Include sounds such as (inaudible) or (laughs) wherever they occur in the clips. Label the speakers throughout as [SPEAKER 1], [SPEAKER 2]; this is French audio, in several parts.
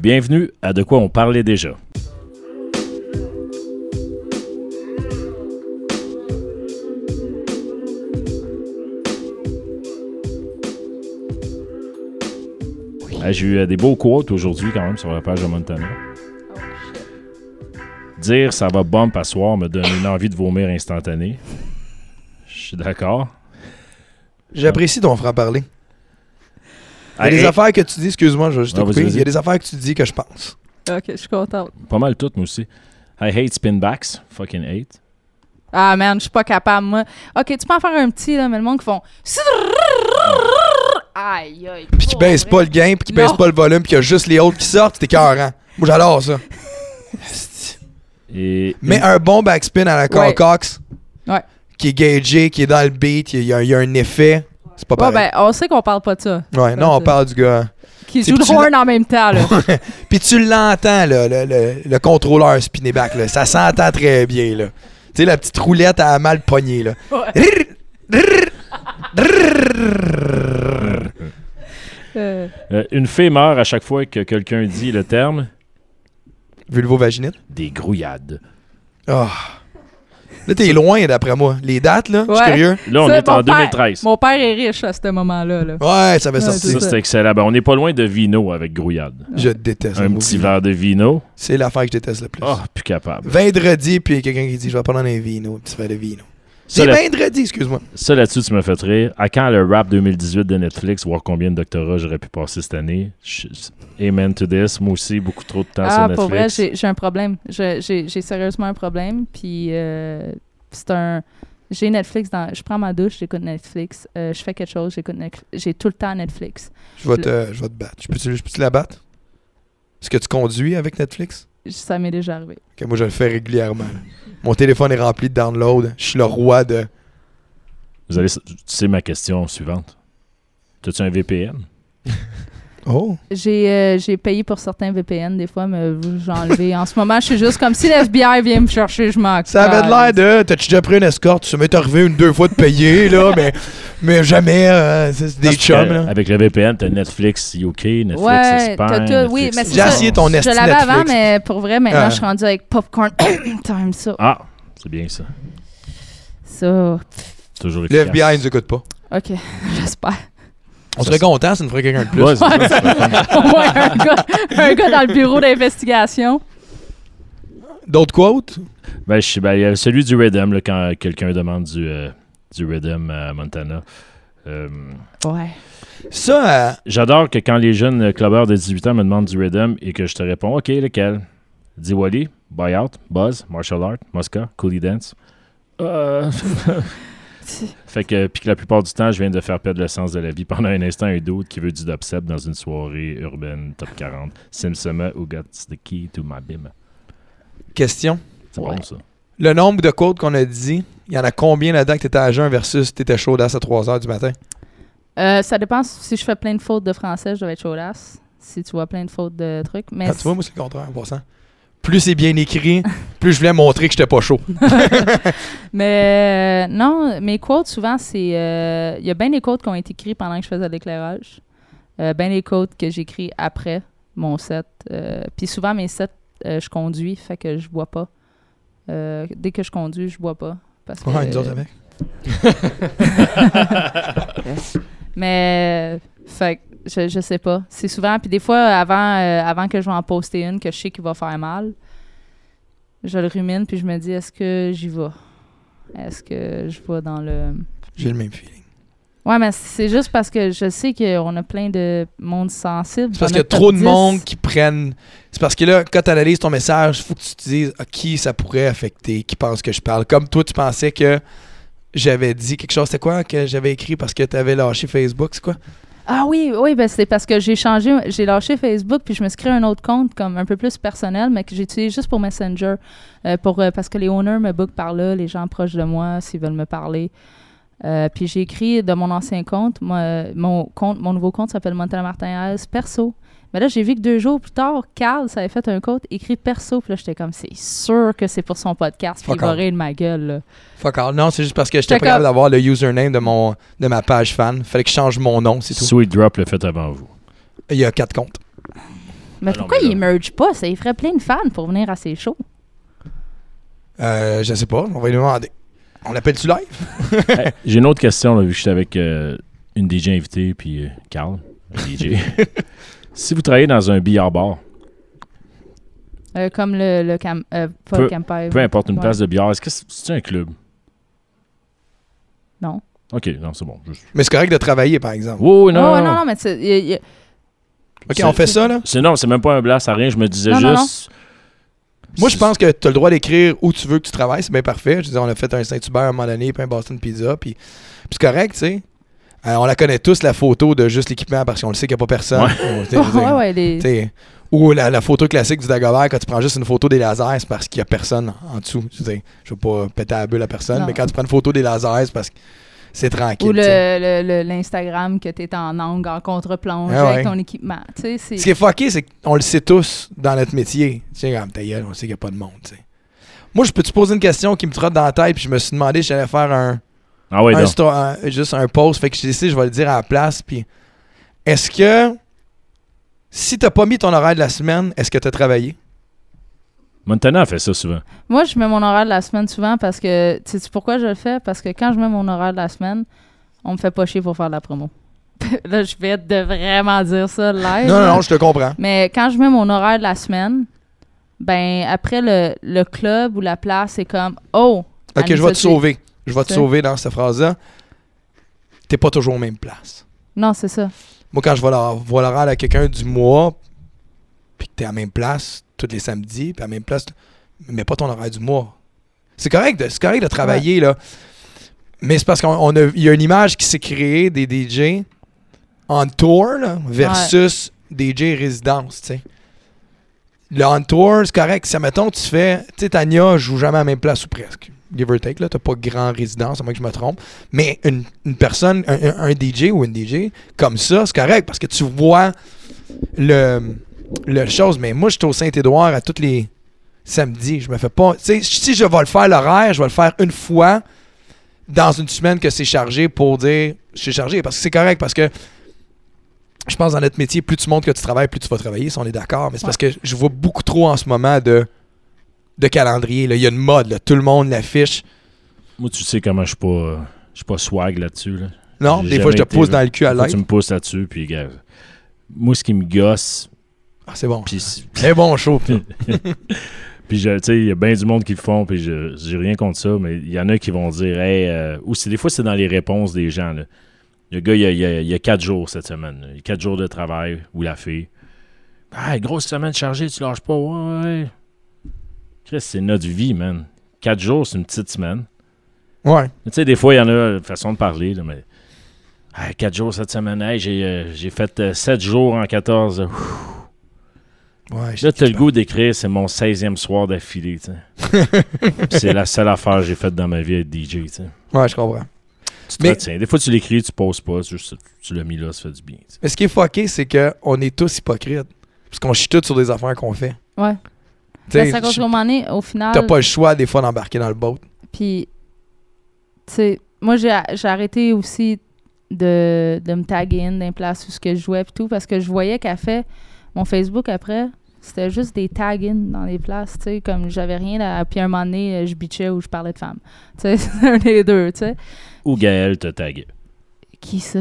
[SPEAKER 1] Bienvenue à De quoi on parlait déjà. Ah, J'ai eu euh, des beaux quotes aujourd'hui quand même sur la page de Montana. Dire ça va bump à soir me donne une envie de vomir instantanée. Je suis d'accord.
[SPEAKER 2] J'apprécie ton franc-parler. Il y a
[SPEAKER 1] Ah,
[SPEAKER 2] des
[SPEAKER 1] hey,
[SPEAKER 2] affaires que tu dis, excuse-moi, je vais juste te
[SPEAKER 1] Non, vas-y,
[SPEAKER 2] couper.
[SPEAKER 1] vas-y.
[SPEAKER 2] Il y a des affaires que tu dis que je pense.
[SPEAKER 3] Ok, je suis contente.
[SPEAKER 1] Pas mal toutes, moi aussi. I hate spinbacks. Fucking hate.
[SPEAKER 3] Ah, man, je suis pas capable, moi. Ok, tu peux en faire un petit, là, mais le monde qui font. (laughs) Aïe, aïe.
[SPEAKER 2] Puis qui baisse pas le gain, puis qui
[SPEAKER 3] Oh, Non.
[SPEAKER 2] baisse pas le volume, puis qu'il y a juste les autres qui sortent, c'est écœurant. Moi, j'adore ça.
[SPEAKER 1] Et
[SPEAKER 2] Mais un bon backspin à la
[SPEAKER 3] Ouais.
[SPEAKER 2] Concox,
[SPEAKER 3] Ouais.
[SPEAKER 2] qui est gagé, qui est dans le beat, il y, a- il y a un effet. C'est pas
[SPEAKER 3] Ouais,
[SPEAKER 2] pareil.
[SPEAKER 3] ben, on sait qu'on parle pas de ça.
[SPEAKER 2] ouais, non, on parle du gars.
[SPEAKER 3] Qui
[SPEAKER 2] C'est
[SPEAKER 3] joue le
[SPEAKER 2] petit, là.
[SPEAKER 3] horn en même
[SPEAKER 2] (laughs)
[SPEAKER 3] temps, là.
[SPEAKER 2] Puis tu l'entends, là, le, le- le contrôleur spinner back, là. ça s'entend très bien. là. Tu sais, la petite roulette à mal poignée. Là.
[SPEAKER 3] Ouais.
[SPEAKER 2] Rrr, rrr, rrr.
[SPEAKER 3] Euh,
[SPEAKER 1] euh, une fée meurt à chaque fois que quelqu'un dit le terme
[SPEAKER 2] Vulvo-vaginite.
[SPEAKER 1] des grouillades.
[SPEAKER 2] Ah. Là, t'es loin, d'après moi. Les dates, là, je suis
[SPEAKER 3] Ouais.
[SPEAKER 2] curieux.
[SPEAKER 1] Là, on
[SPEAKER 3] ça,
[SPEAKER 1] est en
[SPEAKER 3] mon père-
[SPEAKER 1] 2013.
[SPEAKER 3] Mon père est riche à ce moment-là. là.
[SPEAKER 2] Ouais, ça va
[SPEAKER 3] Ouais,
[SPEAKER 2] sortir.
[SPEAKER 1] Ça, c'est excellent. Ben, on n'est pas loin de vino avec grouillade.
[SPEAKER 2] Je déteste. le
[SPEAKER 1] Un
[SPEAKER 2] mot
[SPEAKER 1] petit
[SPEAKER 2] vino.
[SPEAKER 1] verre de vino.
[SPEAKER 2] C'est l'affaire que je déteste le plus.
[SPEAKER 1] Ah, plus capable.
[SPEAKER 2] Vendredi, puis il y a quelqu'un qui dit Je vais prendre un vino, un petit verre de vino.
[SPEAKER 1] Ça,
[SPEAKER 2] C'est
[SPEAKER 1] là-
[SPEAKER 2] vendredi, excuse-moi.
[SPEAKER 1] Ça, là-dessus, tu m'as fait rire. À quand le rap 2018 de Netflix, voir combien de doctorats j'aurais pu passer cette année? Je- Amen to this. Moi aussi, beaucoup trop de temps sur
[SPEAKER 3] Ah,
[SPEAKER 1] Netflix.
[SPEAKER 3] pour vrai, j'ai j'ai un problème. Je- J'ai j'ai sérieusement un problème. Puis euh, c'est un. J'ai Netflix dans. Je prends ma douche, j'écoute Netflix. Euh, je fais quelque chose, j'écoute Netflix. J'ai tout le temps Netflix.
[SPEAKER 2] Je vais te, je vais te battre. Je peux-tu je peux-tu la battre Est-ce que tu conduis avec Netflix
[SPEAKER 3] J- Ça m'est déjà arrivé.
[SPEAKER 2] Ok, Moi, je le fais régulièrement. là. Mon téléphone est rempli de downloads. Je suis le roi de.
[SPEAKER 1] Vous allez, tu sais ma question suivante. T'as-tu un VPN?
[SPEAKER 2] Oh
[SPEAKER 3] J'ai euh, j'ai payé pour certains VPN des fois, mais j'ai enlevé. en ce moment, je suis juste comme si le FBI vient me chercher, je m'en
[SPEAKER 2] Ça avait de l'air
[SPEAKER 3] calisse.
[SPEAKER 2] de. T'as-tu déjà pris une escorte Tu m'es arrivé une deux fois de payer, là, (laughs) mais, mais jamais. euh, c'est c'est des
[SPEAKER 1] Parce que,
[SPEAKER 2] chums, là.
[SPEAKER 1] Avec le VPN, t'as Netflix UK, Netflix
[SPEAKER 3] Ouais,
[SPEAKER 1] Espagne.
[SPEAKER 3] t'as tout, oui,
[SPEAKER 1] Netflix
[SPEAKER 3] mais c'est
[SPEAKER 2] J'ai
[SPEAKER 3] ça.
[SPEAKER 1] France.
[SPEAKER 2] essayé ton
[SPEAKER 3] Je
[SPEAKER 2] esti
[SPEAKER 3] l'avais
[SPEAKER 2] Netflix.
[SPEAKER 3] avant, mais pour vrai, maintenant,
[SPEAKER 2] Ah.
[SPEAKER 3] je suis rendu avec popcorn. (coughs) Time ça.
[SPEAKER 1] Ah, c'est bien ça.
[SPEAKER 3] Ça.
[SPEAKER 1] C'est Toujours
[SPEAKER 2] Le
[SPEAKER 1] efficace.
[SPEAKER 2] FBI ne nous écoute pas.
[SPEAKER 3] OK, (laughs) j'espère.
[SPEAKER 2] On serait content si nous ferait quelqu'un de plus.
[SPEAKER 1] Ouais, c'est
[SPEAKER 3] Ouais,
[SPEAKER 1] ça.
[SPEAKER 3] (laughs) Au moins un gars, un gars dans le bureau d'investigation.
[SPEAKER 2] D'autres quotes?
[SPEAKER 1] Ben, je sais- ben, il y a celui du Rhythm, là, quand quelqu'un demande du, euh, du Rhythm à Montana. Euh,
[SPEAKER 3] Ouais.
[SPEAKER 2] Ça, euh,
[SPEAKER 1] J'adore que quand les jeunes clubbers de 18 ans me demandent du Rhythm et que je te réponds, OK, lequel Diwali, Buyout, Buzz, Martial Art, Mosca, Coolie Dance. Euh, (laughs) fait que, puis que la plupart du temps, je viens de faire perdre le sens de la vie pendant un instant un d'autre qui veut du dubstep dans une soirée urbaine top 40. Simsema, who got the key to my bim.
[SPEAKER 2] question.
[SPEAKER 1] C'est
[SPEAKER 3] Ouais.
[SPEAKER 1] bon, ça.
[SPEAKER 2] Le nombre de quotes qu'on a dit, il y en a combien là-dedans que t'étais à jeun versus t'étais chaud d'ass à 3 h du matin?
[SPEAKER 3] Euh, ça dépend si je fais plein de fautes de français, je dois être chaudasse. Si tu vois plein de fautes de trucs. Mais
[SPEAKER 2] Ah, tu vois, moi, c'est le contraire, en passant. Plus c'est bien (laughs) écrit, plus je voulais montrer que j'étais pas chaud.
[SPEAKER 3] (laughs) Mais euh, non, mes quotes, souvent, c'est. euh, Il y a bien des quotes qui ont été écrites pendant que je faisais l'éclairage. Euh, bien des quotes que j'écris après mon set. Euh, Puis souvent, mes sets, euh, je conduis, fait que je bois pas. Euh, dès que je conduis, je bois pas. Parce que,
[SPEAKER 2] Ouais, nous autres avec.
[SPEAKER 3] Mais, euh, fait que je, je sais pas. C'est souvent, puis des fois, avant, euh, avant que je vais en poster une que je sais qu'il va faire mal, je le rumine, puis je me dis, est-ce que j'y vais? Est-ce que je vais dans le...
[SPEAKER 2] J'ai le même feeling.
[SPEAKER 3] Ouais, mais c'est juste parce que je sais qu'on a plein de monde sensible.
[SPEAKER 2] C'est parce
[SPEAKER 3] dans
[SPEAKER 2] qu'il y a
[SPEAKER 3] notre
[SPEAKER 2] trop
[SPEAKER 3] top
[SPEAKER 2] de
[SPEAKER 3] 10.
[SPEAKER 2] monde qui prennent. C'est parce que là, quand tu analyses ton message, il faut que tu te dises à qui ça pourrait affecter, qui pense que je parle. Comme toi, tu pensais que j'avais dit quelque chose. C'était quoi que j'avais écrit parce que tu avais lâché Facebook? C'est quoi?
[SPEAKER 3] Ah oui, oui, ben c'est parce que j'ai changé, j'ai lâché Facebook, puis je me suis créé un autre compte, comme un peu plus personnel, mais que j'utilise juste pour Messenger, euh, pour, euh, parce que les owners me bookent par là, les gens proches de moi, s'ils veulent me parler. Euh, puis j'ai écrit de mon ancien compte, moi, euh, mon compte, mon nouveau compte s'appelle Montana Martinez perso. Mais là, j'ai vu que deux jours plus tard, Carl, ça avait fait un compte écrit perso. Puis là, j'étais comme, c'est sûr que c'est pour son podcast. Puis
[SPEAKER 2] Fuck
[SPEAKER 3] il va
[SPEAKER 2] off.
[SPEAKER 3] rire de ma gueule, là.
[SPEAKER 2] Fuck all. Non, c'est juste parce que j'étais pas
[SPEAKER 3] Check
[SPEAKER 2] capable
[SPEAKER 3] up.
[SPEAKER 2] d'avoir le username de, mon, de ma page fan. Fallait que je change mon nom, c'est tout. (laughs)
[SPEAKER 1] Sweet Drop le fait avant vous.
[SPEAKER 2] Il y a quatre comptes.
[SPEAKER 3] Mais
[SPEAKER 1] Ah non,
[SPEAKER 3] pourquoi
[SPEAKER 1] mais là-
[SPEAKER 3] il merge pas? Ça il ferait plein de fans pour venir à ses shows.
[SPEAKER 2] Euh, je sais pas, on va lui demander. On l'appelle-tu live?
[SPEAKER 1] Hey, J'ai une autre question, là, vu que j'étais avec euh, une DJ invitée, puis euh, Carl, un DJ.
[SPEAKER 2] (laughs)
[SPEAKER 1] si vous travaillez dans un billard bar,
[SPEAKER 3] Euh, comme le, le cam, euh, pas
[SPEAKER 1] Peu-
[SPEAKER 3] le Campfire.
[SPEAKER 1] peu importe une
[SPEAKER 3] Ouais.
[SPEAKER 1] place de billard, est-ce que c'est c'est un club?
[SPEAKER 3] Non.
[SPEAKER 1] Ok, non, c'est bon. juste-
[SPEAKER 2] Mais c'est correct de travailler, par exemple.
[SPEAKER 1] Oui, oui, non,
[SPEAKER 3] Oh, Ouais, ouais,
[SPEAKER 1] non, non.
[SPEAKER 3] mais c'est- il- il-
[SPEAKER 2] OK, on fait ça, là?
[SPEAKER 1] C'est non, c'est même pas un blast à rien. Je me disais
[SPEAKER 3] Non, non,
[SPEAKER 1] juste.
[SPEAKER 2] Moi, je pense que tu as le droit d'écrire où tu veux que tu travailles, c'est bien parfait. Je disais, on a fait un Saint-Hubert à un moment donné, puis un Boston Pizza, puis, puis c'est correct, tu sais. Euh, on la connaît tous, la photo de juste l'équipement, parce qu'on le sait qu'il n'y a pas personne. Oh, tu sais, je veux
[SPEAKER 3] (laughs) ouais,
[SPEAKER 2] dire,
[SPEAKER 3] ouais, les-
[SPEAKER 2] tu sais, Ou la, la photo classique du Dagobert, quand tu prends juste une photo des lasers, c'est parce qu'il n'y a personne en dessous. Je veux dire, je veux pas péter la bulle à personne,
[SPEAKER 3] Non.
[SPEAKER 2] mais quand tu prends une photo des lasers, c'est parce que c'est tranquille.
[SPEAKER 3] Ou le-
[SPEAKER 2] tu sais.
[SPEAKER 3] le- le- l'Instagram que t'es en angle, en contre-plonge
[SPEAKER 2] Ah ouais.
[SPEAKER 3] avec ton équipement. Tu sais, c'est-
[SPEAKER 2] Ce qui est fucké, c'est qu'on le sait tous dans notre métier. Tu sais, comme ta gueule, on sait qu'il n'y a pas de monde, tu sais. Moi, je peux te poser une question qui me trotte dans la tête, puis je me suis demandé si j'allais faire un,
[SPEAKER 1] Ah ouais,
[SPEAKER 2] un
[SPEAKER 1] non.
[SPEAKER 2] sto- un- juste un post. Fait que j'ai décidé, je vais le dire à la place. Puis, est-ce que si t'as pas mis ton horaire de la semaine, est-ce que t'as travaillé?
[SPEAKER 1] Montana fait ça souvent.
[SPEAKER 3] Moi, je mets mon horaire de la semaine souvent parce que. Tu sais pourquoi je le fais? Parce que quand je mets mon horaire de la semaine, on me fait pas chier pour faire de la promo. (laughs) là, je vais de vraiment dire ça live.
[SPEAKER 2] Non,
[SPEAKER 3] là.
[SPEAKER 2] non, non, je te comprends.
[SPEAKER 3] Mais quand je mets mon horaire de la semaine, ben après le, le club ou la place, c'est comme Oh!
[SPEAKER 2] Ok,
[SPEAKER 3] Annie
[SPEAKER 2] je vais te
[SPEAKER 3] Sophie.
[SPEAKER 2] sauver. Je vais te
[SPEAKER 3] C'est-
[SPEAKER 2] sauver dans cette phrase-là. T'es pas toujours aux mêmes places.
[SPEAKER 3] Non, c'est ça.
[SPEAKER 2] Moi, quand je vois l'hor- vois l'horaire à quelqu'un du mois, puis que t'es à la même place tous les samedis, puis à la même place, mais pas ton horaire du mois. C'est correct, de- c'est correct de travailler, là. Mais c'est parce qu'on on a- il y a une image qui s'est créée des DJ on tour là, versus DJ résidence, tu sais. Le on tour, c'est correct. Si, mettons, tu fais. Tu sais, Tania joue jamais à la même place ou presque. Give or take, là. T'as pas grand résidence, à moins que je me trompe. Mais une, une personne, un, un- un DJ ou une DJ comme ça, c'est correct parce que tu vois le, le chose. Mais moi, je suis au Saint-Édouard à tous les samedis. Je me fais pas. Tu sais, si je vais le faire l'horaire, je vais le faire une fois dans une semaine que c'est chargé pour dire je suis chargé. Parce que c'est correct parce que. Je pense dans notre métier, plus tu montres que tu travailles, plus tu vas travailler, si on est d'accord. Mais c'est
[SPEAKER 3] Ouais.
[SPEAKER 2] parce que je vois beaucoup trop en ce moment de, de calendrier. là. Il y a une mode, là. tout le monde l'affiche.
[SPEAKER 1] Moi, tu sais comment je suis pas. euh, Je suis pas swag là-dessus. Là.
[SPEAKER 2] Non,
[SPEAKER 1] J'ai
[SPEAKER 2] des
[SPEAKER 1] jamais
[SPEAKER 2] fois, je te
[SPEAKER 1] été,
[SPEAKER 2] pousse
[SPEAKER 1] là.
[SPEAKER 2] dans le cul à
[SPEAKER 1] Faut que
[SPEAKER 2] l'aide.
[SPEAKER 1] Tu me pousses là-dessus, puis gars. Moi, ce qui me gosse,
[SPEAKER 2] Ah, c'est bon.
[SPEAKER 1] puis c'est-
[SPEAKER 2] C'est bon show.
[SPEAKER 1] Puis, je- tu sais, il y a bien du monde qui le font, puis je- j'ai rien contre ça, mais il y en a qui vont dire, hey, euh, ou c'est des fois, c'est dans les réponses des gens. là. Le gars, il y a, il y a- il y a quatre jours cette semaine, là. Il y a quatre jours de travail, ou la fille. Ah, grosse semaine chargée, tu lâches pas, ouais, ouais. Chris, c'est notre vie, man. Quatre jours, c'est une petite semaine.
[SPEAKER 2] Ouais.
[SPEAKER 1] Mais Tu sais, des fois, il y en a euh, façon de parler, là, mais. Ah, quatre jours cette semaine, hey, j'ai euh, j'ai fait euh, sept jours en 14. Ouh.
[SPEAKER 2] Ouais, je-
[SPEAKER 1] Là, t'as le goût d'écrire, c'est mon 16e soir d'affilée, tu sais.
[SPEAKER 2] (laughs)
[SPEAKER 1] Puis c'est la seule affaire que j'ai faite dans ma vie être DJ, tu sais.
[SPEAKER 2] ouais, je comprends.
[SPEAKER 1] Tu te
[SPEAKER 2] Mais-
[SPEAKER 1] retiens. Des fois, tu l'écris, tu poses pas, c'est juste, tu l'as mis là, ça fait du bien, tu sais.
[SPEAKER 2] Mais ce qui est fucké, c'est qu'on est tous hypocrites. Parce qu'on chie tout sur des affaires qu'on fait.
[SPEAKER 3] Ouais.
[SPEAKER 2] Tu
[SPEAKER 3] Parce
[SPEAKER 2] sais,
[SPEAKER 3] que ça
[SPEAKER 2] je-
[SPEAKER 3] continue à un moment donné, au final.
[SPEAKER 2] T'as pas le choix, des fois, d'embarquer dans le boat.
[SPEAKER 3] Puis, tu sais, moi, j'ai j'ai arrêté aussi de, de me taguer in dans place où ce que je jouais pis tout, parce que je voyais qu'elle fait mon Facebook après, c'était juste des tags in dans les places, tu sais, comme j'avais rien à... Puis à un moment donné, euh, je bitchais ou je parlais de femmes. Tu sais, (laughs) c'est un des deux, tu sais.
[SPEAKER 1] Ou Gaël te tague.
[SPEAKER 3] Qui ça?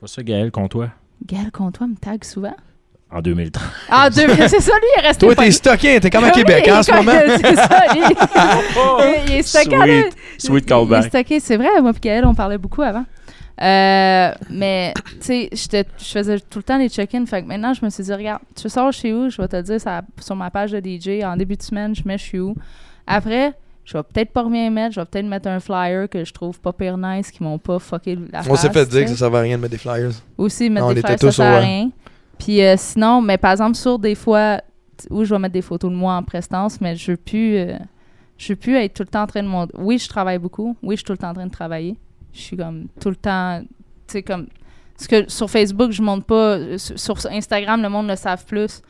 [SPEAKER 1] Pas ça, Gaël, contre toi?
[SPEAKER 3] Gaël Comtois me tague souvent.
[SPEAKER 1] En
[SPEAKER 2] (laughs)
[SPEAKER 1] 2030.
[SPEAKER 3] Ah, deux, (laughs) c'est ça, lui, il est resté
[SPEAKER 2] Toi,
[SPEAKER 3] pogné.
[SPEAKER 2] t'es stocké, t'es comme à
[SPEAKER 3] (laughs) Oui,
[SPEAKER 2] Québec
[SPEAKER 3] il
[SPEAKER 2] hein,
[SPEAKER 3] est
[SPEAKER 2] en ce
[SPEAKER 3] comme-
[SPEAKER 2] moment.
[SPEAKER 3] c'est ça,
[SPEAKER 2] (laughs)
[SPEAKER 3] il-
[SPEAKER 2] Oh!
[SPEAKER 3] il- il est stocké, là.
[SPEAKER 1] Sweet, sweet
[SPEAKER 3] Il est
[SPEAKER 1] callback.
[SPEAKER 3] stocké, c'est vrai. Moi et Gaël, on parlait beaucoup avant. Euh, mais, tu sais, j'étais- je faisais tout le temps les check-ins. Fait que maintenant, je me suis dit, regarde, tu sors chez où? Je vais te le dire ça- sur ma page de DJ. En début de semaine, je mets chez où. Après, je vais peut-être pas rien mettre. Je vais peut-être mettre un flyer que je trouve pas pire nice, qui m'ont pas fucké la
[SPEAKER 2] On s'est
[SPEAKER 3] face,
[SPEAKER 2] fait
[SPEAKER 3] tu
[SPEAKER 2] dire que
[SPEAKER 3] sais.
[SPEAKER 2] ça servait à rien de mettre des flyers.
[SPEAKER 3] Aussi, mettre
[SPEAKER 2] Non, on
[SPEAKER 3] des
[SPEAKER 2] était
[SPEAKER 3] fleurs,
[SPEAKER 2] tous
[SPEAKER 3] ça sert à
[SPEAKER 2] au-
[SPEAKER 3] rien. Puis euh, sinon, mais par exemple, sur des fois t- où je vais mettre des photos de moi en prestance, mais je veux plus, euh, je veux plus être tout le temps en train de mon... Oui, je travaille beaucoup. Oui, je suis tout le temps en train de travailler. Je suis comme tout le temps, tu sais, comme... Parce que sur Facebook, je monte pas... euh, Sur, sur Instagram, le monde le savent plus.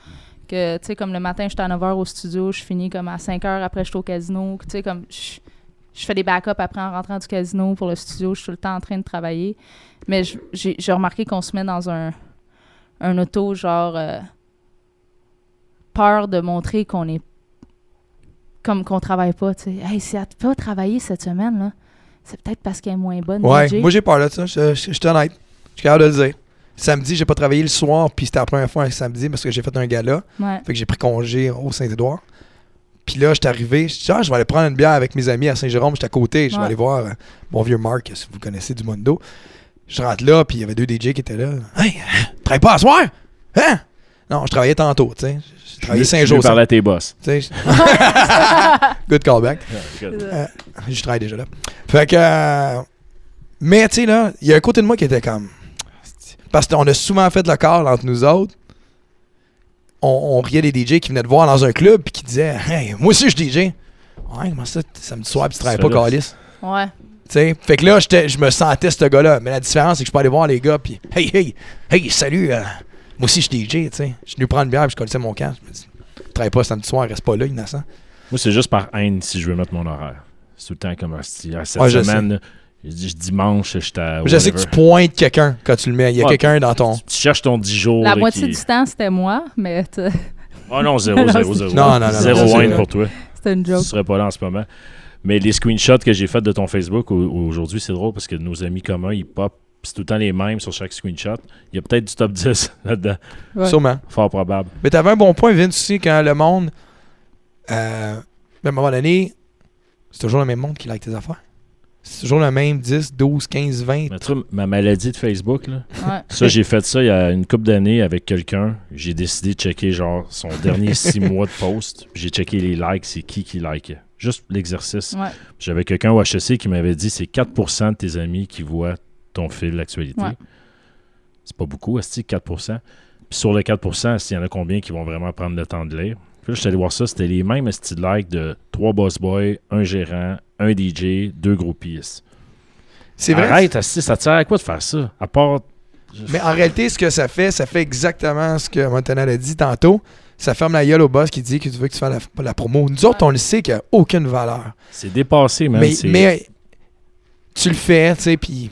[SPEAKER 3] Que, tu sais, comme le matin, j'étais à 9h au studio, je finis comme à 5h, après je suis au casino. Tu sais, comme... Je, je fais des backups après en rentrant du casino pour le studio. Je suis tout le temps en train de travailler. Mais je- j'ai j'ai remarqué qu'on se met dans un, un auto genre euh, peur de montrer qu'on est comme qu'on travaille pas, tu sais. Hey, si elle n'a pas travaillé cette semaine, là, c'est peut-être parce qu'elle est moins bonne.
[SPEAKER 2] Ouais,
[SPEAKER 3] DJ.
[SPEAKER 2] moi j'ai peur de ça, je, je- je suis honnête. Je suis capable de le dire. Samedi, j'ai pas travaillé le soir, puis c'était la première fois un samedi parce que j'ai fait un gala.
[SPEAKER 3] Ouais.
[SPEAKER 2] Fait que j'ai pris congé au Saint-Édouard. Puis là, j'étais arrivé, je dis, ah, je vais aller prendre une bière avec mes amis à Saint-Jérôme, j'étais à côté, je vais
[SPEAKER 3] Ouais.
[SPEAKER 2] aller voir euh, mon vieux Marc, si vous connaissez du Mondo. Je rentre là, puis il y avait deux DJ qui étaient là. Hey, travaille pas à soir? Hein? Non, je travaillais tantôt, tu sais. Je travaillais
[SPEAKER 1] Je- je vais
[SPEAKER 2] 5 jours.
[SPEAKER 1] parler à tes boss.
[SPEAKER 2] tu sais. (laughs) Good callback. Je travaille déjà là. Fait que. euh, mais, tu sais, là, il y a un côté de moi qui était comme. Parce qu'on a souvent fait le corps entre nous autres. On, on riait des DJ qui venaient de voir dans un club puis qui disaient Hey, moi aussi je suis DJ. Ouais, comment ça, t- samedi soir, puis tu travailles pas,
[SPEAKER 1] Solide.
[SPEAKER 2] Calis.
[SPEAKER 3] Ouais.
[SPEAKER 2] Tu sais, fait que là, j'étais- je me sentais ce gars-là. Mais la différence, c'est que je peux aller voir les gars, puis hey, hey, hey, salut, euh, moi aussi, je suis DJ, tu sais. Je suis venu prendre une bière, puis je connaissais mon camp. Je me dis, travaille pas samedi soir, reste pas là, innocent.
[SPEAKER 1] Moi, c'est juste par haine si je veux mettre mon horaire. C'est tout le temps comme hostie. Ah, Cette
[SPEAKER 2] Ouais, je
[SPEAKER 1] semaine, là, je dis- je- dimanche, je t'ai.
[SPEAKER 2] Je sais que tu pointes quelqu'un quand tu le mets. Il y a
[SPEAKER 1] Ah, Ouais.
[SPEAKER 2] quelqu'un dans ton.
[SPEAKER 1] Tu cherches ton 10 jours.
[SPEAKER 3] La
[SPEAKER 1] là,
[SPEAKER 3] moitié
[SPEAKER 1] qui-
[SPEAKER 3] du temps, c'était moi, mais tu-
[SPEAKER 1] Oh non, 0,
[SPEAKER 3] Non,
[SPEAKER 1] 0,
[SPEAKER 3] c'est-
[SPEAKER 1] 0.
[SPEAKER 2] (laughs) Non, non, non, non,
[SPEAKER 1] Zéro
[SPEAKER 2] c'est
[SPEAKER 1] haine
[SPEAKER 2] vrai.
[SPEAKER 1] pour toi.
[SPEAKER 3] (laughs) c'était une
[SPEAKER 1] Tu
[SPEAKER 3] joke.
[SPEAKER 1] serais pas là en ce moment. Mais les screenshots que j'ai faits de ton Facebook au- aujourd'hui, c'est drôle parce que nos amis communs, ils pop. C'est tout le temps les mêmes sur chaque screenshot. Il y a peut-être du top (laughs) 10 là-dedans.
[SPEAKER 3] Ouais.
[SPEAKER 2] Sûrement.
[SPEAKER 1] Fort probable.
[SPEAKER 2] Mais t'avais un bon point, Vince, aussi, quand le monde. Euh, à un moment donné, c'est toujours le même monde qui like tes affaires. C'est toujours le même 10, 12, 15, 20.
[SPEAKER 1] Mais tu sais, ma maladie de Facebook, là,
[SPEAKER 3] Ouais.
[SPEAKER 1] Ça, j'ai fait ça il y a une couple d'années avec quelqu'un. J'ai décidé de checker genre son dernier six mois de post. J'ai checké les likes, c'est qui qui likait. Juste l'exercice.
[SPEAKER 3] Ouais.
[SPEAKER 1] J'avais quelqu'un au HEC qui m'avait dit c'est 4% de tes amis qui voient ton fil d'actualité.
[SPEAKER 3] Ouais.
[SPEAKER 1] C'est pas beaucoup, Asti, 4%. Puis sur le 4%, s'il y en a combien qui vont vraiment prendre le temps de lire. Puis là, je suis allé voir ça, c'était les mêmes Asti de likes de trois boss boys, un gérant, un DJ, deux groupistes.
[SPEAKER 2] C'est vrai.
[SPEAKER 1] Arrête, Asti, ça te sert à quoi de faire ça? À part.
[SPEAKER 2] Mais en réalité, ce que ça fait, ça fait exactement ce que Montanel a dit tantôt. Ça ferme la gueule au boss qui dit que tu veux que tu fasses la, la promo. Nous autres, on le sait qu'il n'y a aucune valeur.
[SPEAKER 1] C'est dépassé, même.
[SPEAKER 2] mais, mais, euh, tu le fais, tu sais, puis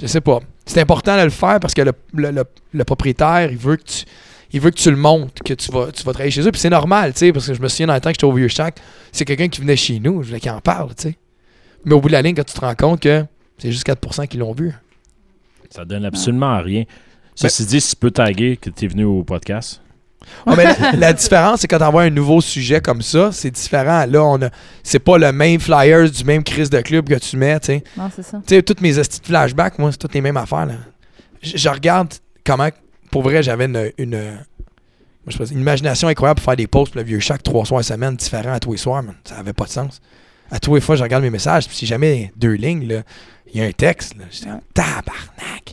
[SPEAKER 2] je sais pas. C'est important de le faire parce que le, le- le- le propriétaire, il veut que tu il veut que tu le montes, que tu vas, tu vas travailler chez eux. Puis c'est normal, tu sais, parce que je me souviens dans le temps que j'étais au Vieux Shack, c'est quelqu'un qui venait chez nous, je voulais qu'il en parle, tu sais. Mais au bout de la ligne, quand tu te rends compte que c'est juste 4% qui l'ont vu.
[SPEAKER 1] Ça donne absolument à rien.
[SPEAKER 2] Ben-
[SPEAKER 1] Ceci dit, si tu peux taguer que tu es venu au podcast,
[SPEAKER 2] Ah, mais la, la différence, c'est quand on voit un nouveau sujet comme ça, c'est différent. Là, on a, c'est pas le même flyers du même crise de club que tu mets, tu sais.
[SPEAKER 3] Non, c'est ça.
[SPEAKER 2] Tu sais, toutes mes astuces de flashback, moi, c'est toutes les mêmes affaires. Là. Je, je regarde comment, pour vrai, j'avais une, une, euh, moi, je sais pas, une imagination incroyable pour faire des posts pour le vieux chaque trois soirs à semaine, différents à tous les soirs. man. Ça avait pas de sens. À tous les fois, je regarde mes messages, puis si jamais deux lignes, là, il y a un texte. là, J'étais
[SPEAKER 3] Ouais.
[SPEAKER 2] tabarnak.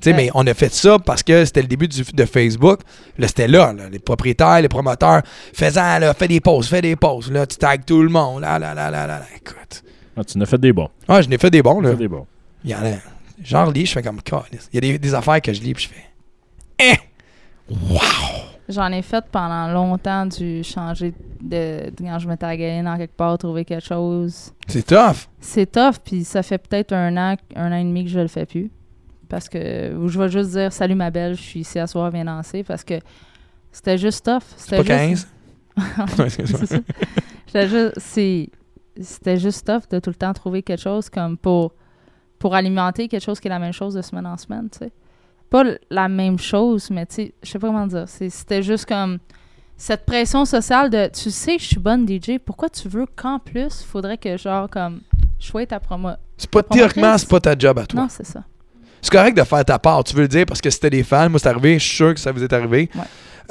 [SPEAKER 2] Tu sais,
[SPEAKER 3] Ouais.
[SPEAKER 2] mais on a fait ça parce que c'était le début du- de Facebook. Là, c'était là, là, Les propriétaires, les promoteurs, faisant, là, fais des posts, fais des posts. Là, tu tags tout le monde. Là, là, là, là, là, là. Écoute.
[SPEAKER 1] ah, tu en as fait des bons.
[SPEAKER 2] Ah, je n'ai fait des bons,
[SPEAKER 1] Tu en as
[SPEAKER 2] là.
[SPEAKER 1] fait des bons.
[SPEAKER 2] Il y en a. Genre, lis, je fais comme calice. Il y a des, des affaires que je lis, puis je fais. Hein?
[SPEAKER 3] J'en ai fait pendant longtemps du changer de, de- quand je me taguais dans quelque part, trouver quelque chose.
[SPEAKER 2] C'est tough.
[SPEAKER 3] C'est tough, puis ça fait peut-être un an, un an et demi que je le fais plus. Parce que ou je vais juste dire salut ma belle, je suis ici à soir, viens danser parce que c'était juste tough.
[SPEAKER 2] C'est pas
[SPEAKER 3] C'était juste-
[SPEAKER 2] 15.
[SPEAKER 3] (laughs)
[SPEAKER 2] (laughs)
[SPEAKER 3] C'est ça. J'étais juste- c'est- C'était juste tough de tout le temps trouver quelque chose comme pour, pour alimenter quelque chose qui est la même chose de semaine en semaine, tu sais. Pas l- la même chose, mais tu sais, je sais pas comment dire. C'est- C'était juste comme cette pression sociale de tu sais que je suis bonne DJ, pourquoi tu veux qu'en plus, faudrait que genre comme je sois ta promo.
[SPEAKER 2] C'est pas théoriquement, c'est pas ta job à toi.
[SPEAKER 3] Non, c'est ça.
[SPEAKER 2] C'est correct de faire ta part. Tu veux le dire parce que c'était des fans. Moi, c'est arrivé. Je suis sûr que ça vous est arrivé.
[SPEAKER 3] Ouais.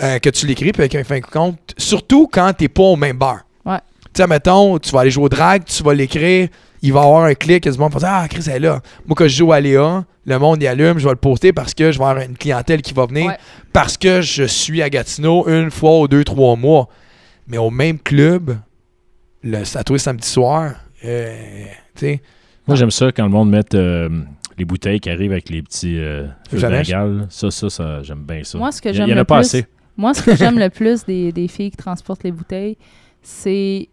[SPEAKER 2] Euh, que tu l'écris, puis avec un fin de compte. Surtout quand t'es pas au même bar.
[SPEAKER 3] Ouais.
[SPEAKER 2] Tu sais, mettons, tu vas aller jouer au drag, tu vas l'écrire. Il va y avoir un clic, il y a du monde qui va dire Ah, Chris, elle est là. Moi, quand je joue à Léa, le monde y allume, je vais le poster parce que je vais avoir une clientèle qui va venir.
[SPEAKER 3] Ouais.
[SPEAKER 2] parce que je suis à Gatineau une fois ou deux, trois mois. Mais au même club, le Saturday samedi soir, euh, tu sais,
[SPEAKER 1] Moi, j'aime ça quand le monde met euh, les bouteilles qui arrivent avec les petits euh, feux de
[SPEAKER 2] Flamèche.
[SPEAKER 1] bengale. Ça, ça, ça j'aime bien ça.
[SPEAKER 3] Moi, ce que
[SPEAKER 1] Il y-
[SPEAKER 3] j'aime
[SPEAKER 1] Il y en a
[SPEAKER 3] le
[SPEAKER 1] pas
[SPEAKER 3] plus-
[SPEAKER 1] assez.
[SPEAKER 3] Moi, ce que j'aime le plus des, des filles qui transportent les bouteilles, c'est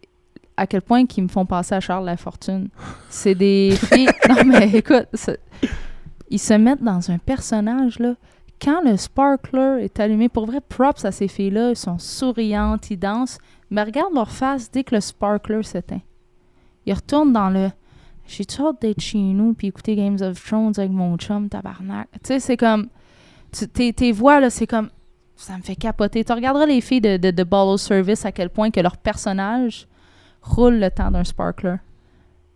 [SPEAKER 3] à quel point qu'ils me font passer à Charles la fortune. C'est des filles. Non, mais écoute, ça- ils se mettent dans un personnage, là, Quand le sparkler est allumé, pour vrai, props à ces filles-là, elles sont souriantes, ils dansent, mais regarde leur face dès que le sparkler s'éteint. Ils retournent dans le j'ai toujours hâte d'être chez nous puis écouter Games of Thrones avec mon chum tabarnak. Tu sais, c'est comme. tu- Tes, tes voix, là, c'est comme. Ça me fait capoter. Tu regarderas les filles de, de, de Ball of Service à quel point que leur personnage roule le temps d'un sparkler.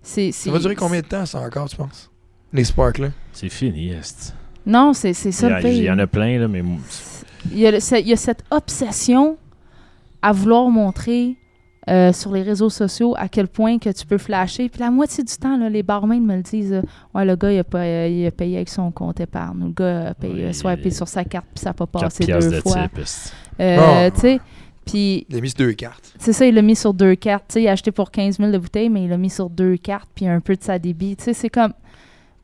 [SPEAKER 3] C'est,
[SPEAKER 2] Ça
[SPEAKER 3] c'est-
[SPEAKER 2] va durer combien de temps, ça, encore, tu penses? Les sparklers.
[SPEAKER 1] C'est fini, est.
[SPEAKER 3] Non, c'est, c'est
[SPEAKER 1] Il y
[SPEAKER 3] ça
[SPEAKER 1] a-
[SPEAKER 3] le
[SPEAKER 1] il y en
[SPEAKER 3] pire.
[SPEAKER 1] a plein, là, mais mou-
[SPEAKER 3] Il y a, le- ce- il y a cette obsession à vouloir montrer euh, sur les réseaux sociaux à quel point que tu peux flasher. Puis la moitié du temps, là, les barmaids me le disent. euh, ouais, le gars, il a, pas- euh, il a payé avec son compte épargne. Ou le gars a payé,
[SPEAKER 1] Ouais,
[SPEAKER 3] a swipé sur sa carte, puis ça n'a pas
[SPEAKER 1] quatre
[SPEAKER 3] passé
[SPEAKER 1] piastres
[SPEAKER 3] deux
[SPEAKER 1] de
[SPEAKER 3] fois.
[SPEAKER 1] type, est.
[SPEAKER 3] Euh,
[SPEAKER 2] Ah.
[SPEAKER 3] Tu sais, puis
[SPEAKER 2] Il a mis sur deux cartes.
[SPEAKER 3] c'est ça, il l'a mis sur deux cartes. Tu sais, il a acheté pour 15 000 de bouteilles, mais il l'a mis sur deux cartes, puis un peu de sa débit. Tu sais, c'est comme,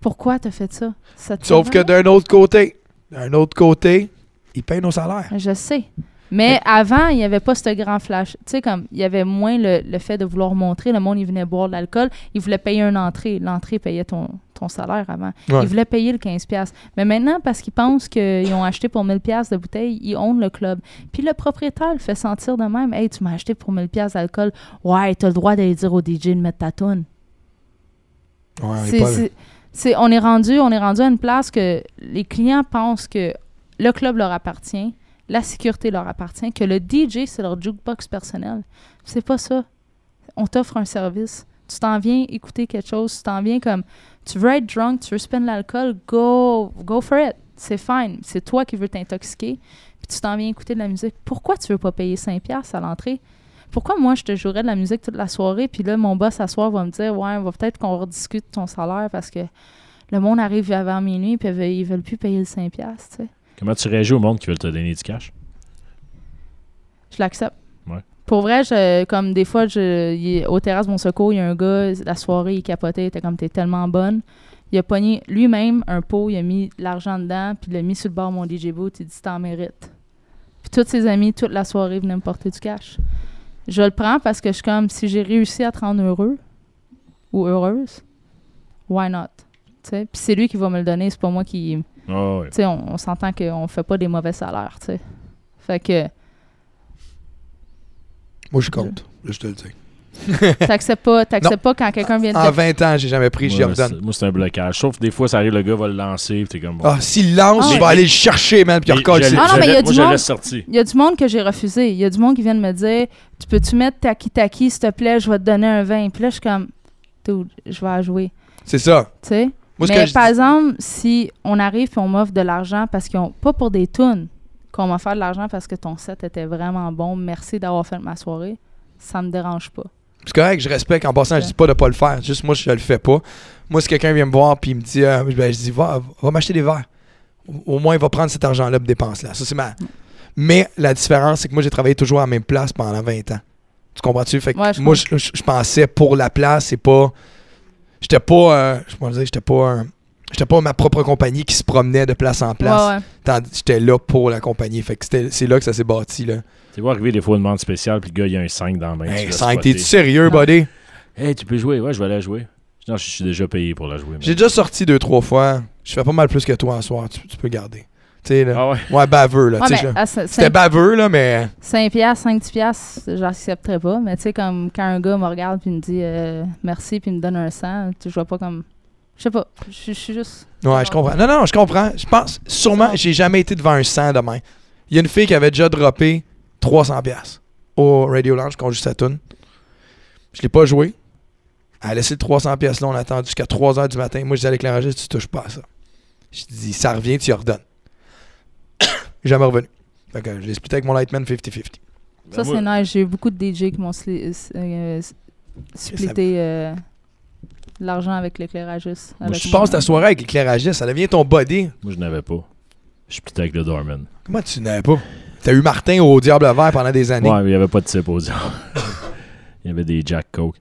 [SPEAKER 3] pourquoi t'as fait ça? Ça te
[SPEAKER 2] Sauf
[SPEAKER 3] fait
[SPEAKER 2] que
[SPEAKER 3] mal?
[SPEAKER 2] d'un autre côté, d'un autre côté, ils payent nos salaires.
[SPEAKER 3] Je sais. Mais avant, il n'y avait pas ce grand flash. Tu sais, comme, il y avait moins le, le fait de vouloir montrer. Le monde, il venait boire de l'alcool. Il voulait payer une entrée. L'entrée payait ton, ton salaire avant.
[SPEAKER 2] Ouais.
[SPEAKER 3] Il voulait payer le 15$. Mais maintenant, parce qu'ils pensent qu'ils ont acheté pour 1000$ de bouteille, ils ont le club. Puis le propriétaire le fait sentir de même. Hey, tu m'as acheté pour 1000$ d'alcool. Ouais, t'as le droit d'aller dire au DJ de mettre ta toune.
[SPEAKER 2] Ouais, on est
[SPEAKER 3] C'est-
[SPEAKER 2] pas là.
[SPEAKER 3] c'est- c'est- on est rendu on est rendu à une place que les clients pensent que le club leur appartient, la sécurité leur appartient, que le DJ c'est leur jukebox personnel. C'est pas ça. On t'offre un service. Tu t'en viens écouter quelque chose, tu t'en viens comme tu veux être drunk, tu veux spend l'alcool, go go for it. C'est fine, c'est toi qui veux t'intoxiquer, puis tu t'en viens écouter de la musique. Pourquoi tu veux pas payer 5 pièces à l'entrée pourquoi moi je te jouerais de la musique toute la soirée puis là mon boss à soir va me dire ouais on va peut-être qu'on rediscute de ton salaire parce que le monde arrive avant minuit puis ils veulent- ils veulent plus payer le 5 piastres, tu sais.
[SPEAKER 1] Comment tu réagis au monde qui veut te donner du cash?
[SPEAKER 3] Je l'accepte.
[SPEAKER 1] Ouais.
[SPEAKER 3] Pour vrai, je, comme des fois, je, il- au terrasse Mon Secours, il y a un gars, la soirée, il capotait, il était comme, t'es tellement bonne. Il a pogné lui-même un pot, il a mis de l'argent dedans, puis il l'a mis sur le bord de mon DJ Boot, il dit, t'en mérites. Puis tous ses amis, toute la soirée, venaient me porter du cash. Je le prends parce que je suis comme, si j'ai réussi à te rendre heureux ou heureuse, why not? Tu sais? Puis c'est lui qui va me le donner, c'est pas moi qui,
[SPEAKER 1] Ah ouais.
[SPEAKER 3] tu sais, on, on s'entend qu'on fait pas des mauvais salaires, tu sais. Fait que
[SPEAKER 2] Moi, je compte. Là, je te le dis.
[SPEAKER 3] t'acceptes pas, t'acceptes pas quand quelqu'un vient
[SPEAKER 2] En
[SPEAKER 3] de te...
[SPEAKER 2] 20 ans, j'ai jamais pris, j'y
[SPEAKER 1] Moi,
[SPEAKER 2] redonne.
[SPEAKER 1] c'est- moi, c'est un blocage. Sauf que des fois, ça arrive, le gars va le lancer, puis t'es comme... bon.
[SPEAKER 2] Ah, s'il lance,
[SPEAKER 3] Ah,
[SPEAKER 2] je vais
[SPEAKER 3] mais-
[SPEAKER 2] aller le chercher, man, puis
[SPEAKER 1] Et
[SPEAKER 2] recoller.
[SPEAKER 1] je-
[SPEAKER 2] c'est-
[SPEAKER 3] Ah non,
[SPEAKER 1] je
[SPEAKER 3] mais il y a
[SPEAKER 1] l'ai- Moi,
[SPEAKER 3] du
[SPEAKER 1] je
[SPEAKER 3] monde-
[SPEAKER 1] l'ai sorti.
[SPEAKER 3] Il y a du monde que j'ai refusé. Il y a du monde qui vient de me dire Tu peux-tu mettre Taki Taki, s'il te plaît, je vais te donner un vin. Puis là, je suis comme Dude, je vais à jouer.
[SPEAKER 2] C'est ça.
[SPEAKER 3] Tu sais?
[SPEAKER 2] Moi, ce que
[SPEAKER 3] Mais
[SPEAKER 2] je
[SPEAKER 3] par
[SPEAKER 2] dis-
[SPEAKER 3] exemple, si on arrive et on m'offre de l'argent parce qu'ils ont. Pas pour des tunes, qu'on m'a fait de l'argent parce que ton set était vraiment bon, merci d'avoir fait ma soirée, ça me dérange pas.
[SPEAKER 2] C'est correct, je respecte. En passant, je
[SPEAKER 3] Ouais.
[SPEAKER 2] dis pas de pas le faire. Juste moi, je le fais pas. Moi, si quelqu'un vient me voir puis il me dit, euh, ben, je dis, va, va m'acheter des verres. Au- Au moins, il va prendre cet argent-là et dépense-là. Ça, c'est ma. Mais la différence, c'est que moi, j'ai travaillé toujours à la même place pendant 20 ans. Tu comprends-tu? Fait que
[SPEAKER 3] Ouais, je
[SPEAKER 2] moi, je, je- je pensais pour la place et pas. J'étais pas. euh, je pourrais dire, j'étais pas un- J'étais pas ma propre compagnie qui se promenait de place en place.
[SPEAKER 3] Ouais, ouais.
[SPEAKER 2] Tandis- J'étais là pour la compagnie. Fait que c'était- c'est là que ça s'est bâti. Là.
[SPEAKER 1] Tu vois arriver des fois une demande spéciale, puis le gars, il y a un 5 dans la main. tu
[SPEAKER 2] Hey,
[SPEAKER 1] l'as
[SPEAKER 2] cinq,
[SPEAKER 1] spoté.
[SPEAKER 2] t'es-tu sérieux,
[SPEAKER 3] Non.
[SPEAKER 2] buddy?
[SPEAKER 1] Hey, tu peux jouer? Ouais, je vais aller jouer. Non, je suis déjà payé pour la jouer. mais-
[SPEAKER 2] J'ai déjà sorti deux, trois fois. Je fais pas mal plus que toi en soir. Tu, tu peux garder. Tu sais, là.
[SPEAKER 1] Ah ouais?
[SPEAKER 2] Ouais, baveux, là.
[SPEAKER 3] Ouais,
[SPEAKER 2] Ben,
[SPEAKER 3] ben, ah,
[SPEAKER 2] tu sais, je-
[SPEAKER 3] mais euh, à ce-
[SPEAKER 2] C'était baveux, là, mais.
[SPEAKER 3] 5 piastres, 5 10 piastres, j'accepterais pas. Mais tu sais, comme quand un gars me regarde puis me dit euh, merci puis me donne un 100, tu vois pas comme. Je sais pas, je suis- je suis juste.
[SPEAKER 2] Ouais, je comprends. Non, non, je comprends. Je pense, sûrement,
[SPEAKER 3] Non.
[SPEAKER 2] j'ai jamais été devant un 100 demain. Il y a une fille qui avait déjà droppé 300$ piastres au Radio Lounge qu'on joue sa tune. Je l'ai pas joué. Elle a laissé le 300$ piastres là, on a attendu jusqu'à 3h du matin. Moi, je disais à l'éclairagiste, tu touches pas à ça. Je dis, ça revient, tu y redonnes. (coughs) jamais revenu. Fait que je l'ai splitté avec mon Lightman 50-50.
[SPEAKER 1] Ben
[SPEAKER 3] Ça, c'est nice. J'ai eu beaucoup de DJ qui m'ont sli- euh, s- euh, s- splitté euh, l'argent avec l'éclairagiste.
[SPEAKER 1] Moi,
[SPEAKER 3] avec
[SPEAKER 2] Tu
[SPEAKER 3] mon-
[SPEAKER 2] passes ta soirée avec l'éclairagiste, ça devient ton body.
[SPEAKER 1] Moi, je n'avais pas. Je suis peut-être avec le doorman.
[SPEAKER 2] Comment tu n'avais pas? T'as eu Martin au Diable Vert pendant des années.
[SPEAKER 1] Ouais, mais il n'y avait pas de type aux (laughs) Il y avait des Jack Coke.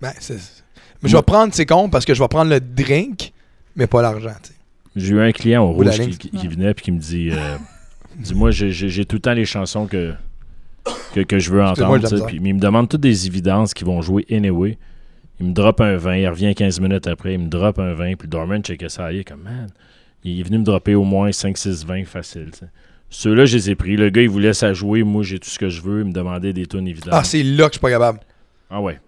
[SPEAKER 2] Ben, c'est- c'est- Mais je vais
[SPEAKER 1] Moi-
[SPEAKER 2] prendre ses comptes parce que je vais prendre le drink, mais pas l'argent. tu sais.
[SPEAKER 1] J'ai eu un client au
[SPEAKER 2] Ou la
[SPEAKER 1] rouge
[SPEAKER 2] ligne.
[SPEAKER 1] qui, qui- qui
[SPEAKER 3] Ouais.
[SPEAKER 1] venait puis qui me dit euh, Dis-moi, j'ai- j'ai j'ai tout le temps les chansons que, que, que je veux
[SPEAKER 2] Excuse-moi,
[SPEAKER 1] entendre.
[SPEAKER 2] j'ai de
[SPEAKER 1] tu
[SPEAKER 2] la
[SPEAKER 1] sais.
[SPEAKER 2] misère.
[SPEAKER 1] Puis- mais il me demande toutes des évidences qui vont jouer anyway. Il me drop un vin, il revient 15 minutes après, il me drop un vin, puis le doorman checkait ça, il est comme Man, Il est venu me dropper au moins 5, 6, 20 facile. tu sais. Ceux-là, je les ai pris. Le gars, il vous laisse à jouer. Moi, j'ai tout ce que je veux. Il me demandait des tunes, évidemment.
[SPEAKER 2] Ah, c'est là que je suis pas capable.
[SPEAKER 1] Ah ouais.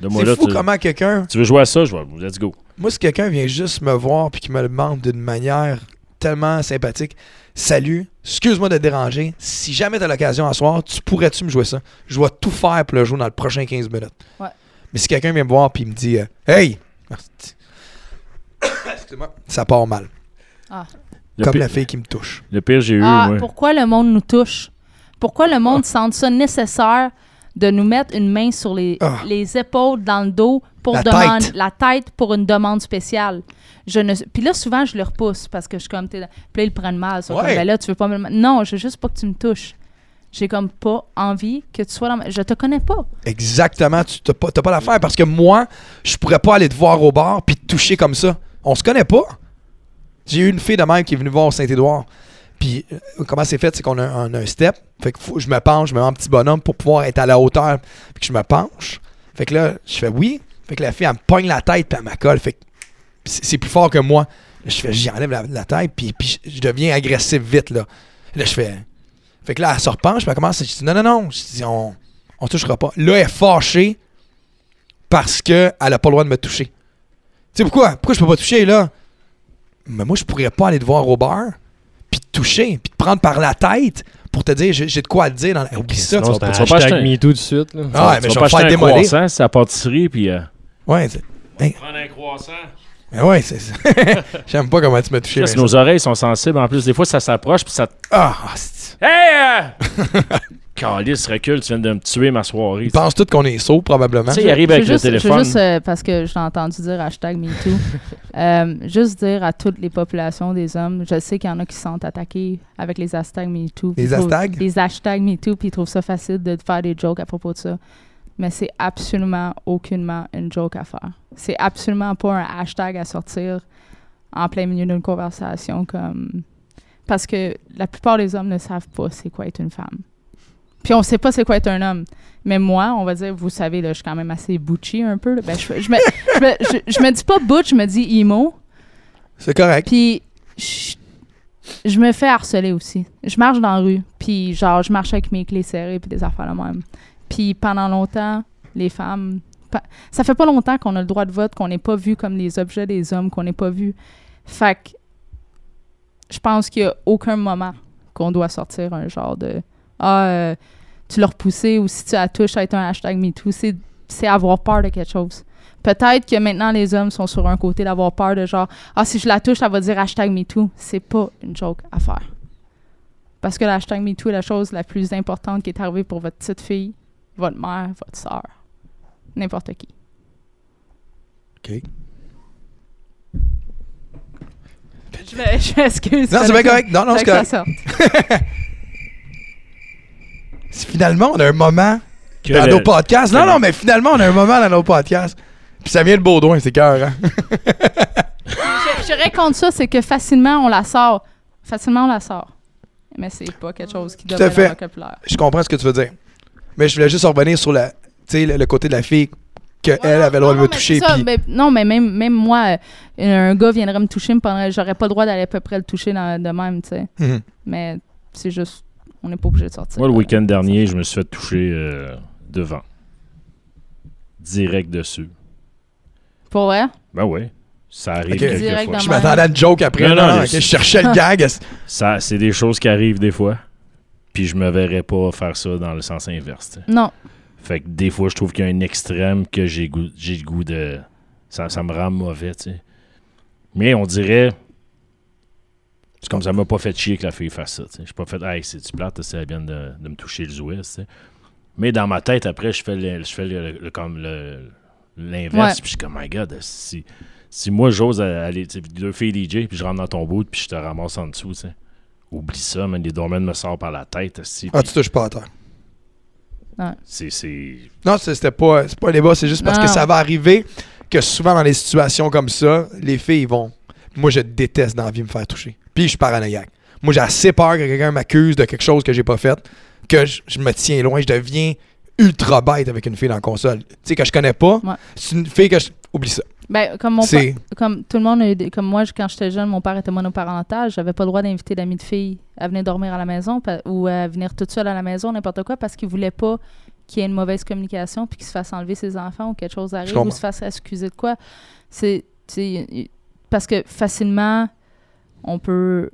[SPEAKER 1] De moi, là,
[SPEAKER 2] C'est fou
[SPEAKER 1] tu,
[SPEAKER 2] comment quelqu'un.
[SPEAKER 1] tu veux jouer à ça? Je vais. Let's go.
[SPEAKER 2] Moi, si quelqu'un vient juste me voir puis qui me le demande d'une manière tellement sympathique, salut, excuse-moi de te déranger. Si jamais tu as l'occasion à soir, tu pourrais-tu me jouer ça? Je vais tout faire pour le jouer dans le prochain 15 minutes.
[SPEAKER 3] Ouais.
[SPEAKER 2] Mais si quelqu'un vient me voir puis il me dit euh, Hey! (coughs) Asti. Excuse-moi, ça part mal.
[SPEAKER 3] Ah.
[SPEAKER 1] Le,
[SPEAKER 2] comme
[SPEAKER 1] pire,
[SPEAKER 2] la fille qui me touche.
[SPEAKER 1] le pire, j'ai eu.
[SPEAKER 3] Ah,
[SPEAKER 1] moi.
[SPEAKER 3] pourquoi le monde nous touche? Pourquoi le
[SPEAKER 2] Ah.
[SPEAKER 3] monde sent ça nécessaire de nous mettre une main sur les,
[SPEAKER 2] Ah.
[SPEAKER 3] les épaules, dans le dos, pour
[SPEAKER 2] La
[SPEAKER 3] demander
[SPEAKER 2] tête.
[SPEAKER 3] la tête pour une demande spéciale? Je ne... Puis là, souvent, je le repousse parce que je suis comme. t'es- Puis là, ils le prennent mal. Ils sont
[SPEAKER 2] Ouais.
[SPEAKER 3] comme, ben là, tu veux pas me. le- Non, je veux juste pas que tu me touches. J'ai comme pas envie que tu sois dans ma... Je te connais pas.
[SPEAKER 2] Exactement, tu t'as pas, t'as pas l'affaire parce que moi, je pourrais pas aller te voir au bar puis te toucher comme ça. On se connaît pas. J'ai eu une fille de même qui est venue voir au Saint-Édouard. Puis euh, comment c'est fait, c'est qu'on a un, un step. Fait que faut- je me penche, je me mets en petit bonhomme pour pouvoir être à la hauteur. Fait que je me penche. Fait que là, je fais oui. Fait que la fille, elle me pogne la tête puis elle m'accole. Fait que c'est c'est plus fort que moi. Là, je fais, j'enlève la, la tête puis, puis je, je deviens agressif vite là. Là, je fais. Fait que là, elle se repenche, puis elle commence. Je dis non, non, non. Je dis, on, on touchera pas. Là, elle est fâchée parce qu'elle a pas le droit de me toucher. Tu sais pourquoi? Pourquoi je peux pas toucher, là? Mais moi, je pourrais pas aller te voir au bar, puis te toucher, puis te prendre par la tête pour te dire, j'ai j'ai de quoi à te dire. Dans la... Oublie ça.
[SPEAKER 4] Sinon,
[SPEAKER 2] tu vas
[SPEAKER 4] c'est
[SPEAKER 1] tu
[SPEAKER 2] pas-
[SPEAKER 4] un
[SPEAKER 1] vas pas
[SPEAKER 4] hashtag
[SPEAKER 1] acheter un-
[SPEAKER 4] MeToo tout de suite.
[SPEAKER 1] tu
[SPEAKER 2] Ah,
[SPEAKER 4] là.
[SPEAKER 2] mais
[SPEAKER 1] vas
[SPEAKER 2] je
[SPEAKER 1] pas
[SPEAKER 2] vais me
[SPEAKER 1] acheter
[SPEAKER 2] faire
[SPEAKER 1] un
[SPEAKER 2] démolir.
[SPEAKER 1] croissant, c'est la pâtisserie, puis. euh,
[SPEAKER 2] Ouais, c'est-
[SPEAKER 1] Prendre un croissant.
[SPEAKER 2] mais ouais, c'est ça. (laughs) J'aime pas comment tu m'as touché.
[SPEAKER 1] Parce que
[SPEAKER 2] Vincent.
[SPEAKER 1] nos oreilles sont sensibles. En plus, des fois, ça s'approche, puis ça. te-
[SPEAKER 2] Ah, ah, c'est-
[SPEAKER 1] Hey!
[SPEAKER 2] (laughs)
[SPEAKER 1] euh! Calice, recule, tu viens de me tuer ma soirée.
[SPEAKER 2] ils pensent tous qu'on est sourds, probablement.
[SPEAKER 1] Tu sais, il arrive
[SPEAKER 3] Je veux
[SPEAKER 1] avec le
[SPEAKER 3] juste- Je
[SPEAKER 1] téléphone.
[SPEAKER 3] veux juste, euh, parce que j'ai entendu dire
[SPEAKER 1] (laughs)
[SPEAKER 3] hashtag MeToo, euh, juste dire à toutes les populations des hommes, je sais qu'il y en a qui se sont attaqués avec les hashtags MeToo. puis
[SPEAKER 2] Les
[SPEAKER 3] ils trouvent-
[SPEAKER 2] hashtags?
[SPEAKER 3] Les hashtags MeToo, puis ils trouvent ça facile de faire des jokes à propos de ça. Mais c'est absolument aucunement une joke à faire. C'est absolument pas un hashtag à sortir en plein milieu d'une conversation comme... Parce que la plupart des hommes ne savent pas c'est quoi être une femme. Puis on sait pas c'est quoi être un homme. Mais moi, on va dire, vous savez, là, je suis quand même assez butchy un peu. là. Ben, je, je, me, je, me, je- je me dis pas butch, je me dis emo.
[SPEAKER 2] C'est correct.
[SPEAKER 3] Puis je, je me fais harceler aussi. Je marche dans la rue. Puis genre, je marche avec mes clés serrées puis des affaires là même. Puis pendant longtemps, les femmes... pa- Ça fait pas longtemps qu'on a le droit de vote, qu'on n'est pas vu comme des objets des hommes, qu'on n'est pas vu. Fait que je pense qu'il y a aucun moment qu'on doit sortir un genre de... Ah, euh, tu l'as repoussé ou si tu la touches, ça va être un hashtag MeToo. C'est c'est avoir peur de quelque chose. Peut-être que maintenant, les hommes sont sur un côté d'avoir peur de genre Ah, si je la touche, ça va dire hashtag MeToo. C'est pas une joke à faire. Parce que le hashtag MeToo est la chose la plus importante qui est arrivée pour votre petite fille, votre mère, votre soeur. N'importe qui. Je me- je m'excuse.
[SPEAKER 2] Non, c'est bien correct. Non, non, c'est
[SPEAKER 3] Fait que ça
[SPEAKER 2] correct.
[SPEAKER 3] sorte.
[SPEAKER 2] Finalement, on a un moment
[SPEAKER 1] que
[SPEAKER 2] dans
[SPEAKER 1] le-
[SPEAKER 2] nos podcasts. Non,
[SPEAKER 1] que le-
[SPEAKER 2] non, mais finalement, on a un moment dans nos podcasts. Puis ça vient de Baudouin, c'est cœur, hein? (laughs)
[SPEAKER 3] Je- Je raconte ça, c'est que facilement, on la sort. Facilement, on la sort. Mais c'est pas quelque chose qui
[SPEAKER 2] Tout à
[SPEAKER 3] devrait être
[SPEAKER 2] fait.
[SPEAKER 3] dans le vocabulaire.
[SPEAKER 2] Je comprends ce que tu veux dire. Mais je voulais juste revenir sur la, tu sais, le, le côté de la fille qu'elle
[SPEAKER 3] Ouais, non,
[SPEAKER 2] avait le droit de
[SPEAKER 3] non,
[SPEAKER 2] me
[SPEAKER 3] mais
[SPEAKER 2] toucher.
[SPEAKER 3] c'est ça,
[SPEAKER 2] (laughs) puis-
[SPEAKER 3] mais- non, mais même, même moi, euh, un gars viendrait me toucher, me prendrait- j'aurais pas le droit d'aller à peu près le toucher dans- de même, tu sais.
[SPEAKER 2] Mhm.
[SPEAKER 3] Mais c'est juste, on n'est pas obligé de sortir.
[SPEAKER 1] Moi, le week-end dernier, je me suis fait toucher euh, devant. Direct dessus.
[SPEAKER 3] Pour vrai?
[SPEAKER 1] Ben ouais. Ça arrive
[SPEAKER 2] Ok.
[SPEAKER 3] Direct
[SPEAKER 1] quelquefois.
[SPEAKER 3] dans
[SPEAKER 2] Je
[SPEAKER 3] ma-
[SPEAKER 2] m'attendais à une joke après.
[SPEAKER 1] Non,
[SPEAKER 2] Non,
[SPEAKER 1] non,
[SPEAKER 2] non,
[SPEAKER 1] mais
[SPEAKER 2] ok,
[SPEAKER 1] c'est-
[SPEAKER 2] je cherchais (laughs) le gag.
[SPEAKER 1] Ça, c'est des choses qui arrivent des fois. Puis je me verrais pas faire ça dans le sens inverse. tu sais.
[SPEAKER 3] Non.
[SPEAKER 1] Fait que des fois, je trouve qu'il y a un extrême que j'ai goût- j'ai le goût de. Ça, ça me rend mauvais, tu sais. Mais on dirait. C'est comme ça m'a pas fait chier que la fille fasse ça. tu sais. Je suis pas fait. Hey, c'est-tu plate, ça vient de, de me toucher le jouet, tu sais. Mais dans ma tête, après, je fais le- je fais le- le- comme le- l'inverse.
[SPEAKER 3] Ouais.
[SPEAKER 1] Puis je suis comme, my God, si, si moi j'ose a- aller. tu sais, Deux filles DJ, puis je rentre dans ton bout, puis je te ramasse en dessous, tu sais. Oublie ça, mais les domaines me sortent par la tête, si.
[SPEAKER 2] Ah, tu touches pas à terre.
[SPEAKER 1] C'est. c'est-
[SPEAKER 2] Non, c'est- c'était pas, c'est pas un débat, c'est juste parce
[SPEAKER 3] Non,
[SPEAKER 2] que
[SPEAKER 3] non.
[SPEAKER 2] ça va arriver que souvent dans les situations comme ça, les filles ils vont. Moi, je déteste dans la vie me faire toucher. Puis je suis paranoïaque. Moi, j'ai assez peur que quelqu'un m'accuse de quelque chose que j'ai pas fait, que je, je me tiens loin, je deviens ultra bête avec une fille dans la console. Tu sais, que je connais pas,
[SPEAKER 3] Ouais.
[SPEAKER 2] c'est une fille que je. Oublie ça.
[SPEAKER 3] Ben, comme mon
[SPEAKER 2] C'est-
[SPEAKER 3] pa- comme tout le monde, a eu des- comme moi, je- quand j'étais jeune, mon père était monoparental. J'avais pas le droit d'inviter d'amis de filles à venir dormir à la maison pa- ou à venir toute seule à la maison, n'importe quoi, parce qu'il voulait pas qu'il y ait une mauvaise communication puis qu'il se fasse enlever ses enfants ou quelque chose arrive ou
[SPEAKER 2] comprends.
[SPEAKER 3] se fasse excuser de quoi. C'est tu sais, y- y- parce que facilement, on peut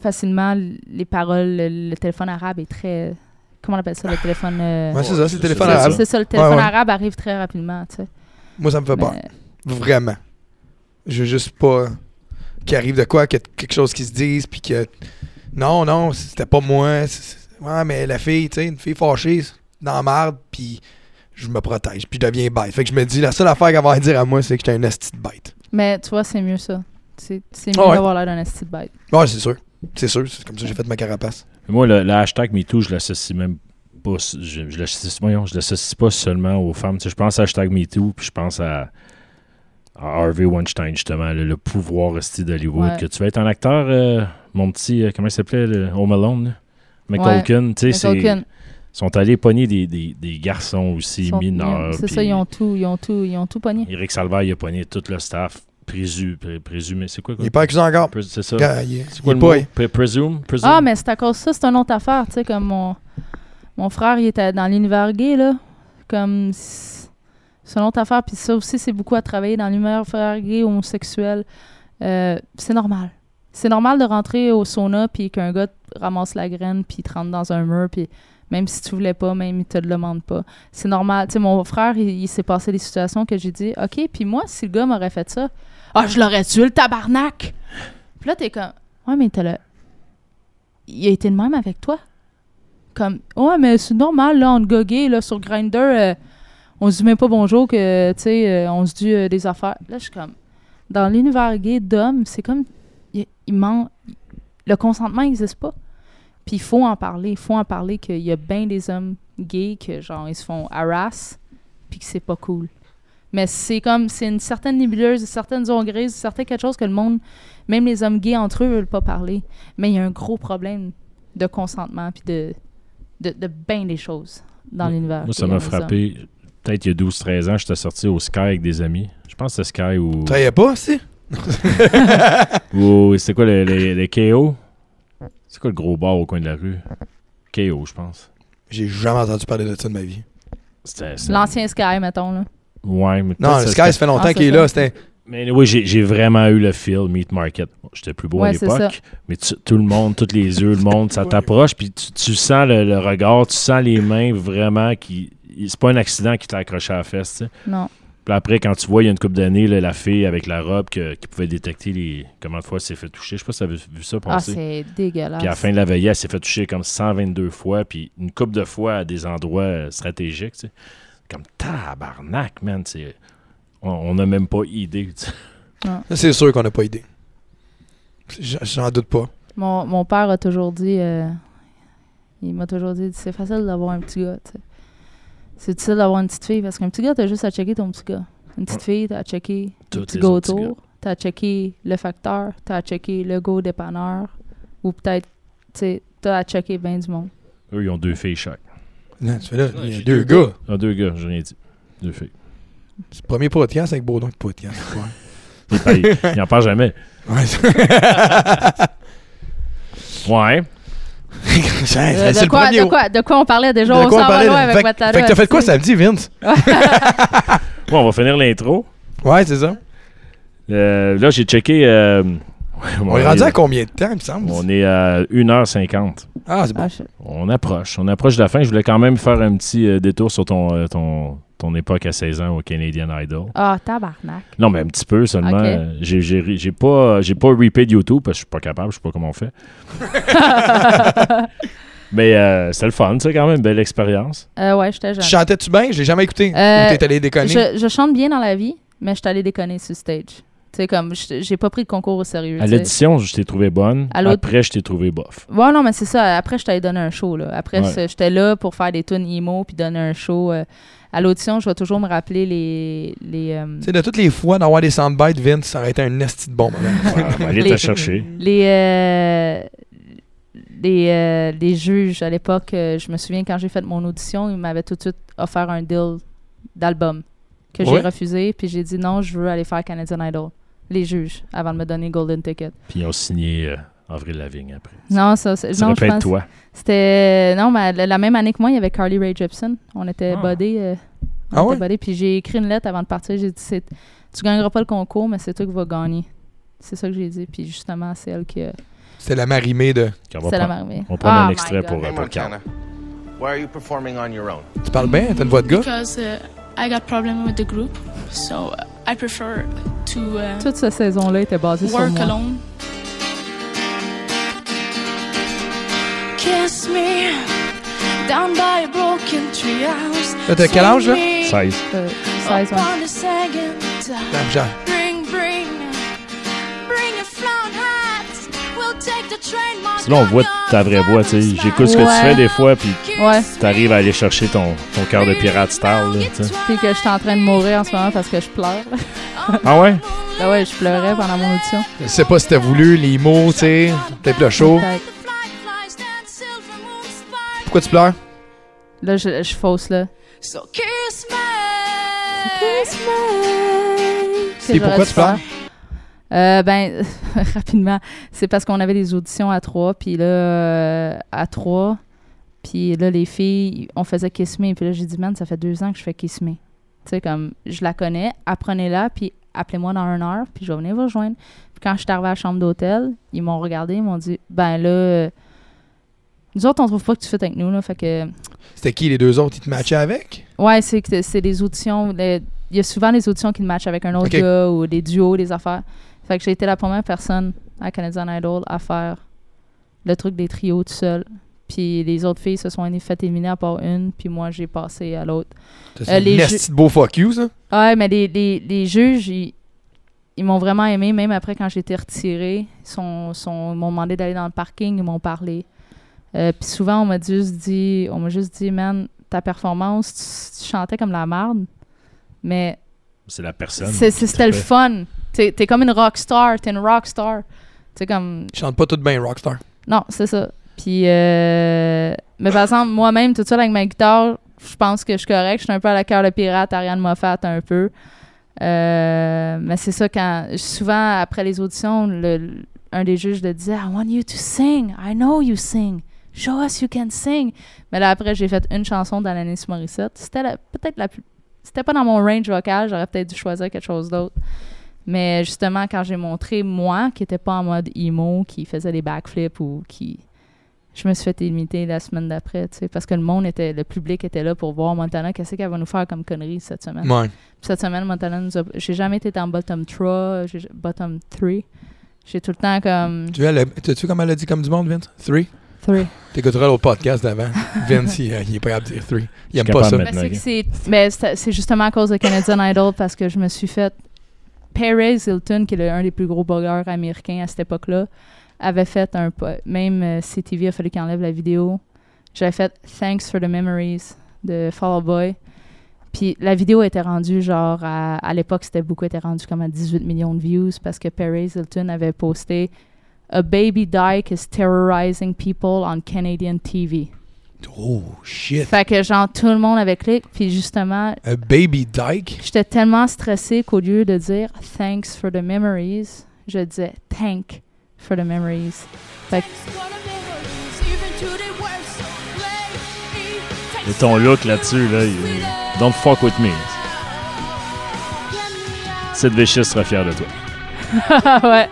[SPEAKER 3] facilement l- les paroles, le, le téléphone arabe est très comment on appelle ça, le téléphone. euh,
[SPEAKER 2] Ah. Ouais, c'est ça, c'est le téléphone
[SPEAKER 1] c'est
[SPEAKER 2] arabe.
[SPEAKER 3] c'est ça, le téléphone
[SPEAKER 2] ouais. Ah bah.
[SPEAKER 3] arabe arrive très rapidement, tu sais.
[SPEAKER 2] Moi, ça me fait peur.
[SPEAKER 3] Mais-
[SPEAKER 2] Vraiment. Je veux juste pas qu'il arrive de quoi, qu'il y ait quelque chose qui se dise, puis que non, non, c'était pas moi. c'est- c'est- Ouais, mais la fille, tu sais, une fille fâchée, c'est dans la merde, puis je me protège, puis je deviens bête. Fait que je me dis, la seule affaire qu'elle va dire à moi, c'est que j'étais un esti de bête.
[SPEAKER 3] Mais tu vois, c'est mieux ça. C'est c'est mieux
[SPEAKER 2] Ah ouais.
[SPEAKER 3] d'avoir l'air d'un esti de bête.
[SPEAKER 2] Ouais, c'est sûr. C'est sûr, c'est comme ça que j'ai fait ma carapace.
[SPEAKER 1] Moi, le, le hashtag MeToo, je l'associe même pas. Je, je l'associe, voyons, je l'associe pas seulement aux femmes. Tu sais, je pense à hashtag MeToo, puis je pense à, à Harvey Weinstein, justement, le, le pouvoir esti d'Hollywood.
[SPEAKER 3] Ouais.
[SPEAKER 1] Que tu vas être un acteur, euh, mon petit, euh, comment il s'appelait, le Home Alone, là? McCulkin. Tu sais,
[SPEAKER 3] Mais
[SPEAKER 1] c'est-
[SPEAKER 3] aucune-
[SPEAKER 1] ils sont allés pogner des, des, des garçons aussi
[SPEAKER 3] sont-
[SPEAKER 1] mineurs.
[SPEAKER 3] ils ont- C'est
[SPEAKER 1] puis
[SPEAKER 3] ça, ils ont tout, ils ont tout, ils ont tout pogné.
[SPEAKER 1] Eric Salvaire, il a pogné tout le staff. Présu, pré- présumé, c'est quoi? quoi?
[SPEAKER 2] Il est pas accusé encore.
[SPEAKER 1] Pré- C'est ça.
[SPEAKER 2] Gars, il est-
[SPEAKER 1] C'est
[SPEAKER 2] il
[SPEAKER 1] quoi
[SPEAKER 2] est
[SPEAKER 1] le
[SPEAKER 2] pas-
[SPEAKER 1] mot? Pré- Presume? Presume?
[SPEAKER 3] Ah, mais c'est à cause de ça, c'est une autre affaire, tu sais, comme mon, mon frère, il était dans l'univers gay, là. Comme, c'est c'est une autre affaire, puis ça aussi, c'est beaucoup à travailler dans l'univers gay, homosexuel. Euh, c'est normal. C'est normal de rentrer au sauna, puis qu'un gars te ramasse la graine, puis il te rentre dans un mur, puis même si tu voulais pas, même il te le demande pas. C'est normal. Tu sais, mon frère, il, il s'est passé des situations que j'ai dit, OK, puis moi, si le gars m'aurait fait ça, ah, je l'aurais tué, le tabarnak! Puis là, t'es comme, ouais, mais t'as le il a été de même avec toi. Comme, ouais, mais c'est normal, là, on goguait, là, sur Grindr, euh, on se dit même pas bonjour, que, tu sais, euh, on se dit euh, des affaires. Là, je suis comme, dans l'univers gay d'hommes, c'est comme, il, il manque, le consentement n'existe pas. Puis il faut en parler, il faut en parler qu'il y a bien des hommes gays que, genre, ils se font harass, puis que c'est pas cool. Mais c'est comme, c'est une certaine nébuleuse, une certaine zone grise, une certaine quelque chose que le monde, même les hommes gays entre eux, veulent pas parler. Mais il y a un gros problème de consentement puis de, de, de bien des choses dans
[SPEAKER 1] Moi-
[SPEAKER 3] l'univers.
[SPEAKER 1] Moi, ça
[SPEAKER 3] gay,
[SPEAKER 1] m'a
[SPEAKER 3] dans les hommes.
[SPEAKER 1] frappé. Peut-être il y a 12-13 ans, j'étais sorti au Sky avec des amis. Je pense que c'était Sky ou.
[SPEAKER 2] Tu travaillais pas, si?
[SPEAKER 1] ou c'est quoi le, le- le KO C'est quoi le gros bar au coin de la rue KO, je pense.
[SPEAKER 2] J'ai jamais entendu parler de ça de ma vie.
[SPEAKER 1] C'était. c'était-
[SPEAKER 3] L'ancien Sky, mettons. Là.
[SPEAKER 1] Ouais, mais.
[SPEAKER 2] Non,
[SPEAKER 1] peut-être
[SPEAKER 2] le
[SPEAKER 1] ça-
[SPEAKER 2] Sky, ça fait longtemps
[SPEAKER 3] Ah,
[SPEAKER 2] qu'il est
[SPEAKER 3] c'est
[SPEAKER 2] là.
[SPEAKER 3] ça.
[SPEAKER 2] C'était
[SPEAKER 1] Mais oui, j'ai j'ai vraiment eu le feel Meat Market. Bon, J'étais plus beau à
[SPEAKER 3] Ouais, c'est ça.
[SPEAKER 1] l'époque, mais tu- tout le monde, tous les yeux, le monde, ça
[SPEAKER 2] Ouais.
[SPEAKER 1] t'approche, puis tu, tu sens le, le regard, tu sens les mains vraiment qui. C'est pas un accident qui t'a accroché à la fesse, tu sais.
[SPEAKER 3] Non.
[SPEAKER 1] Puis après, quand tu vois, il y a une couple d'années, là, la fille avec la robe que- qui pouvait détecter les, comment de fois elle s'est fait toucher. Je sais pas si tu vu ça
[SPEAKER 3] Ah,
[SPEAKER 1] passer.
[SPEAKER 3] c'est dégueulasse.
[SPEAKER 1] puis à la fin de la veillée, elle s'est fait toucher comme 122 fois, puis une couple de fois à des endroits euh, stratégiques. tu sais. Comme tabarnak, man. c'est- on- On n'a même pas idée. tu sais.
[SPEAKER 2] C'est sûr qu'on n'a pas idée. J- J'en doute pas.
[SPEAKER 3] Mon, mon père a toujours dit, euh, il m'a toujours dit, c'est facile d'avoir un petit gars. tu sais. C'est difficile d'avoir une petite fille parce qu'un petit gars, t'as juste à checker ton petit gars. Une petite fille, t'as à checker
[SPEAKER 1] Tous
[SPEAKER 3] le petit
[SPEAKER 1] les
[SPEAKER 3] gars
[SPEAKER 1] autres petits
[SPEAKER 3] autour, t'as à checker le facteur, t'as à checker le go dépanneur ou peut-être, tu sais, t'as à checker bien du monde.
[SPEAKER 1] Eux, ils ont deux filles chaque.
[SPEAKER 2] Non, tu fais là, il y a
[SPEAKER 1] j'ai
[SPEAKER 2] deux
[SPEAKER 1] deux
[SPEAKER 2] gars.
[SPEAKER 1] Ah, deux gars, je rien dit. Deux filles.
[SPEAKER 2] C'est le premier podcast avec Baudon de podcast. ouais.
[SPEAKER 1] Et puis, ils n'en parlent jamais.
[SPEAKER 2] (laughs) Ouais.
[SPEAKER 1] Ouais.
[SPEAKER 3] Euh,
[SPEAKER 2] C'est
[SPEAKER 3] de,
[SPEAKER 2] le
[SPEAKER 3] quoi,
[SPEAKER 2] premier.
[SPEAKER 3] de, quoi, de quoi on parlait déjà?
[SPEAKER 2] de
[SPEAKER 3] on
[SPEAKER 2] quoi on
[SPEAKER 3] s'en va
[SPEAKER 2] parlait,
[SPEAKER 3] loin
[SPEAKER 2] là?
[SPEAKER 3] avec
[SPEAKER 2] Fait-
[SPEAKER 3] Ouattara,
[SPEAKER 2] Fait que t'as fait quoi
[SPEAKER 3] tu sais.
[SPEAKER 2] samedi, Vince?
[SPEAKER 1] Ouais, on va finir l'intro.
[SPEAKER 2] Ouais, c'est ça.
[SPEAKER 1] Euh, là, j'ai checké. euh,
[SPEAKER 2] On est rendu à combien de temps, il me semble?
[SPEAKER 1] On est euh, à 1h50.
[SPEAKER 2] Ah, c'est bon.
[SPEAKER 3] Ah, je-
[SPEAKER 1] On approche, on approche de la fin. Je voulais quand même faire un petit euh, détour sur ton, euh, ton, ton époque à 16 ans au Canadian Idol.
[SPEAKER 3] Ah, tabarnak. (laughs)
[SPEAKER 1] Non, mais un petit peu seulement.
[SPEAKER 3] Ok.
[SPEAKER 1] Euh, J'ai, j'ai, ri- j'ai pas, euh, j'ai pas repeat YouTube parce que je suis pas capable, je sais pas comment on fait. mais euh, c'était le fun, ça, quand même, belle expérience.
[SPEAKER 3] Euh, ouais, j'étais jeune.
[SPEAKER 2] Tu chantais-tu bien? Je l'ai jamais écouté.
[SPEAKER 3] Euh,
[SPEAKER 2] Ou t'es allé déconner?
[SPEAKER 3] Je, je chante bien dans la vie, mais je suis allée déconner sur stage. Tu sais, comme, je- j'ai pas pris le concours au sérieux.
[SPEAKER 1] À
[SPEAKER 3] tu sais.
[SPEAKER 1] l'audition, je t'ai trouvé bonne.
[SPEAKER 3] À l'autre-
[SPEAKER 1] Après, je t'ai trouvé
[SPEAKER 3] (laughs)
[SPEAKER 1] bof.
[SPEAKER 3] Ouais, non, mais c'est ça. Après, je t'allais donner un show. Là. Après,
[SPEAKER 1] Ouais.
[SPEAKER 3] c'est- j'étais là pour faire des tunes emo puis donner un show. euh. à l'audition, je vais toujours me rappeler les. les euh,
[SPEAKER 2] Tu sais, de toutes les fois d'avoir des soundbites, Vince, ça aurait été un esti de bon moment.
[SPEAKER 3] (laughs)
[SPEAKER 1] Ah, ben, allez
[SPEAKER 3] Les-
[SPEAKER 1] te chercher.
[SPEAKER 3] les, euh, les, euh, les juges à l'époque, euh, je me souviens quand j'ai fait mon audition, ils m'avaient tout de suite offert un deal d'album que
[SPEAKER 2] Ouais.
[SPEAKER 3] j'ai refusé, puis j'ai dit non, je veux aller faire Canadian Idol. Les juges, avant de me donner Golden Ticket.
[SPEAKER 1] Puis ils ont signé euh, Avril Lavigne après.
[SPEAKER 3] Non, ça, c'est-
[SPEAKER 1] Ça
[SPEAKER 3] non,
[SPEAKER 1] aurait
[SPEAKER 3] je
[SPEAKER 1] pu être
[SPEAKER 3] pense.
[SPEAKER 1] toi.
[SPEAKER 3] C'était. Non, mais la- la même année que moi, il y avait Carly Rae Jepsen. On était
[SPEAKER 1] Ah.
[SPEAKER 3] buddies. euh, on
[SPEAKER 2] Ah
[SPEAKER 3] était
[SPEAKER 2] ouais?
[SPEAKER 3] buddies, Puis j'ai écrit une lettre avant de partir. J'ai dit c'est- Tu gagneras pas le concours, mais c'est toi qui vas gagner. C'est ça que j'ai dit. Puis justement, c'est elle qui. a-
[SPEAKER 2] C'était la marimée de.
[SPEAKER 1] Qu'on va
[SPEAKER 3] C'est la
[SPEAKER 1] prendre-
[SPEAKER 3] marmée.
[SPEAKER 1] on prend
[SPEAKER 3] Ah,
[SPEAKER 1] un
[SPEAKER 3] my
[SPEAKER 1] extrait
[SPEAKER 3] God.
[SPEAKER 1] pour, euh,
[SPEAKER 4] Hey,
[SPEAKER 1] pour Carl.
[SPEAKER 4] Montana. Why are you performing on your own?
[SPEAKER 2] Tu parles bien, Eh, t'as une voix de gars.
[SPEAKER 5] because uh, I got problem with the group, so uh, I prefer to uh,
[SPEAKER 3] Toute cette saison-là était basée sur
[SPEAKER 5] work
[SPEAKER 3] moi.
[SPEAKER 5] alone. Kiss me down by a broken tree house.
[SPEAKER 2] Là, t'as quel âge, là?
[SPEAKER 1] 16.
[SPEAKER 3] Euh, 16 ans.
[SPEAKER 2] Ah, genre,
[SPEAKER 5] Bring, bring, bring a flown hat. We'll take the train,
[SPEAKER 1] Parce que Là, on voit ta vraie voix, tu sais. J'écoute ce que tu
[SPEAKER 3] Ouais.
[SPEAKER 1] fais des fois, puis
[SPEAKER 3] Ouais.
[SPEAKER 1] t'arrives à aller chercher ton, ton cœur de pirate star, là, tu sais.
[SPEAKER 3] Puis que je suis en train de mourir en ce moment parce que je pleure. (laughs)
[SPEAKER 1] Ah ouais?
[SPEAKER 3] Là, ouais, je pleurais pendant mon audition.
[SPEAKER 2] je sais pas si t'as voulu, les mots, tu sais, peut-être le show.
[SPEAKER 3] Fait que
[SPEAKER 2] Pourquoi tu pleures?
[SPEAKER 3] Là, je, je fausse, là.
[SPEAKER 5] So kiss me.
[SPEAKER 3] Que
[SPEAKER 2] Et
[SPEAKER 3] j'aurais
[SPEAKER 2] pourquoi
[SPEAKER 3] dû
[SPEAKER 2] tu pleures?
[SPEAKER 3] faire. Euh, ben, (laughs) rapidement, c'est parce qu'on avait des auditions à trois, puis là, euh, à trois, puis là, les filles, on faisait Kiss Me, puis là, j'ai dit, man, ça fait deux ans que je fais Kiss Me. Tu sais, comme, je la connais, apprenez-la, puis appelez-moi dans une heure, puis je vais venir vous rejoindre. Puis quand je suis arrivée à la chambre d'hôtel, ils m'ont regardé, ils m'ont dit, ben là, euh, nous autres, on trouve pas que tu fais avec nous, là, fait que.
[SPEAKER 2] C'était qui les deux autres? Ils te matchaient avec?
[SPEAKER 3] Ouais, c'est que c'est des auditions. le- Il y a souvent des auditions qui le matchent avec un autre
[SPEAKER 2] Ok.
[SPEAKER 3] gars ou des duos, des affaires. Fait que j'ai été la première personne à Canadian Idol à faire le truc des trios tout seul. Puis les autres filles se sont éli- fait éliminer à part une, puis moi j'ai passé à l'autre.
[SPEAKER 2] Ça, C'est
[SPEAKER 3] Euh, les
[SPEAKER 2] une esti de beau fuck you, ça.
[SPEAKER 3] Ouais, mais les, les, les juges, ils, ils m'ont vraiment aimé, même après quand j'étais retirée. Ils sont, sont- ils m'ont demandé d'aller dans le parking, ils m'ont parlé. Euh, Puis souvent, on m'a juste dit, on m'a juste dit, man, ta performance, tu, tu chantais comme la marde, mais
[SPEAKER 1] C'est la personne.
[SPEAKER 3] c'est- c'est- c'était le
[SPEAKER 1] fait.
[SPEAKER 3] fun. T'es t'es comme une rockstar, t'es une rockstar. T'sais, comme,
[SPEAKER 2] Ils chantent pas tout bien, Rockstar.
[SPEAKER 3] non, c'est ça. Puis, euh, mais par exemple, moi-même, tout seul avec ma guitare, je pense que je suis correct. Je suis un peu à la cœur de pirate, Ariane Moffat un peu. Euh, mais c'est ça, quand souvent après les auditions, le- un des juges le disait I want you to sing. I know you sing. Show us you can sing. Mais là, après, j'ai fait une chanson d'Alanis Morissette. C'était la- peut-être la plus. C'était pas dans mon range vocal, j'aurais peut-être dû choisir quelque chose d'autre. Mais justement, quand j'ai montré moi, qui n'était pas en mode emo, qui faisait des backflips ou qui. Je me suis fait imiter la semaine d'après, tu sais, parce que le monde était, le public était là pour voir Montana, qu'est-ce qu'elle va nous faire comme conneries cette semaine.
[SPEAKER 2] Ouais.
[SPEAKER 3] Puis cette semaine, Montana nous a. J'ai jamais été dans bottom 3, j'ai- bottom 3. J'ai tout le temps comme.
[SPEAKER 2] Tu vois, elle a- t'as-tu comment elle a dit comme du monde, Vince? Three?
[SPEAKER 3] 3.
[SPEAKER 2] T'écouteras l'autre
[SPEAKER 1] (laughs)
[SPEAKER 2] podcast d'avant. Vince, il, euh, il est pas capable de dire three. Il aime
[SPEAKER 1] Je suis capable
[SPEAKER 2] pas ça.
[SPEAKER 1] de
[SPEAKER 3] Mais c'est
[SPEAKER 1] Maintenant,
[SPEAKER 3] que Ben, c'est- mais c'est c'est justement à cause de Canadian Idol parce que je me suis fait. Perez Hilton, qui est le- un des plus gros blogueurs américains à cette époque-là, avait fait un. po- Même euh, CTV a fallu qu'il enlève la vidéo. J'avais fait Thanks for the Memories de Fall Out Boy. Puis la vidéo était rendue genre à, à l'époque c'était beaucoup était rendue comme à 18 millions de views parce que Perez Hilton avait posté A baby dyke is terrorizing people on Canadian TV.
[SPEAKER 2] Oh, shit.
[SPEAKER 3] Fait que genre tout le monde avait cliqué puis justement
[SPEAKER 2] A euh, baby dyke?
[SPEAKER 3] J'étais tellement stressée qu'au lieu de dire thanks for the memories, je disais thank for the memories. (laughs) Fait que
[SPEAKER 1] Et ton look là-dessus, là, il- don't fuck with me. Cette Vicious sera fière de toi.
[SPEAKER 3] Ah ouais.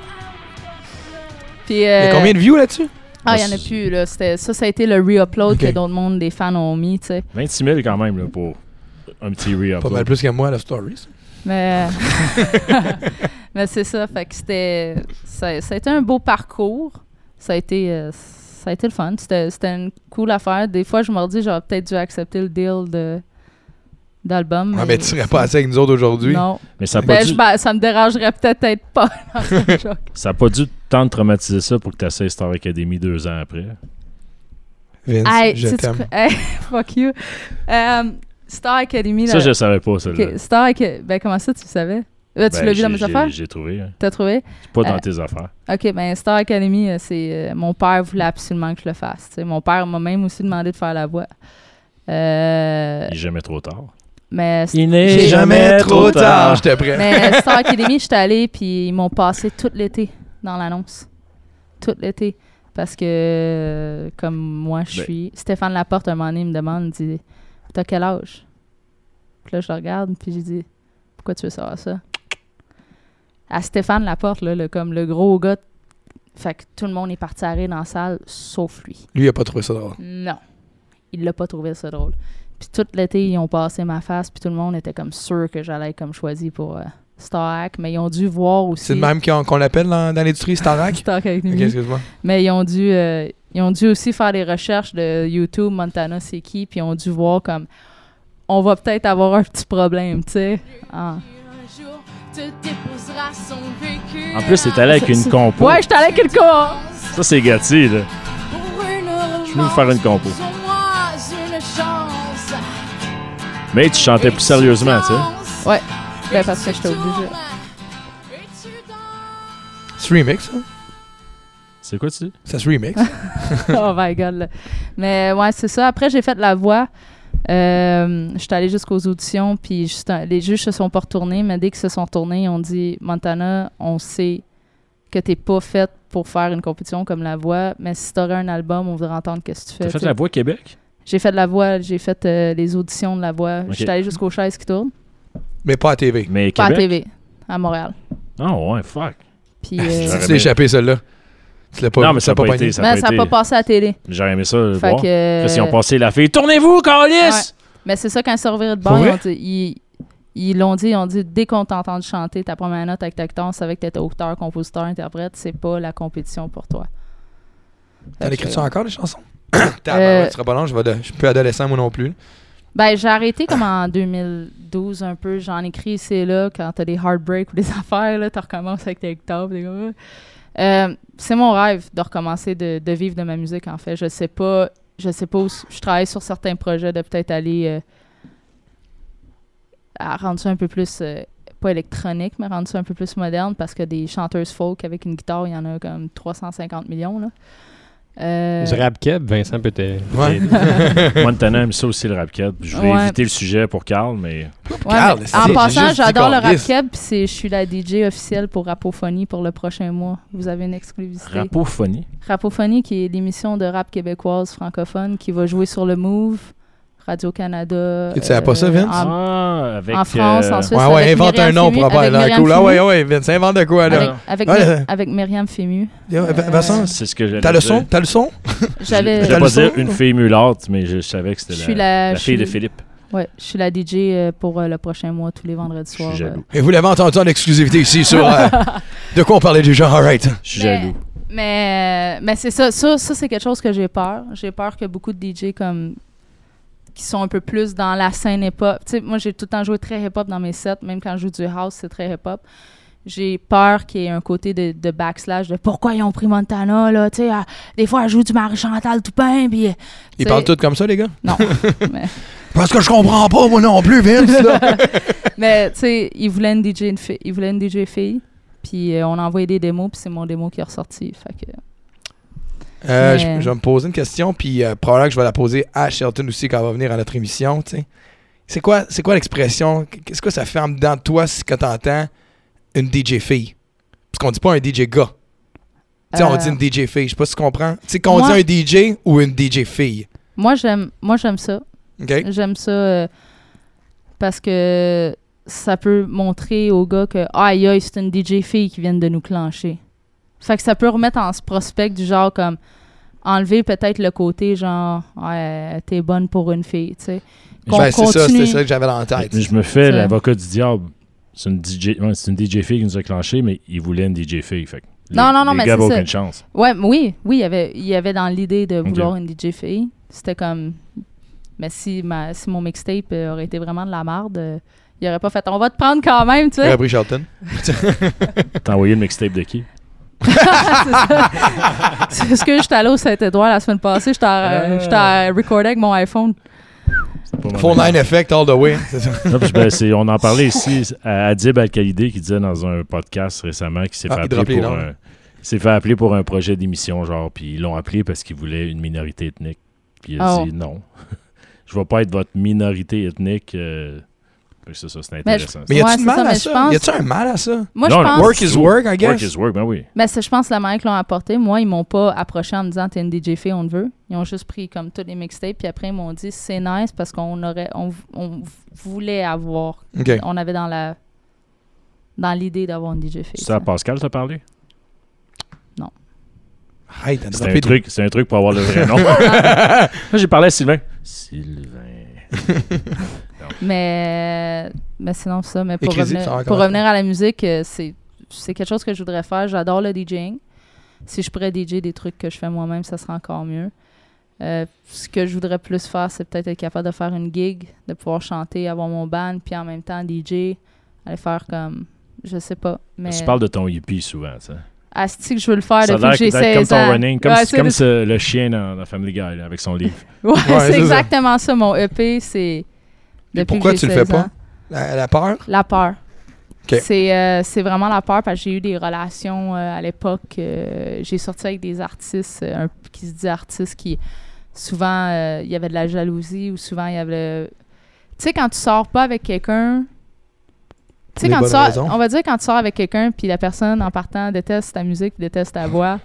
[SPEAKER 3] Puis
[SPEAKER 2] Il y a
[SPEAKER 3] euh,
[SPEAKER 2] combien de views là-dessus?
[SPEAKER 3] ah il y en a plus là, c'était ça ça a été le re-upload
[SPEAKER 2] Ok.
[SPEAKER 3] que d'autres monde des fans ont mis, tu sais.
[SPEAKER 1] 26 000 quand même, là, pour un petit re-up.
[SPEAKER 2] Pas mal plus que moi, la story. ça. (laughs)
[SPEAKER 3] Mais (laughs) mais c'est ça, fait que c'était ça, ça a été un beau parcours. Ça a été euh, ça a été le fun, c'était c'était une cool affaire. Des fois je me redis j'aurais peut-être dû accepter le deal de d'album.
[SPEAKER 2] Ah, mais tu serais pas assez avec nous autres aujourd'hui.
[SPEAKER 3] Non.
[SPEAKER 1] Mais ça a pas
[SPEAKER 3] Ben,
[SPEAKER 1] dû-
[SPEAKER 3] je- ben, ça me dérangerait peut-être pas. (laughs) Non, c'est une joke.
[SPEAKER 1] ça a pas dû tant te traumatiser ça pour que tu essaies Star Academy deux ans après.
[SPEAKER 2] Vince,
[SPEAKER 3] Hey,
[SPEAKER 2] je
[SPEAKER 3] sais-tu
[SPEAKER 2] t'aime.
[SPEAKER 3] quoi- (laughs) Hey, fuck you. Um, Star Academy.
[SPEAKER 1] Ça,
[SPEAKER 3] là-
[SPEAKER 1] je le savais pas, ça.
[SPEAKER 3] ben, Ok, Star Academy. Ben, comment ça, tu le savais? Euh, tu l'as vu dans mes affaires?
[SPEAKER 1] Ben, J'ai trouvé. hein.
[SPEAKER 3] T'as trouvé?
[SPEAKER 1] C'est Pas dans
[SPEAKER 3] Euh,
[SPEAKER 1] tes affaires.
[SPEAKER 3] OK, ben Star Academy, euh, c'est euh, mon père voulait absolument que je le fasse. tu sais. Mon père m'a même aussi demandé de faire la voix. Euh,
[SPEAKER 1] Il est jamais trop tard.
[SPEAKER 3] Mais c'est-
[SPEAKER 1] Il n'est
[SPEAKER 2] C'est
[SPEAKER 3] j'ai-
[SPEAKER 2] jamais trop tard, j'étais prêt.
[SPEAKER 3] Mais Star Academy, j'étais allée, puis ils m'ont passé tout l'été dans l'annonce. Tout l'été. Parce que, euh, comme moi, je
[SPEAKER 1] Ben.
[SPEAKER 3] suis. Stéphane Laporte, un moment donné, il me demande, il dit T'as quel âge Puis là, je le regarde, puis j'ai dit Pourquoi tu veux savoir ça À Stéphane Laporte, là, le, comme le gros gars. Fait que tout le monde est parti arrêter dans la salle, sauf lui.
[SPEAKER 2] Lui, il a pas trouvé ça drôle.
[SPEAKER 3] Non. Il l'a pas trouvé ça drôle. Puis tout l'été, ils ont passé ma face, puis tout le monde était comme sûr que j'allais être comme choisi pour euh, Star Hack, mais ils ont dû voir aussi.
[SPEAKER 2] C'est le même qu'on qu'on l'appelle dans, dans l'industrie, Starac?
[SPEAKER 3] Star Academy.
[SPEAKER 2] ok, excuse-moi.
[SPEAKER 3] Mais ils ont dû euh, ils ont dû aussi faire des recherches de YouTube, Montana c'est qui, puis ils ont dû voir comme on va peut-être avoir un petit problème, tu sais. Ah.
[SPEAKER 5] Un jour, te déposera son vécu.
[SPEAKER 1] En plus, c'est allé avec une
[SPEAKER 3] (laughs) C'est-
[SPEAKER 1] compo.
[SPEAKER 3] Ouais, j'étais allé quelque part.
[SPEAKER 1] Ça, c'est gâté, là.
[SPEAKER 5] Je
[SPEAKER 1] Je veux vous faire une compo.
[SPEAKER 5] une chance.
[SPEAKER 1] Mais tu chantais plus sérieusement, tu sais.
[SPEAKER 5] sais.
[SPEAKER 3] Ouais. Ben, parce que j'étais obligée.
[SPEAKER 2] C'est remix, ça?
[SPEAKER 1] C'est quoi, tu dis?
[SPEAKER 2] Ça se remix?
[SPEAKER 1] (laughs)
[SPEAKER 3] oh my god. là. Mais ouais, c'est ça. Après, j'ai fait la voix. Euh, je suis allée jusqu'aux auditions, puis juste un- les juges se sont pas retournés, mais dès qu'ils se sont retournés, ils ont dit Montana, on sait que t'es pas faite pour faire une compétition comme la voix, mais si t'aurais un album, on voudrait entendre qu'est-ce que tu fais.
[SPEAKER 1] T'as fait
[SPEAKER 3] tu sais.
[SPEAKER 1] la voix Québec?
[SPEAKER 3] J'ai fait de la voix, j'ai fait euh, les auditions de la voix.
[SPEAKER 1] Ok.
[SPEAKER 3] Je suis allée jusqu'aux chaises qui tournent,
[SPEAKER 2] Mais pas à TV.
[SPEAKER 1] Mais
[SPEAKER 3] pas à
[SPEAKER 1] Québec?
[SPEAKER 3] TV, à Montréal.
[SPEAKER 1] Ah ouais, fuck.
[SPEAKER 2] Si
[SPEAKER 3] Puis, euh,
[SPEAKER 1] (laughs) J'aurais
[SPEAKER 2] tu
[SPEAKER 1] aimé.
[SPEAKER 2] l'as échappé, celle-là. Tu l'as pas
[SPEAKER 1] non,
[SPEAKER 2] vu,
[SPEAKER 1] mais ça n'a
[SPEAKER 2] tu l'as
[SPEAKER 1] pas, été.
[SPEAKER 2] pogné.
[SPEAKER 1] Ça
[SPEAKER 3] mais
[SPEAKER 1] a
[SPEAKER 3] ça
[SPEAKER 1] pas
[SPEAKER 3] n'a
[SPEAKER 1] été.
[SPEAKER 3] pas passé à la télé.
[SPEAKER 1] J'aurais aimé ça le
[SPEAKER 3] Fait
[SPEAKER 1] voir.
[SPEAKER 3] que, euh,
[SPEAKER 1] Parce qu'ils ont passé la fille. Tournez-vous, Carlis!
[SPEAKER 3] Mais c'est ça, quand ils sont revirés de
[SPEAKER 2] Pour
[SPEAKER 3] bord,
[SPEAKER 2] vrai?
[SPEAKER 3] ils ont dit- ils ils l'ont dit, ils ont dit, dès qu'on t'entend chanter ta première note avec ta guitare, on savait que t'étais auteur, compositeur, interprète, c'est pas la compétition pour toi.
[SPEAKER 2] T'en
[SPEAKER 3] Fait que-
[SPEAKER 2] écris-tu encore des chansons? (coughs) Tabarouette,
[SPEAKER 3] Euh,
[SPEAKER 2] tu seras pas long, je vais de- je suis plus adolescent moi non plus.
[SPEAKER 3] Ben, j'ai arrêté comme en 2012 un peu. J'en écris ici et là quand t'as des heartbreaks ou des (laughs) affaires, là, t'en recommences avec tes guitares. pis t'es comme, Ah. Euh, c'est mon rêve de recommencer de, de vivre de ma musique, en fait. Je sais pas, je sais pas où s- je travaille sur certains projets de peut-être aller euh, à rendre ça un peu plus, euh, pas électronique, mais rendre ça un peu plus moderne parce que des chanteuses folk avec une guitare, il y en a comme 350 millions, là. Euh,
[SPEAKER 6] Du rap keb, Vincent peut te.
[SPEAKER 2] Ouais.
[SPEAKER 1] Et Montana aime ça aussi, le rap cap. Je vais
[SPEAKER 3] Ouais.
[SPEAKER 1] éviter le sujet pour Carl, mais
[SPEAKER 3] Ouais,
[SPEAKER 2] Carl,
[SPEAKER 3] mais
[SPEAKER 2] c'est-
[SPEAKER 3] en
[SPEAKER 2] j'ai
[SPEAKER 3] passant,
[SPEAKER 2] juste dit
[SPEAKER 3] j'adore le
[SPEAKER 2] qu'on
[SPEAKER 3] rap
[SPEAKER 2] liste.
[SPEAKER 3] keb, puis c'est- je suis la DJ officielle pour Rapophonie pour le prochain mois. Vous avez une exclusivité.
[SPEAKER 1] rapophonie.
[SPEAKER 3] Rapophonie, qui est l'émission de rap québécoise francophone qui va jouer sur le Move, Radio-Canada. euh,
[SPEAKER 2] Tu savais pas ça, Vince?
[SPEAKER 3] en-
[SPEAKER 1] Ah, avec.
[SPEAKER 3] en France,
[SPEAKER 1] euh,
[SPEAKER 3] en Suisse.
[SPEAKER 2] Ouais, ouais,
[SPEAKER 3] avec
[SPEAKER 2] invente un
[SPEAKER 3] Myriam
[SPEAKER 2] nom
[SPEAKER 3] Fimi-
[SPEAKER 2] pour avoir
[SPEAKER 3] avec
[SPEAKER 2] l'air
[SPEAKER 3] Myriam
[SPEAKER 2] cool. Ah
[SPEAKER 3] Fimi.
[SPEAKER 2] ouais, ouais, Vince, invente de quoi,
[SPEAKER 3] Avec, Euh,
[SPEAKER 2] là?
[SPEAKER 3] avec,
[SPEAKER 2] Ouais.
[SPEAKER 3] My- avec Myriam Fému.
[SPEAKER 2] Yo, Vin- Vincent,
[SPEAKER 1] C'est ce que j'allais
[SPEAKER 2] t'as le
[SPEAKER 1] dire.
[SPEAKER 2] son? T'as le son?
[SPEAKER 1] Je
[SPEAKER 3] J'avais.
[SPEAKER 1] vais
[SPEAKER 2] T'as
[SPEAKER 1] pas
[SPEAKER 2] le
[SPEAKER 1] dire
[SPEAKER 2] son?
[SPEAKER 1] une fille mulâtre, mais je savais que
[SPEAKER 3] Je
[SPEAKER 1] c'était
[SPEAKER 3] suis
[SPEAKER 1] la,
[SPEAKER 3] la,
[SPEAKER 1] la
[SPEAKER 3] je
[SPEAKER 1] fille de
[SPEAKER 3] suis-
[SPEAKER 1] Philippe.
[SPEAKER 3] Ouais, je suis la DJ euh, pour euh, le prochain mois, tous les vendredis
[SPEAKER 1] Je
[SPEAKER 3] soirs. euh,
[SPEAKER 1] suis jaloux.
[SPEAKER 2] Et vous l'avez entendu en exclusivité ici sur
[SPEAKER 3] (laughs)
[SPEAKER 2] euh, De quoi on parlait déjà, (laughs) alright.
[SPEAKER 1] Je suis
[SPEAKER 3] Mais-
[SPEAKER 1] jaloux.
[SPEAKER 3] Mais, mais c'est ça. Ça, ça c'est quelque chose que j'ai peur. J'ai peur que beaucoup de DJ comme qui sont un peu plus dans la scène hip-hop. Tu sais, moi, j'ai tout le temps joué très hip-hop dans mes sets. Même quand je joue du house, c'est très hip-hop. J'ai peur qu'il y ait un côté de, de backslash de pourquoi ils ont pris Montana, là, tu sais. elle- des fois, elle joue du Marie-Chantal Toupin, puis... euh, tu
[SPEAKER 2] Ils
[SPEAKER 3] sais,
[SPEAKER 2] parlent tous comme ça, les gars?
[SPEAKER 3] Non.
[SPEAKER 2] Parce que je comprends pas, moi non plus, Vince, là.
[SPEAKER 3] (laughs) Mais, tu sais, ils voulaient une DJ, une fi- ils voulaient une DJ fille. Puis euh, on a envoyé des démos, puis c'est mon démo qui est ressorti. Fait que...
[SPEAKER 2] Euh, je,
[SPEAKER 3] Mais-
[SPEAKER 2] je vais me poser une question, puis euh, probablement que je vais la poser à Shelton aussi quand elle va venir à notre émission. tu sais. C'est quoi, c'est quoi l'expression Qu'est-ce que ça fait en dedans de toi si quand t'entends une DJ fille Parce qu'on dit pas un DJ gars. Tu sais, On
[SPEAKER 3] Euh,
[SPEAKER 2] dit une DJ fille. Je sais pas si tu comprends. Tu sais, qu'on
[SPEAKER 3] Moi-
[SPEAKER 2] dit un DJ ou une DJ fille.
[SPEAKER 3] Moi, j'aime moi, j'aime ça.
[SPEAKER 2] OK
[SPEAKER 3] J'aime ça euh, parce que ça peut montrer aux gars que aïe aïe, c'est une DJ fille qui vient de nous clencher. Fait que ça peut remettre en ce prospect du genre comme enlever peut-être le côté genre ouais, t'es bonne pour une fille, tu sais. Qu'on
[SPEAKER 2] Ben, c'est ça,
[SPEAKER 3] continue.
[SPEAKER 2] c'est ça que j'avais en tête.
[SPEAKER 1] Je me fais
[SPEAKER 3] Ça-
[SPEAKER 1] l'avocat du diable. C'est une DJ, ouais, c'est une DJ fille qui nous a clenché, mais il voulait une DJ fille. Fait que les-
[SPEAKER 3] Non, non, non,
[SPEAKER 1] les
[SPEAKER 3] mais
[SPEAKER 1] gars
[SPEAKER 3] c'est
[SPEAKER 1] avaient
[SPEAKER 3] ça.
[SPEAKER 1] aucune chance.
[SPEAKER 3] Ouais, mais oui, oui, il y avait, il y avait dans l'idée de vouloir une DJ fille. C'était comme, mais si, ma, si mon mixtape euh, aurait été vraiment de la marde, euh, il aurait pas fait. On va te prendre quand même, tu sais.
[SPEAKER 2] J'aurais pris Shelton.
[SPEAKER 1] T'as envoyé le mixtape de qui
[SPEAKER 3] (laughs) C'est ce que j'étais allée au Saint-Édouard la semaine passée. J'étais à, euh, j'étais à recorder avec mon iPhone.
[SPEAKER 1] C'était pas mon
[SPEAKER 2] Full
[SPEAKER 1] ami.
[SPEAKER 2] Nine Effect all the way. C'est ça.
[SPEAKER 1] Non, puis ben, c'est- on en parlait ici à Adib Al-Khalidé qui disait dans un podcast récemment qu'il s'est
[SPEAKER 2] Ah, il
[SPEAKER 1] fait,
[SPEAKER 2] droppait
[SPEAKER 1] appeler
[SPEAKER 2] les
[SPEAKER 1] pour
[SPEAKER 2] noms.
[SPEAKER 1] un- il s'est fait appeler pour un projet d'émission, genre, puis ils l'ont appelé parce qu'ils voulaient une minorité ethnique. Puis il a (laughs)
[SPEAKER 3] Oh.
[SPEAKER 1] dit non, je vais pas être votre minorité ethnique. euh, Fait que c'est ça, c'est
[SPEAKER 3] je-
[SPEAKER 1] intéressant.
[SPEAKER 2] Mais y
[SPEAKER 3] Ouais,
[SPEAKER 2] a-tu
[SPEAKER 3] c'est
[SPEAKER 2] de mal
[SPEAKER 3] ça,
[SPEAKER 2] à
[SPEAKER 3] mais je
[SPEAKER 2] ça?
[SPEAKER 3] pense-
[SPEAKER 2] Y a-tu un mal à ça?
[SPEAKER 3] Moi,
[SPEAKER 1] Non,
[SPEAKER 3] je pense.
[SPEAKER 2] Work is work, I
[SPEAKER 1] Work
[SPEAKER 2] guess.
[SPEAKER 1] is work, ben oui.
[SPEAKER 3] Mais c'est- je pense que la manière qu'ils l'ont apporté, moi, ils m'ont pas approché en me disant t'es une DJ fille, on te veut. Ils ont juste pris comme tous les mixtapes, puis après ils m'ont dit c'est nice parce qu'on aurait, on, v- on v- voulait avoir,
[SPEAKER 2] OK.
[SPEAKER 3] on avait dans la, dans l'idée d'avoir une DJ fille.
[SPEAKER 1] Ça,
[SPEAKER 3] tu sais.
[SPEAKER 1] Pascal t'a parlé?
[SPEAKER 2] Hey, t'as
[SPEAKER 1] C'est
[SPEAKER 2] droppé
[SPEAKER 1] un,
[SPEAKER 2] des-
[SPEAKER 1] truc, c'est un truc pour avoir le
[SPEAKER 3] (laughs)
[SPEAKER 1] vrai nom. Moi, j'ai parlé à Sylvain. Sylvain.
[SPEAKER 3] Mais, mais sinon ça, mais pour,
[SPEAKER 2] Écris-y, ça va
[SPEAKER 3] revenir,
[SPEAKER 2] encore.
[SPEAKER 3] pour revenir à la musique, euh, c'est, c'est quelque chose que je voudrais faire. J'adore le DJing. Si je pourrais DJ des trucs que je fais moi-même, ça serait encore mieux. Euh, ce que je voudrais plus faire, c'est peut-être être capable de faire une gig, de pouvoir chanter, avoir mon band, puis en même temps DJ, aller faire comme, je sais pas, mais
[SPEAKER 1] Tu parles de ton hippie souvent, ça.
[SPEAKER 3] asti que je veux Ah, le faire
[SPEAKER 1] ça a
[SPEAKER 3] depuis
[SPEAKER 1] l'air
[SPEAKER 3] que j'ai
[SPEAKER 1] d'être
[SPEAKER 3] 16
[SPEAKER 1] comme ton
[SPEAKER 3] ans.
[SPEAKER 1] running, comme,
[SPEAKER 3] Ouais,
[SPEAKER 1] c'est- comme
[SPEAKER 3] le-
[SPEAKER 1] ce- le chien dans, dans Family Guy, là, avec son livre.
[SPEAKER 3] (laughs) Ouais,
[SPEAKER 2] c'est ça.
[SPEAKER 3] c'est exactement ça. Mon EP, c'est
[SPEAKER 2] Mais
[SPEAKER 3] depuis
[SPEAKER 2] pourquoi
[SPEAKER 3] que j'ai
[SPEAKER 2] tu le fais
[SPEAKER 3] 16 ans.
[SPEAKER 2] pas? (laughs) La, la peur?
[SPEAKER 3] La peur.
[SPEAKER 2] Ok.
[SPEAKER 3] C'est euh, c'est vraiment la peur parce que j'ai eu des relations euh, à l'époque. euh, j'ai sorti avec des artistes euh, un- qui se disaient artistes qui souvent euh, il y avait de la jalousie ou souvent il y avait. Tu sais, quand tu sors pas avec quelqu'un. Tu sais,
[SPEAKER 2] Pour
[SPEAKER 3] quand
[SPEAKER 2] les bonnes
[SPEAKER 3] tu sors.
[SPEAKER 2] raisons.
[SPEAKER 3] On va dire quand tu sors avec quelqu'un puis la personne en partant déteste ta musique puis déteste ta voix.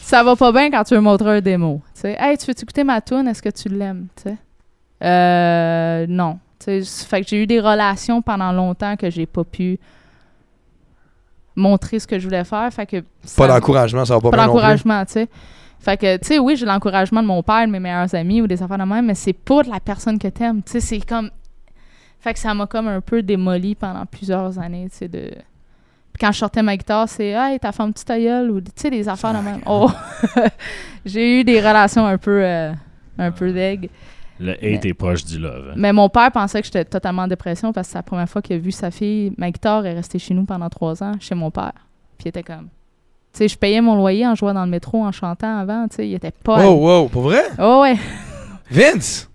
[SPEAKER 3] Ça va pas bien quand tu veux montrer un démo. Tu sais, hey, tu veux écouter ma tune, est-ce que tu l'aimes? Tu sais? Euh, non. Tu sais, fait que j'ai eu des relations pendant longtemps que j'ai pas pu montrer ce que je voulais faire. Fait que
[SPEAKER 2] Pas
[SPEAKER 3] ça-
[SPEAKER 2] d'encouragement, ça va pas,
[SPEAKER 3] Pas
[SPEAKER 2] bien non plus.
[SPEAKER 3] d'encouragement, tu sais. Fait que, tu sais, oui, j'ai l'encouragement de mon père, de mes meilleurs amis ou des affaires de même, mais c'est pas de la personne que t'aimes. Tu sais, c'est comme. Fait que ça m'a comme un peu démoli pendant plusieurs années, tu sais, de. Puis quand je sortais ma guitare, c'est Hey, t'as fait un petit ta gueule ou tu sais, des affaires de même. Oh! (laughs) j'ai eu des relations un peu. euh, un peu deg.
[SPEAKER 1] Le hate est proche du love. hein.
[SPEAKER 3] Mais mon père pensait que j'étais totalement en dépression parce que c'est la première fois qu'il a vu sa fille. Ma guitare est restée chez nous pendant trois ans, chez mon père. Puis il était comme. Tu sais, je payais mon loyer en jouant dans le métro, en chantant avant. Tu sais, il était pas.
[SPEAKER 2] Wow, wow, pour vrai?
[SPEAKER 3] Oh ouais.
[SPEAKER 2] Vince!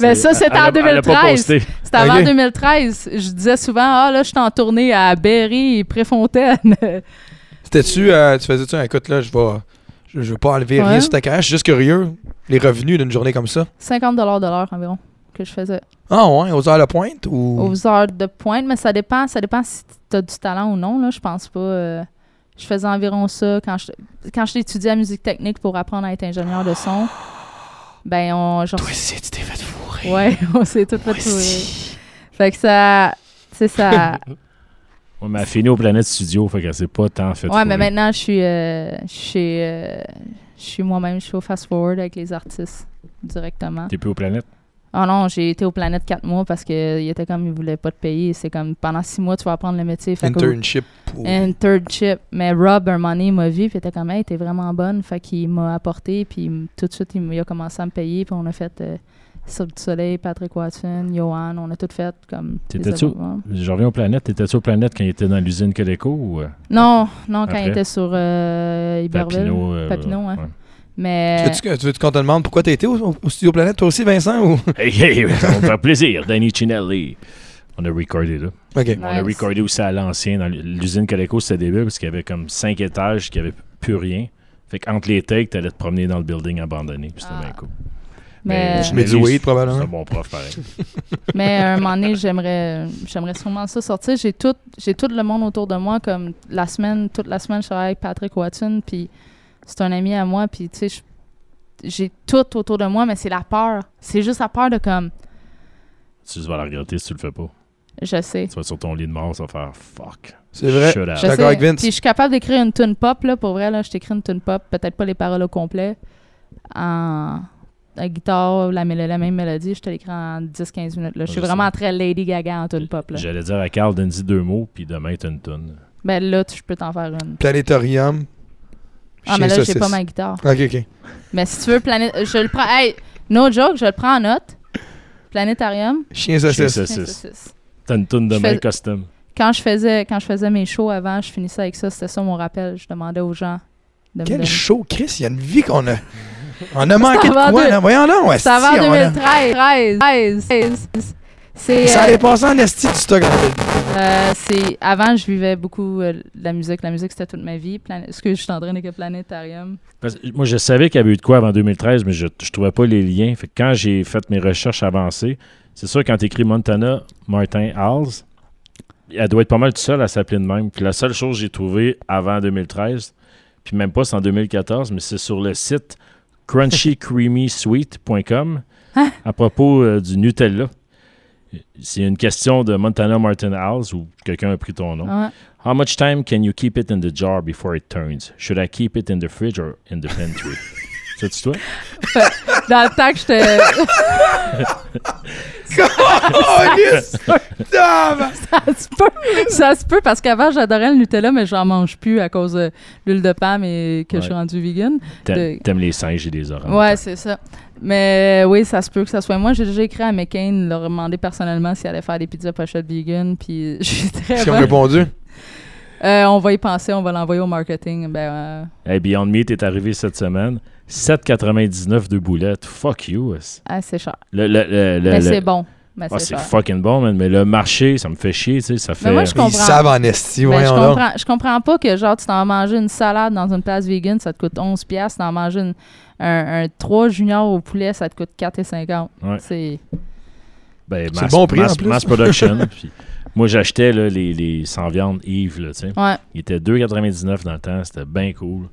[SPEAKER 3] Mais ça, c'était
[SPEAKER 1] Elle a-
[SPEAKER 3] en
[SPEAKER 1] elle a pas
[SPEAKER 3] 2013.
[SPEAKER 1] posté.
[SPEAKER 3] C'était avant
[SPEAKER 2] Ok.
[SPEAKER 3] 2013. Je disais souvent, ah là, je suis en tournée à Berry et (laughs) Préfontaine.
[SPEAKER 2] C'était-tu, euh, tu faisais-tu, écoute, là, je vais, je, je vais pas enlever rien
[SPEAKER 3] Ouais.
[SPEAKER 2] sur ta carrière, je suis juste curieux, les revenus d'une journée comme ça.
[SPEAKER 3] 50 de l'heure environ que je faisais
[SPEAKER 2] Ah ouais, aux heures de pointe ou...
[SPEAKER 3] aux heures de pointe. Mais ça dépend, ça dépend si t'as du talent ou non. Là. Je pense pas. euh, je faisais environ ça quand je, quand je l'étudiais à musique technique pour apprendre à être ingénieur de son. Ben, on. Genre,
[SPEAKER 2] Toi aussi, tu t'es fait fourrer.
[SPEAKER 3] ouais, (laughs) on s'est tout fait
[SPEAKER 2] Toi
[SPEAKER 3] trouver.
[SPEAKER 2] aussi.
[SPEAKER 3] Fait que ça.
[SPEAKER 2] (laughs)
[SPEAKER 3] C'est ça.
[SPEAKER 1] Ouais, mais elle a fini au Planète Studio, fait qu'elle s'est pas tant fait.
[SPEAKER 3] Ouais, mais
[SPEAKER 1] fourrer.
[SPEAKER 3] maintenant, je suis, euh, je suis, euh, je suis moi-même, je suis au Fast Forward avec les artistes directement.
[SPEAKER 1] T'es plus au Planète?
[SPEAKER 3] Ah non, j'ai été au Planète 4 mois parce qu'il était comme, ils voulaient pas te payer. C'est comme, pendant 6 mois, tu vas apprendre le métier. Fait que-
[SPEAKER 2] Internship. Pour...
[SPEAKER 3] Euh. Internship. Mais Rob, un moment donné, il m'a vu, puis il était comme, hey, t'es vraiment bonne. Fait qu'il m'a apporté, puis il m- tout de suite, il, m- il a commencé à me payer, puis on a fait euh, Cirque du Soleil, Patrick Watson, Johan, on a tout fait. comme des
[SPEAKER 1] T'étais-tu-
[SPEAKER 3] événements.
[SPEAKER 1] Je reviens au Planète. T'étais-tu au Planète quand il était dans l'usine Codeco ou euh,
[SPEAKER 3] Non, non, quand
[SPEAKER 1] Après?
[SPEAKER 3] il était sur euh, Iberville.
[SPEAKER 1] Papineau? euh,
[SPEAKER 3] Papineau, hein.
[SPEAKER 1] ouais.
[SPEAKER 3] Mais.
[SPEAKER 2] Tu veux-tu, tu veux-tu qu'on te demande pourquoi t'as été au, au- au Studio Planète, toi aussi, Vincent? Ou... (laughs)
[SPEAKER 1] Hey, hey, ça va me faire plaisir. Danny Chinelli. On a recordé là.
[SPEAKER 2] OK.
[SPEAKER 1] On a
[SPEAKER 3] Nice.
[SPEAKER 1] recordé aussi à l'ancien, dans l'usine Coleco, c'était début, parce qu'il y avait comme cinq étages, qu'il n'y avait plus rien. Fait qu'entre les takes, t'allais te promener dans le building abandonné, puis c'était
[SPEAKER 3] Ah.
[SPEAKER 1] bien cool.
[SPEAKER 3] Mais,
[SPEAKER 2] Je mets du
[SPEAKER 1] lui,
[SPEAKER 2] weed,
[SPEAKER 1] c'est-
[SPEAKER 2] probablement.
[SPEAKER 1] C'est un bon prof, pareil.
[SPEAKER 3] mais à un moment donné, j'aimerais, j'aimerais sûrement ça sortir. J'ai tout, j'ai tout le monde autour de moi, comme la semaine, toute la semaine, je travaille avec Patrick Watson, puis c'est un ami à moi, puis tu sais, je- j'ai tout autour de moi, mais c'est la peur. C'est juste la peur de comme,
[SPEAKER 1] tu vas la regretter si tu le fais pas.
[SPEAKER 3] je sais.
[SPEAKER 1] Tu vas être sur ton lit de mort, ça va faire fuck.
[SPEAKER 2] C'est vrai.
[SPEAKER 1] Shut up.
[SPEAKER 3] Je
[SPEAKER 2] d'accord
[SPEAKER 3] sais.
[SPEAKER 2] avec Vince.
[SPEAKER 3] Puis je suis capable d'écrire une tune pop, là, pour vrai, là, je t'écris une tune pop, peut-être pas les paroles au complet, en la guitare, la, mélo- la même mélodie, je te l'écris en 10-15 minutes. Là. Je suis
[SPEAKER 1] Je sais.
[SPEAKER 3] vraiment très Lady Gaga en tune pop. Là.
[SPEAKER 1] J'allais dire à Carl, donne-y deux mots, puis demain, t'as une tonne.
[SPEAKER 3] Ben là, tu- je peux t'en faire une.
[SPEAKER 2] Planétorium.
[SPEAKER 3] Ah,
[SPEAKER 2] Chien
[SPEAKER 3] mais là, j'ai
[SPEAKER 2] saucisse.
[SPEAKER 3] pas ma guitare.
[SPEAKER 2] OK, OK.
[SPEAKER 3] Mais si tu veux, planète. Je le prends. Hey, no joke, je le prends en note. Planétarium.
[SPEAKER 2] Chien
[SPEAKER 1] Chien
[SPEAKER 2] saucisse.
[SPEAKER 1] saucisse.
[SPEAKER 3] 6.
[SPEAKER 1] T'as une tonne
[SPEAKER 3] Je
[SPEAKER 1] demain
[SPEAKER 3] fais-
[SPEAKER 1] custom.
[SPEAKER 3] Quand je faisais quand je faisais mes shows avant, je finissais avec ça. C'était ça mon rappel. Je demandais aux gens de me
[SPEAKER 2] Quel
[SPEAKER 3] donner.
[SPEAKER 2] show, Chris. Il y a une vie qu'on a... On a manqué de
[SPEAKER 3] va en
[SPEAKER 2] quoi,
[SPEAKER 3] deux-
[SPEAKER 2] là? Voyons là, ouais.
[SPEAKER 3] Ça va
[SPEAKER 2] si,
[SPEAKER 3] en
[SPEAKER 2] on a-
[SPEAKER 3] 2013. 13, 13, 13. C'est.
[SPEAKER 2] Ça
[SPEAKER 3] euh,
[SPEAKER 2] allait passer en esti du
[SPEAKER 3] (laughs)
[SPEAKER 2] stock.
[SPEAKER 3] euh, c'est- avant, je vivais beaucoup euh, de la musique. La musique, c'était toute ma vie. Plané- Ce que je suis en train de dire que Planétarium.
[SPEAKER 1] Parce que moi, je savais qu'il y avait eu de quoi avant 2013, mais je, je trouvais pas les liens. Fait que quand j'ai fait mes recherches avancées, C'est sûr, quand t'écris Montana Martin Hals, elle doit être pas mal toute seule à s'appeler de même. Puis la seule chose que j'ai trouvée avant 2013, puis même pas c'est en 2014, mais c'est sur le site crunchycreamysweet.com à propos euh, du Nutella. C'est une question de Montana Martin Hals où quelqu'un a pris ton nom.
[SPEAKER 3] Ouais.
[SPEAKER 1] How much time can you keep it in the jar before it turns? Should I keep it in the fridge or in the
[SPEAKER 3] (laughs)
[SPEAKER 1] pantry? C'est-tu toi?
[SPEAKER 3] Dans le temps que je te.
[SPEAKER 2] Calice! Dame!
[SPEAKER 3] (laughs) ça se peut. Ça se peut parce qu'avant, j'adorais le Nutella, mais j'en mange plus à cause de l'huile de palme et que je suis
[SPEAKER 1] Ouais. Ah,
[SPEAKER 3] rendue vegan.
[SPEAKER 1] T'a-
[SPEAKER 3] De-
[SPEAKER 1] T'aimes les singes et les orangs.
[SPEAKER 3] Ouais, c'est ça. Mais oui, ça se peut que ça soit. Moi, j'ai déjà écrit à McCain, leur demander personnellement s'il allait faire des pizzas pochettes vegan, puis (laughs) je suis très
[SPEAKER 2] Est-ce qu'ils ont
[SPEAKER 3] bonne.
[SPEAKER 2] répondu?
[SPEAKER 3] Euh, on va y penser, on va l'envoyer au marketing. Ben, euh,
[SPEAKER 1] Hey, Beyond Meat est arrivé cette semaine. 7,99 de boulettes. Fuck you. us.
[SPEAKER 3] ah, c'est cher.
[SPEAKER 1] Le, le- le- le-
[SPEAKER 3] mais
[SPEAKER 1] Euh, le-
[SPEAKER 3] c'est bon. Mais
[SPEAKER 1] Ah,
[SPEAKER 3] c'est
[SPEAKER 1] c'est
[SPEAKER 3] cher.
[SPEAKER 1] fucking bon, man. Mais le marché, ça me fait chier, tu sais. Ça fait.
[SPEAKER 3] Mais moi, je comprends.
[SPEAKER 2] Ils savent en esti,
[SPEAKER 3] Ben, je,
[SPEAKER 2] voyons donc.
[SPEAKER 3] comprends, je comprends pas que genre tu t'en manges une salade dans une place vegan, ça te coûte 11 pièces, t'en manges une, un, un 3 junior au poulet, ça te coûte 4,50.
[SPEAKER 1] Ouais.
[SPEAKER 3] C'est
[SPEAKER 1] Ben,
[SPEAKER 2] C'est le bon prix, en
[SPEAKER 1] mass,
[SPEAKER 2] plus.
[SPEAKER 1] mass production.
[SPEAKER 2] (laughs)
[SPEAKER 1] Puis moi, j'achetais là, les, les sans viande Yves, là, tu sais.
[SPEAKER 3] ouais,
[SPEAKER 1] Il était 2,99 dans le temps, c'était bien cool. Là,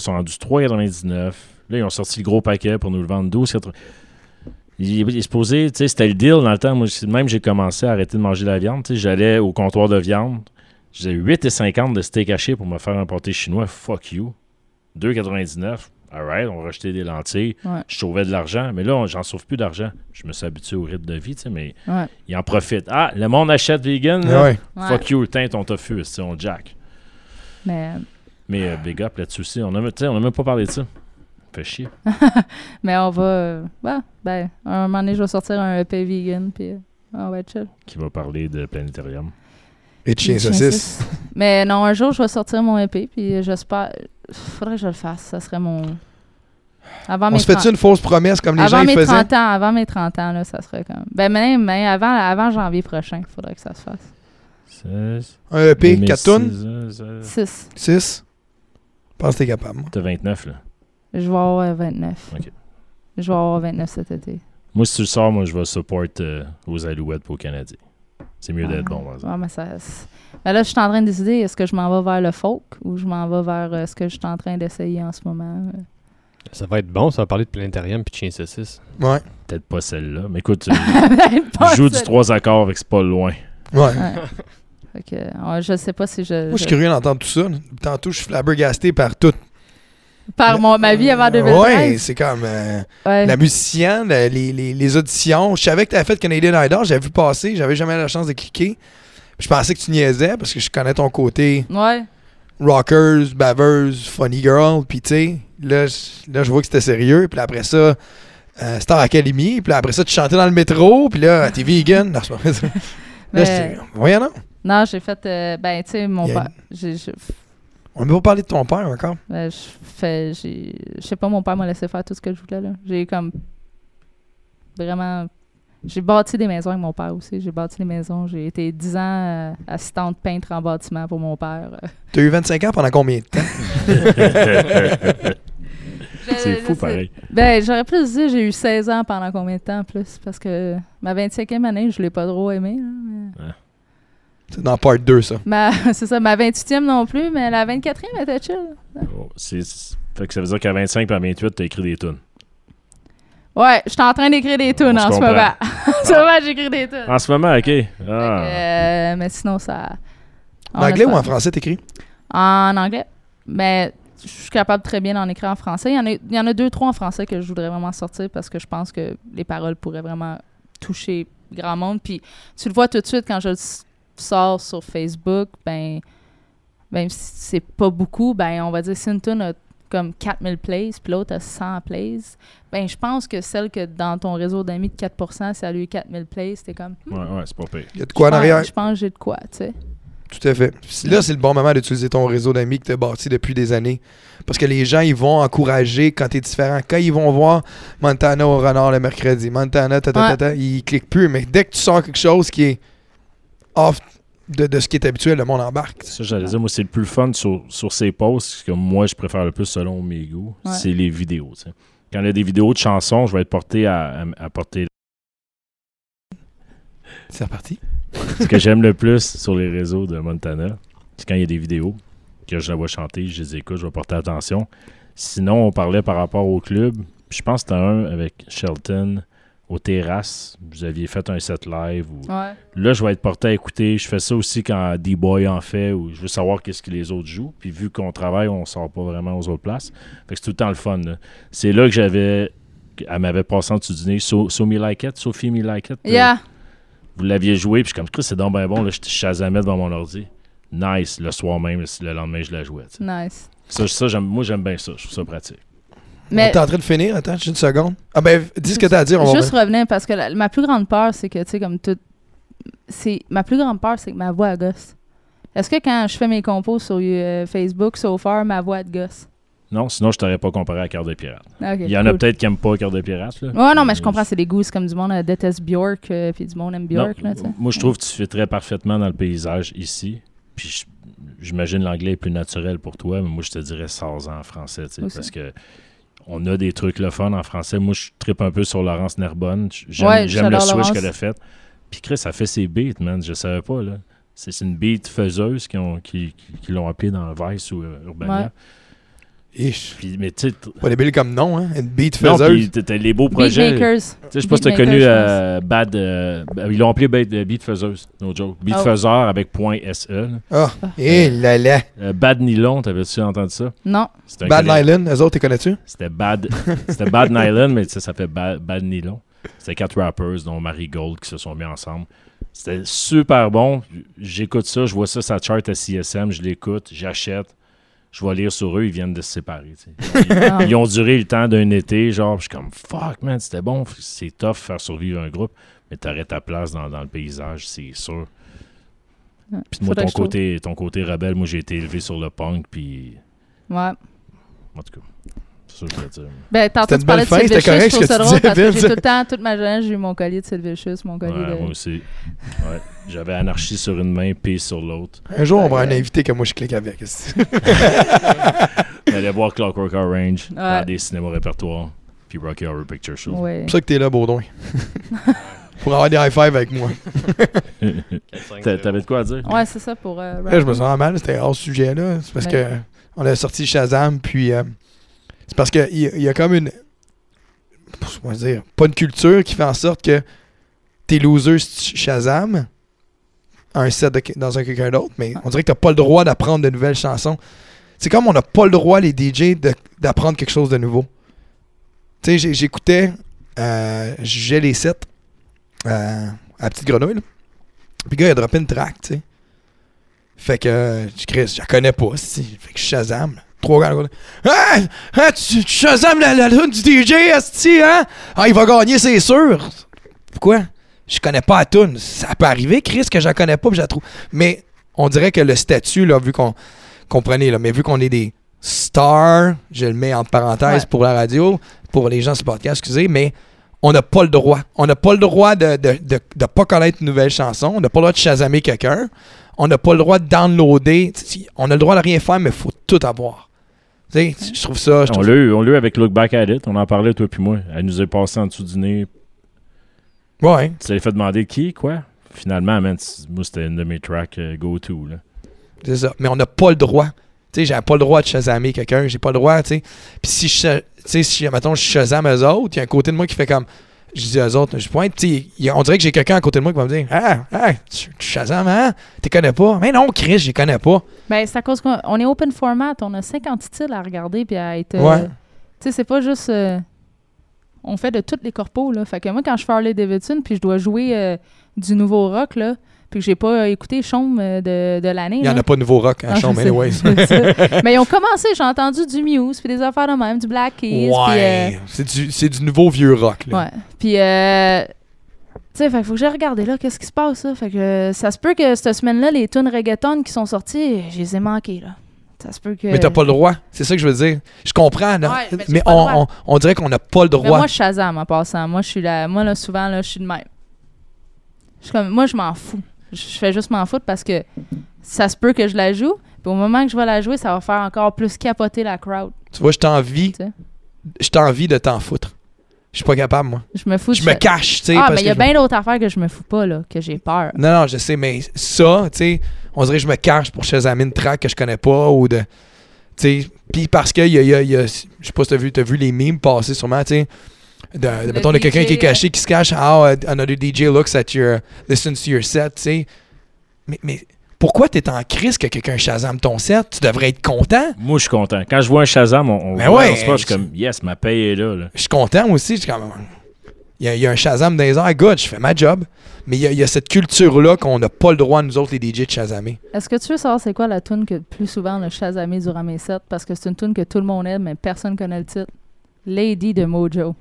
[SPEAKER 1] ils sont rendus 3,99. Là, ils ont sorti le gros paquet pour nous le vendre 12,99. Il il est supposé, tu sais, c'était le deal dans le temps. Moi, c'est- même j'ai commencé à arrêter de manger de la viande. Tu sais, j'allais au comptoir de viande. J'ai 8,50 de steak haché pour me faire un pâté chinois. Fuck you. 2,99. Alright, on rejetait des lentilles.
[SPEAKER 3] Ouais.
[SPEAKER 1] Je sauvais de l'argent. Mais là, on- j'en sauve plus d'argent. Je me suis habitué au rythme de vie, tu sais, mais
[SPEAKER 3] ouais.
[SPEAKER 1] il en profite. Ah, le monde achète vegan. là.
[SPEAKER 2] Ah ouais.
[SPEAKER 3] Ouais.
[SPEAKER 1] Fuck you, teint ton tofu, c'est on jack.
[SPEAKER 3] Mais,
[SPEAKER 1] Mais euh, big up là-dessus aussi. On n'a même pas parlé de ça. Fait chier.
[SPEAKER 3] mais on va. euh, ouais, ben, un moment donné, je vais sortir un EP vegan, puis euh, on va être chill.
[SPEAKER 1] Qui va parler de Planétarium.
[SPEAKER 2] Et de chien saucisse.
[SPEAKER 3] Mais non, un jour, je vais sortir mon EP, puis j'espère. Faudrait que je le fasse, ça serait mon. Avant
[SPEAKER 2] On
[SPEAKER 3] mes
[SPEAKER 2] se fait-tu
[SPEAKER 3] 30
[SPEAKER 2] une fausse promesse comme les
[SPEAKER 3] avant
[SPEAKER 2] gens ils
[SPEAKER 3] mes
[SPEAKER 2] faisaient?
[SPEAKER 3] 30 ans, avant mes 30 ans, là, ça serait comme. Ben, même, même avant, avant janvier prochain, faudrait que ça se fasse.
[SPEAKER 1] 16.
[SPEAKER 2] Un EP, 4 tonnes,
[SPEAKER 1] euh,
[SPEAKER 3] 6.
[SPEAKER 2] 6. Je pense que t'es capable. moi.
[SPEAKER 1] T'as 29, là.
[SPEAKER 3] Je vais avoir euh, 29.
[SPEAKER 1] Ok.
[SPEAKER 3] Je vais avoir 29 cet été.
[SPEAKER 1] Moi, si tu le sors, moi, je vais support euh, aux Alouettes pour Canadien. C'est mieux d'être
[SPEAKER 3] Ah.
[SPEAKER 1] bon, par exemple.
[SPEAKER 3] Ouais, mais ça- c'est- ben là, je suis en train de décider est-ce que je m'en vais vers le folk ou je m'en vais vers euh, ce que je suis en train d'essayer en ce (laughs) moment. euh.
[SPEAKER 6] Ça va être bon, ça va parler de planétarium puis de chien saucisse.
[SPEAKER 2] Ouais.
[SPEAKER 1] Peut-être pas celle-là. Mais écoute, euh,
[SPEAKER 3] Ben, (laughs) pas
[SPEAKER 1] je joue du
[SPEAKER 3] ça.
[SPEAKER 1] 3 accords, fait que c'est pas loin.
[SPEAKER 2] Ouais.
[SPEAKER 3] Ouais. Fait que, euh, je sais pas si je.
[SPEAKER 2] Moi, je suis
[SPEAKER 3] je-
[SPEAKER 2] curieux d'entendre tout ça. Tantôt, je suis flabbergasté par tout.
[SPEAKER 3] par mon, ma vie avant 2013.
[SPEAKER 2] Ouais, c'est comme euh,
[SPEAKER 3] Ouais.
[SPEAKER 2] la musicienne, le- les, les- les auditions. Je savais que t'avais fait Canadian Idol, j'avais vu passer, j'avais jamais eu la chance de cliquer. Puis je pensais que tu niaisais parce que je connais ton côté
[SPEAKER 3] Ouais.
[SPEAKER 2] rockers, baveuse, funny girl. Puis tu sais, là, je- là, je vois que c'était sérieux. Puis après ça, euh, Star Academy. Puis là, après ça, tu chantais dans le métro. Puis là, t'es vegan. Non, c'est pas vrai, ça. Là,
[SPEAKER 3] Mais-
[SPEAKER 2] je dis, voyons, non.
[SPEAKER 3] non, j'ai fait. euh, ben, tu sais, mon
[SPEAKER 2] Il y a
[SPEAKER 3] père. j'ai- j'ai-
[SPEAKER 2] On n'a pas parlé de ton père encore.
[SPEAKER 3] ben, je fais. j'ai- Je sais pas, mon père m'a laissé faire tout ce que je voulais. là. J'ai comme. Vraiment. J'ai bâti des maisons avec mon père aussi. J'ai bâti des maisons. J'ai été 10 ans euh, assistante peintre en bâtiment pour mon père.
[SPEAKER 2] T'as eu 25 ans pendant combien de temps?
[SPEAKER 1] c'est fou,
[SPEAKER 3] Je- je-
[SPEAKER 1] pareil.
[SPEAKER 3] Ben, j'aurais plus dit, j'ai eu 16 ans pendant combien de temps en plus? Parce que ma 25e année, je l'ai pas trop aimé. là, mais-
[SPEAKER 2] C'est dans part 2, ça.
[SPEAKER 3] Ma- (laughs) c'est ça, ma 28e non plus, mais la 24e était chill.
[SPEAKER 1] Oh, c'est- c'est- Fait que ça veut dire qu'à 25 et à 28, t'as écrit des tunes.
[SPEAKER 3] Ouais, je suis en train d'écrire des
[SPEAKER 1] On
[SPEAKER 3] tunes
[SPEAKER 1] se
[SPEAKER 3] en ce
[SPEAKER 1] comprend.
[SPEAKER 3] moment. (laughs) en ce
[SPEAKER 1] Ah.
[SPEAKER 3] moment, j'écris des tunes.
[SPEAKER 1] En ce moment, OK. Ah.
[SPEAKER 3] Euh, mais sinon, ça.
[SPEAKER 2] En
[SPEAKER 3] on a
[SPEAKER 2] anglais
[SPEAKER 3] pas-
[SPEAKER 2] ou en français, t'écris?
[SPEAKER 3] En anglais. Mais je suis capable très bien d'en écrire en français. Il y en, a, il y en a deux, trois en français que je voudrais vraiment sortir parce que je pense que les paroles pourraient vraiment toucher grand monde. Puis tu le vois tout de suite quand je le s- sors sur Facebook, ben même si c'est pas beaucoup, ben on va dire si une tune a comme 4000 plays, puis l'autre a 100 plays, ben je pense que celle que dans ton réseau d'amis de 4%, si elle a eu 4000 plays, c'était comme... hmm,
[SPEAKER 1] Ouais, ouais, c'est pas pire.
[SPEAKER 2] Il y a de quoi en
[SPEAKER 3] je pense-
[SPEAKER 2] arrière?
[SPEAKER 3] Je pense que j'ai de quoi, tu sais.
[SPEAKER 2] Tout à fait. Puis Là, c'est le bon moment d'utiliser ton réseau d'amis que tu as bâti depuis des années. Parce que les gens, ils vont encourager quand tu es différent. Quand ils vont voir Montana au renard le mercredi, Montana, ta, ta, ta, ta, ils cliquent plus. Mais dès que tu sors quelque chose qui est off de, de ce qui est habituel, le monde embarque.
[SPEAKER 1] Ça, j'allais dire, moi, c'est le plus fun sur, sur ces posts, ce que moi, je préfère le plus selon mes goûts,
[SPEAKER 3] Ouais.
[SPEAKER 1] c'est les vidéos. tu sais. Quand il y a des vidéos de chansons, je vais être porté à, à- à porter
[SPEAKER 2] C'est reparti.
[SPEAKER 1] Ce que j'aime le plus sur les réseaux de Montana, c'est quand il y a des vidéos que je la vois chanter, je les écoute, je vais porter attention. Sinon, on parlait par rapport au club. Je pense que c'était un avec Shelton aux terrasses. Vous aviez fait un set live. Ou...
[SPEAKER 3] Ouais.
[SPEAKER 1] Là, je vais être porté à écouter. Je fais ça aussi quand D-Boy en fait, ou je veux savoir qu'est-ce que les autres jouent. Puis vu qu'on travaille, on sort pas vraiment aux autres places. Fait que c'est tout le temps le fun. là. C'est là que j'avais. Elle m'avait passé en dessous du nez. So, So Me Like It, Sophie Me Like It. euh,
[SPEAKER 3] Yeah.
[SPEAKER 1] vous l'aviez joué, puis je suis comme, Chris, c'est donc bien bon, là, je chasamais devant mon ordi. Nice, le soir même, si le lendemain, je la jouais. tu sais.
[SPEAKER 3] Nice.
[SPEAKER 1] Ça, ça, j'aime- moi, j'aime bien ça, je trouve ça pratique.
[SPEAKER 3] Mais
[SPEAKER 2] T'es en train de finir, attends, juste une seconde. Ah ben, dis ce que t'as à dire, on va
[SPEAKER 3] juste revenir parce que la- ma plus grande peur, c'est que, tu sais, comme tout. c'est Ma plus grande peur, c'est que ma voix elle gosse. Est-ce que quand je fais mes compos sur euh, Facebook, so far, ma voix elle gosse?
[SPEAKER 1] Non, sinon, je t'aurais pas comparé à Cœur de Pirate.
[SPEAKER 3] Ok,
[SPEAKER 1] Il y en a
[SPEAKER 3] cool.
[SPEAKER 1] peut-être qui aiment pas Cœur de Pirate. Là.
[SPEAKER 3] Ouais, non, mais je
[SPEAKER 1] Euh,
[SPEAKER 3] comprends, c'est des goûts. C'est comme du monde euh, déteste Bjork, euh, puis du monde aime
[SPEAKER 1] non,
[SPEAKER 3] Bjork, là, tu sais.
[SPEAKER 1] moi, je trouve que tu fais très parfaitement dans le paysage ici. Puis je- j'imagine l'anglais est plus naturel pour toi, mais moi, je te dirais 100 ans en français, tu sais,
[SPEAKER 3] Aussi.
[SPEAKER 1] parce que on a des trucs le fun en français. Moi, je tripe un peu sur Laurence Nerbonne. J- J'aime
[SPEAKER 3] Ouais,
[SPEAKER 1] j'aime le
[SPEAKER 3] j'adore
[SPEAKER 1] switch
[SPEAKER 3] Laurence.
[SPEAKER 1] qu'elle a fait. Puis Chris, ça fait ses beats, man. Je savais pas, là. C'est c'est une beat faiseuse qui l'ont qui, qui- qui l'ont appelée dans Vice ou euh, Urbania.
[SPEAKER 3] Ouais.
[SPEAKER 2] Ish.
[SPEAKER 1] Puis, mais tu sais, t-
[SPEAKER 2] Pas débile comme nom, hein. Une beat
[SPEAKER 1] non,
[SPEAKER 2] faiseuse.
[SPEAKER 1] puis t'as- t'as les beaux projets. Tu
[SPEAKER 3] Beatmakers.
[SPEAKER 1] sais, Je sais pas si t'as
[SPEAKER 3] Beatmaker,
[SPEAKER 1] connu
[SPEAKER 3] je
[SPEAKER 1] euh, Bad. euh, ils l'ont appelé Bad, euh, Beatfaiseuse, no joke. Beatfaiseur avec point SE. là.
[SPEAKER 2] Ah, hé là là.
[SPEAKER 1] Euh, Bad Nylon, t'avais-tu entendu ça?
[SPEAKER 3] Non.
[SPEAKER 1] C'était un
[SPEAKER 2] Bad
[SPEAKER 1] collègue-
[SPEAKER 2] Island, eux autres, les connais-tu?
[SPEAKER 1] C'était Bad, (laughs) c'était Bad Nylon, mais tu sais, ça fait Bad, Bad Nylon. C'était quatre rappers, dont Marie Gold, qui se sont mis ensemble. C'était super bon. J'écoute ça, je vois ça, ça chart à CSM, je l'écoute, j'achète. Je vais lire sur eux, ils viennent de se séparer. tu sais. (laughs)
[SPEAKER 3] Ah.
[SPEAKER 1] Ils ont duré le temps d'un été, genre, puis je suis comme fuck, man, c'était bon, c'est tough faire survivre un groupe, mais t'aurais ta place dans, dans le paysage, c'est sûr. Puis moi,
[SPEAKER 3] Faudrait
[SPEAKER 1] ton
[SPEAKER 3] que je trouve.
[SPEAKER 1] côté, ton côté rebelle, moi, j'ai été élevé sur le punk, puis
[SPEAKER 3] Ouais.
[SPEAKER 1] en tout cas, c'est ça que je voulais dire.
[SPEAKER 3] Ben, tantôt,
[SPEAKER 2] C'était
[SPEAKER 3] tu
[SPEAKER 2] une
[SPEAKER 3] parlais
[SPEAKER 2] belle
[SPEAKER 3] de
[SPEAKER 2] fin,
[SPEAKER 3] Sid
[SPEAKER 2] c'était
[SPEAKER 3] Vicious, je
[SPEAKER 2] correct ce
[SPEAKER 3] trouve
[SPEAKER 2] que
[SPEAKER 3] ça
[SPEAKER 2] tu
[SPEAKER 3] drôle
[SPEAKER 2] disais,
[SPEAKER 3] parce que j'ai
[SPEAKER 2] Vince.
[SPEAKER 3] tout le temps, toute ma jeunesse, j'ai eu mon collier de Sid Vicious, mon collier
[SPEAKER 1] Ouais,
[SPEAKER 3] de...
[SPEAKER 1] Moi aussi. Ouais. J'avais anarchie sur une main, paix sur l'autre.
[SPEAKER 2] Un jour, on va un invité que moi je clique avec. est-ce que- (laughs)
[SPEAKER 1] J'allais voir Clockwork Orange
[SPEAKER 3] Ouais.
[SPEAKER 1] dans des cinémas répertoires. Puis Rocky Horror Picture Show.
[SPEAKER 3] Ouais.
[SPEAKER 2] C'est pour ça que t'es là, Baudouin. (laughs) Pour avoir des high-five avec moi.
[SPEAKER 1] T'a- T'avais de quoi à dire?
[SPEAKER 3] Ouais, c'est ça pour... euh,
[SPEAKER 2] Là, Eh, je me Ben sens mal, c'était hors sujet là. C'est parce
[SPEAKER 3] Ouais.
[SPEAKER 2] que on a sorti Shazam, puis euh, c'est parce que il y, a- il y a comme une. Comment dire Pas une culture qui fait en sorte que t'es loser si tu Shazam à un set de que- dans un quelqu'un d'autre, mais on dirait que t'as pas le droit d'apprendre de nouvelles chansons. C'est comme on n'a pas le droit, les DJ, de- d'apprendre quelque chose de nouveau. Tu sais, j'ai- j'écoutais, euh, je jugeais les sets euh, à Petite Grenouille, là. puis le gars, il a droppé une track, tu sais. Fait que, euh, je Chris, je la connais pas, si. Fait que je Shazam. là. Trois gars, là. Ah! Ah, tu, tu Shazam la, la lune du DJ, esti, hein? Ah, il va gagner, c'est sûr. Pourquoi? Je connais pas la tune. Ça peut arriver, Chris, que je la connais pas, puis je la trouve. Mais on dirait que le statut, là, vu qu'on. Comprenez, là, mais vu qu'on est des stars, je le mets entre parenthèses
[SPEAKER 3] Ouais.
[SPEAKER 2] pour la radio, pour les gens sur le podcast, excusez, mais on n'a pas le droit. On n'a pas le droit de de, de- de pas connaître une nouvelle chanson. On n'a pas le droit de chasamer quelqu'un. On n'a pas le droit de downloader. Tu sais, si- On a le droit de rien faire, mais il faut tout avoir. Tu sais, je trouve ça. je
[SPEAKER 1] On
[SPEAKER 2] trouve-
[SPEAKER 1] l'a eu, on l'a eu avec Look Back at It. On en parlait, toi puis moi. Elle nous est passée en dessous du nez.
[SPEAKER 2] Ouais.
[SPEAKER 1] Tu t'es fait demander qui, quoi? Finalement, man, c- moi, c'était une de mes tracks euh, go-to. là.
[SPEAKER 2] C'est ça. Mais on n'a pas le droit. Tu sais, j'ai pas le droit de shazamer quelqu'un. J'ai pas le droit, tu sais. Puis si je, sha- tu sais, si, mettons, je shazam eux autres, il y a un côté de moi qui fait comme. Je dis aux autres, je pointe, tu sais, il y a- on dirait que j'ai quelqu'un à côté de moi qui va me dire Ah, ah, tu, tu shazam, hein? Tu connais pas? Mais non, Chris, je les connais pas.
[SPEAKER 3] Ben, c'est à cause qu'on on est open format. On a 50 titres à regarder puis à être. euh,
[SPEAKER 2] Ouais.
[SPEAKER 3] Tu sais, c'est pas juste. euh, on fait de toutes les corpos, là. Fait que moi, quand je fais Harley Davidson puis je dois jouer euh, du nouveau rock, là, puis que j'ai pas euh, écouté Chaume euh, de, de l'année.
[SPEAKER 2] Il y en
[SPEAKER 3] là.
[SPEAKER 2] a pas de nouveau rock en
[SPEAKER 3] Ah,
[SPEAKER 2] chambre,
[SPEAKER 3] c'est-
[SPEAKER 2] anyways.
[SPEAKER 3] c'est ça. Mais ils ont commencé, j'ai entendu du Muse, puis des affaires de même, du Black Keys. puis, euh,
[SPEAKER 2] Ouais. C'est du, c'est du nouveau vieux rock, là.
[SPEAKER 3] Ouais. Puis, euh, tu sais, fait que faut que j'ai regardé là, qu'est-ce qui se passe, là. Fait que euh, ça se peut que cette semaine-là, les tunes reggaeton qui sont sorties, je les ai manquées, là. Ça se peut que.
[SPEAKER 2] Mais t'as pas le droit. C'est ça que je veux dire. Je comprends, non?
[SPEAKER 3] Ouais, mais
[SPEAKER 2] mais
[SPEAKER 3] t'as pas
[SPEAKER 2] on,
[SPEAKER 3] le droit.
[SPEAKER 2] on- on dirait qu'on n'a pas le
[SPEAKER 3] Mais
[SPEAKER 2] droit.
[SPEAKER 3] moi, je Shazam en passant. Moi, je suis là. Moi, là, souvent, là, je suis de même. Je suis comme, moi, je m'en fous. Je- Je fais juste m'en foutre parce que ça se peut que je la joue. Puis au moment que je vais la jouer, ça va faire encore plus capoter la crowd.
[SPEAKER 2] Tu vois, je t'envie.
[SPEAKER 3] Tu sais.
[SPEAKER 2] Je t'envie de t'en foutre. Je suis pas capable, moi.
[SPEAKER 3] Je me fous
[SPEAKER 2] Je
[SPEAKER 3] de
[SPEAKER 2] me
[SPEAKER 3] ça.
[SPEAKER 2] cache, tu sais.
[SPEAKER 3] Ah,
[SPEAKER 2] parce
[SPEAKER 3] mais il y a
[SPEAKER 2] que je me-
[SPEAKER 3] bien d'autres affaires que je me fous pas, là, que j'ai peur.
[SPEAKER 2] Non, non, je sais, mais ça, tu sais, on dirait que je me cache pour chasamer une track que je connais pas ou de. Tu sais, puis parce que, y a, y a- y a- je sais pas si t'as vu, t'as vu les mimes passer sûrement, tu sais. De, de-
[SPEAKER 3] Le
[SPEAKER 2] mettons, de quelqu'un
[SPEAKER 3] DJ,
[SPEAKER 2] qui est caché, qui se cache, how uh, another DJ looks at your, listens to your set, tu sais. Mais, mais pourquoi t'es en crise que quelqu'un chasame ton set? Tu devrais être content.
[SPEAKER 1] Moi, je suis content. Quand je vois un Shazam, on, on,
[SPEAKER 2] Mais
[SPEAKER 1] voit,
[SPEAKER 2] Ben ouais,
[SPEAKER 1] on se passe, je suis
[SPEAKER 2] c'est-
[SPEAKER 1] comme, yes, ma paye est là. là.
[SPEAKER 2] Je suis content aussi. Je suis comme, il y, a- il y a un Shazam dans les airs, good, je fais ma job. Mais il y a- il y, a cette culture-là qu'on n'a pas le droit, nous autres, les DJ, de shazamer.
[SPEAKER 3] Est-ce que tu veux savoir c'est quoi la tune que plus souvent on a chasamé durant mes sets? Parce que c'est une tune que tout le monde aime, mais personne connaît le titre. Lady de Mojo.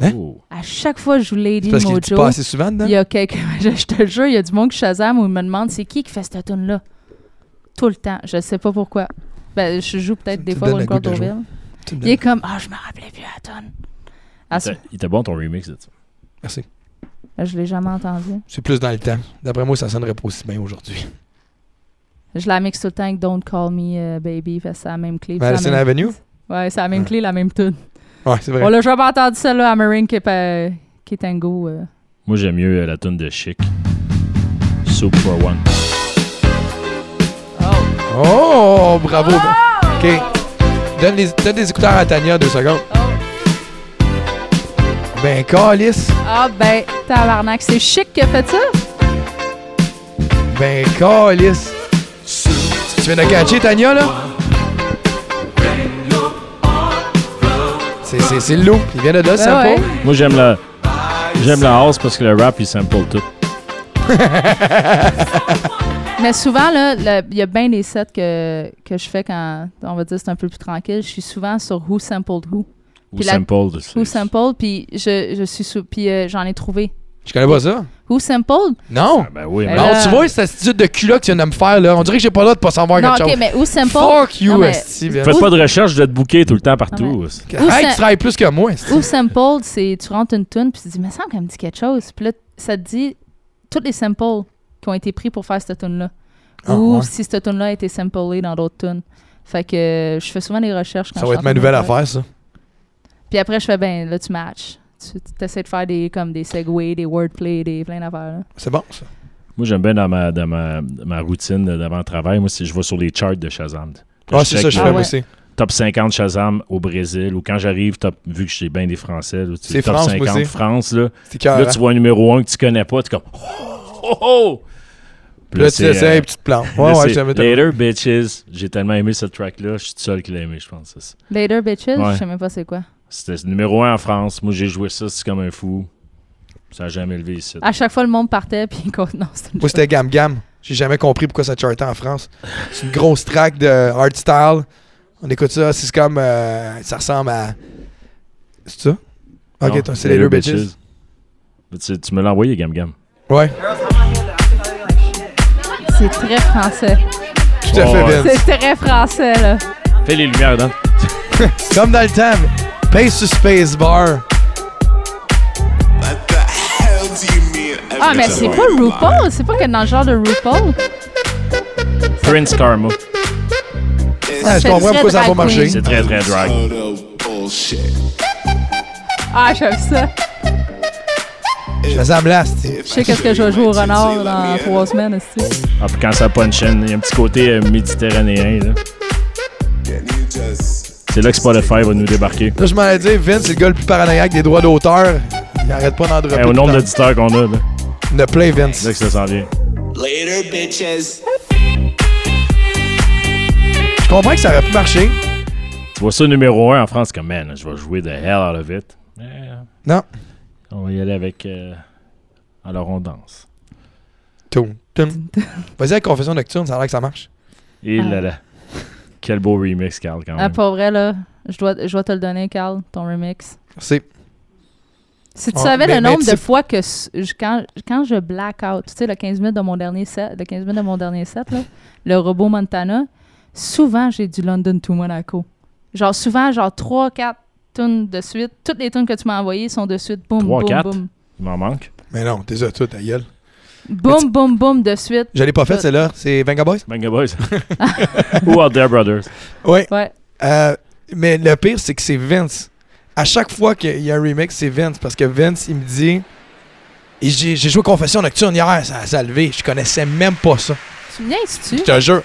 [SPEAKER 2] Hein?
[SPEAKER 1] Oh.
[SPEAKER 3] À chaque fois que je joue
[SPEAKER 2] C'est
[SPEAKER 3] Lady
[SPEAKER 2] parce qu'il dit
[SPEAKER 3] Mojo,
[SPEAKER 2] pas assez souvent dedans?
[SPEAKER 3] il y a quelqu'un, (laughs) je, je te jure, il y a du monde qui chasame ou me demande c'est qui qui fait cette tune là Tout le temps. Je sais pas pourquoi. Ben, je joue peut-être
[SPEAKER 2] Ça
[SPEAKER 3] des
[SPEAKER 2] te
[SPEAKER 3] fois
[SPEAKER 2] donne
[SPEAKER 3] One
[SPEAKER 2] le goût de
[SPEAKER 3] Quarter
[SPEAKER 2] jouer.
[SPEAKER 3] Bill.
[SPEAKER 2] Tout de
[SPEAKER 3] Il est comme, ah, je me rappelais plus la tune.
[SPEAKER 1] Il
[SPEAKER 3] À ce-
[SPEAKER 1] était- il était bon ton remix. là, tu sais.
[SPEAKER 2] Merci.
[SPEAKER 3] Je l'ai jamais entendu.
[SPEAKER 2] C'est plus dans le temps. D'après moi, ça sonnerait pas aussi bien aujourd'hui.
[SPEAKER 3] Je la mixe tout le temps avec Don't Call Me euh, Baby, parce que c'est la même clé. puis c'est
[SPEAKER 2] Madison
[SPEAKER 3] la même-
[SPEAKER 2] Avenue?
[SPEAKER 3] Ouais, c'est la même
[SPEAKER 2] Ouais.
[SPEAKER 3] clé, la même tune.
[SPEAKER 2] Ouais, c'est vrai.
[SPEAKER 3] On l'a jamais entendu celle-là à Marine qui est, pa- qui est tango. euh.
[SPEAKER 1] Moi, j'aime mieux euh, la tune de Chic. Soup for One.
[SPEAKER 2] Oh, bravo! OK. Donne, les, donne des écouteurs à Tania deux secondes.
[SPEAKER 3] Oh!
[SPEAKER 2] Ben, calice!
[SPEAKER 3] Ah ben, tabarnak, c'est chic qui a fait ça?
[SPEAKER 2] Ben, calice! Tu viens de catcher, Tania, là? C'est- C'est c'est le loup. Il vient de là,
[SPEAKER 3] Ben
[SPEAKER 2] sympa.
[SPEAKER 3] ouais.
[SPEAKER 1] Moi, j'aime la. J'aime la house parce que le rap, il sample tout.
[SPEAKER 3] Mais souvent, là, le- il y a bien des sets que, que je fais quand, on va dire, c'est un peu plus tranquille. Je suis souvent sur Who Sampled Who.
[SPEAKER 1] Ou
[SPEAKER 3] Puis la-
[SPEAKER 1] sample. c'est-
[SPEAKER 3] Who Sampled, puis je, je suis sou- puis euh, j'en ai trouvé.
[SPEAKER 2] Je connais pas ça.
[SPEAKER 3] Who Sampled?
[SPEAKER 2] Non!
[SPEAKER 1] Ah, ben oui,
[SPEAKER 3] Ben
[SPEAKER 1] mais
[SPEAKER 3] là-
[SPEAKER 2] Non, tu vois cette attitude de cul-là que tu viens de me faire, là. On dirait que j'ai pas l'air de pas savoir
[SPEAKER 3] non,
[SPEAKER 2] quelque
[SPEAKER 3] OK,
[SPEAKER 2] chose.
[SPEAKER 3] mais Who Sampled?
[SPEAKER 2] Fuck you,
[SPEAKER 3] Non, mais-
[SPEAKER 2] esti, Vin.
[SPEAKER 1] Faites pas de recherche, vous êtes booké tout le
[SPEAKER 3] Ah,
[SPEAKER 1] temps partout. c'est-
[SPEAKER 2] Hey,
[SPEAKER 3] Où ça-
[SPEAKER 2] tu travailles plus que moi. esti.
[SPEAKER 3] Who Sampled, c'est tu rentres une tune puis tu te dis, mais ça me semble qu'elle me dit quelque chose. Puis là, ça te dit tous les samples qui ont été pris pour faire cette tune là
[SPEAKER 2] Ah,
[SPEAKER 3] Ou
[SPEAKER 2] ouais.
[SPEAKER 3] si cette tune là a été samplée dans d'autres tunes. Fait que euh, je fais souvent des recherches quand
[SPEAKER 2] Ça
[SPEAKER 3] je
[SPEAKER 2] va
[SPEAKER 3] rentre
[SPEAKER 2] être ma
[SPEAKER 3] dans
[SPEAKER 2] nouvelle
[SPEAKER 3] un truc.
[SPEAKER 2] affaire, ça.
[SPEAKER 3] Puis après, je fais, ben là, tu matches. Tu essaies de faire des, comme des segways, des wordplay, des plein d'affaires. là.
[SPEAKER 2] C'est bon, ça.
[SPEAKER 1] Moi, j'aime bien dans ma, dans ma, ma routine d'avant-travail, moi, si je vais sur les charts de Shazam.
[SPEAKER 2] Ah, c'est ça, je
[SPEAKER 1] check
[SPEAKER 2] fais
[SPEAKER 3] Ah
[SPEAKER 1] le
[SPEAKER 2] moi
[SPEAKER 3] ouais.
[SPEAKER 2] aussi.
[SPEAKER 1] Top 50 Shazam au Brésil, ou quand j'arrive, top- vu que j'ai bien des Français, là, tu sais,
[SPEAKER 2] C'est
[SPEAKER 1] top
[SPEAKER 2] France, moi
[SPEAKER 1] 50
[SPEAKER 2] aussi.
[SPEAKER 1] France, là,
[SPEAKER 2] C'est cœur.
[SPEAKER 1] Là, tu vois un numéro 1 que tu connais pas, tu comme Oh, oh, oh! Puis
[SPEAKER 2] Là, tu
[SPEAKER 1] c'est, euh,
[SPEAKER 2] essaies, puis tu te plantes. Ouais,
[SPEAKER 1] là,
[SPEAKER 2] ouais,
[SPEAKER 1] c'est
[SPEAKER 2] j'aime ta-
[SPEAKER 1] Later, bitches. J'ai tellement aimé cette track-là, je suis le seul qui l'a aimé, je pense. c'est ça.
[SPEAKER 3] Later Bitches,
[SPEAKER 1] Ouais.
[SPEAKER 3] je sais même pas c'est quoi.
[SPEAKER 1] C'était le numéro 1 en France. Moi, j'ai joué ça, c'est comme un fou. Ça n'a jamais levé ici.
[SPEAKER 2] Ah,
[SPEAKER 3] À chaque fois, le monde partait, puis (laughs) con- non, c'était une
[SPEAKER 2] Moi,
[SPEAKER 3] joke.
[SPEAKER 2] c'était Gam Gam. J'ai jamais compris pourquoi ça chartait en France. C'est une grosse track de hard style. On écoute ça, c'est comme. euh, ça ressemble à. C'est ça?
[SPEAKER 1] Non,
[SPEAKER 2] Ok, toi, c'est les deux
[SPEAKER 1] Later,
[SPEAKER 2] bitches.
[SPEAKER 1] Mais Tu, tu me l'as envoyé, Gam Gam.
[SPEAKER 2] Ouais,
[SPEAKER 3] C'est très français.
[SPEAKER 2] tout à fait,
[SPEAKER 1] Oh, Ouais.
[SPEAKER 2] Vince.
[SPEAKER 1] (laughs)
[SPEAKER 3] C'est très français, là.
[SPEAKER 1] Fais les lumières dedans.
[SPEAKER 2] Comme dans le temps, Pace to Space Bar.
[SPEAKER 3] Ah, mais c'est pas RuPaul. C'est pas que dans le genre de RuPaul.
[SPEAKER 1] Prince Karma.
[SPEAKER 2] Ah, je
[SPEAKER 3] C'est
[SPEAKER 2] comprends
[SPEAKER 3] très
[SPEAKER 2] pourquoi ça a pas
[SPEAKER 3] drag
[SPEAKER 2] marché.
[SPEAKER 1] C'est très, très drag.
[SPEAKER 3] Ah, j'aime ça.
[SPEAKER 2] Shazam Last.
[SPEAKER 3] Je sais qu'est-ce que je vais jouer au renard dans trois semaines, aussi.
[SPEAKER 1] Ah, puis quand ça punch in, il y a un petit côté euh, méditerranéen. là. C'est là que Spotify va nous débarquer.
[SPEAKER 2] Là, je m'en ai dit, Vince, c'est le gars le plus paranoïaque des droits d'auteur. Il arrête pas d'en dropper.
[SPEAKER 1] Eh, au nombre
[SPEAKER 2] tout le
[SPEAKER 1] d'auditeurs qu'on a, là,
[SPEAKER 2] temps. Ne play, Vince.
[SPEAKER 1] c'est là que ça s'en vient.
[SPEAKER 7] Later, bitches.
[SPEAKER 2] Je comprends que ça aurait pu marcher.
[SPEAKER 1] Tu vois ça numéro 1 en France, comme man, je vais jouer de hell out of it. Mais, euh,
[SPEAKER 2] Non.
[SPEAKER 1] On va y aller avec. euh, alors on danse.
[SPEAKER 2] Toum, toum. Vas-y avec Confession Nocturne, ça a l'air que ça marche.
[SPEAKER 1] Et
[SPEAKER 3] Ah.
[SPEAKER 1] là là. Quel beau remix, Carl, quand
[SPEAKER 3] Ah,
[SPEAKER 1] même.
[SPEAKER 3] pour vrai, là, je dois, je dois te le donner, Carl, ton remix.
[SPEAKER 2] Merci.
[SPEAKER 3] Si tu
[SPEAKER 2] Ah,
[SPEAKER 3] savais
[SPEAKER 2] mais-
[SPEAKER 3] le
[SPEAKER 2] mais
[SPEAKER 3] nombre
[SPEAKER 2] tu-
[SPEAKER 3] de fois que s- je- quand, quand je black out, tu sais, le 15 minutes de mon dernier set, le 15 minutes de mon dernier set, là, le robot Montana, souvent j'ai du London to Monaco. Genre souvent, genre 3, 4 tunes de suite. Toutes les tunes que tu m'as envoyées sont de suite. Boum,
[SPEAKER 1] Trois,
[SPEAKER 3] boum,
[SPEAKER 1] quatre?
[SPEAKER 3] boum.
[SPEAKER 1] Il m'en manque.
[SPEAKER 2] Mais non, t'es tout, ta gueule.
[SPEAKER 3] Boum, boum, boum, de suite.
[SPEAKER 2] Je l'ai pas fait, celle-là. C'est Venga Boys?
[SPEAKER 1] Banga Boys. (laughs) Ou Out There Brothers.
[SPEAKER 2] Oui.
[SPEAKER 3] Ouais.
[SPEAKER 2] Euh, mais le pire, c'est que c'est Vince. à chaque fois qu'il y a un remake, c'est Vince. Parce que Vince, il me dit. Et J'ai j'ai joué Confession Nocturne hier, ça, ça a levé. Je connaissais même pas ça.
[SPEAKER 3] Tu me niaises-tu?
[SPEAKER 2] Je te jure.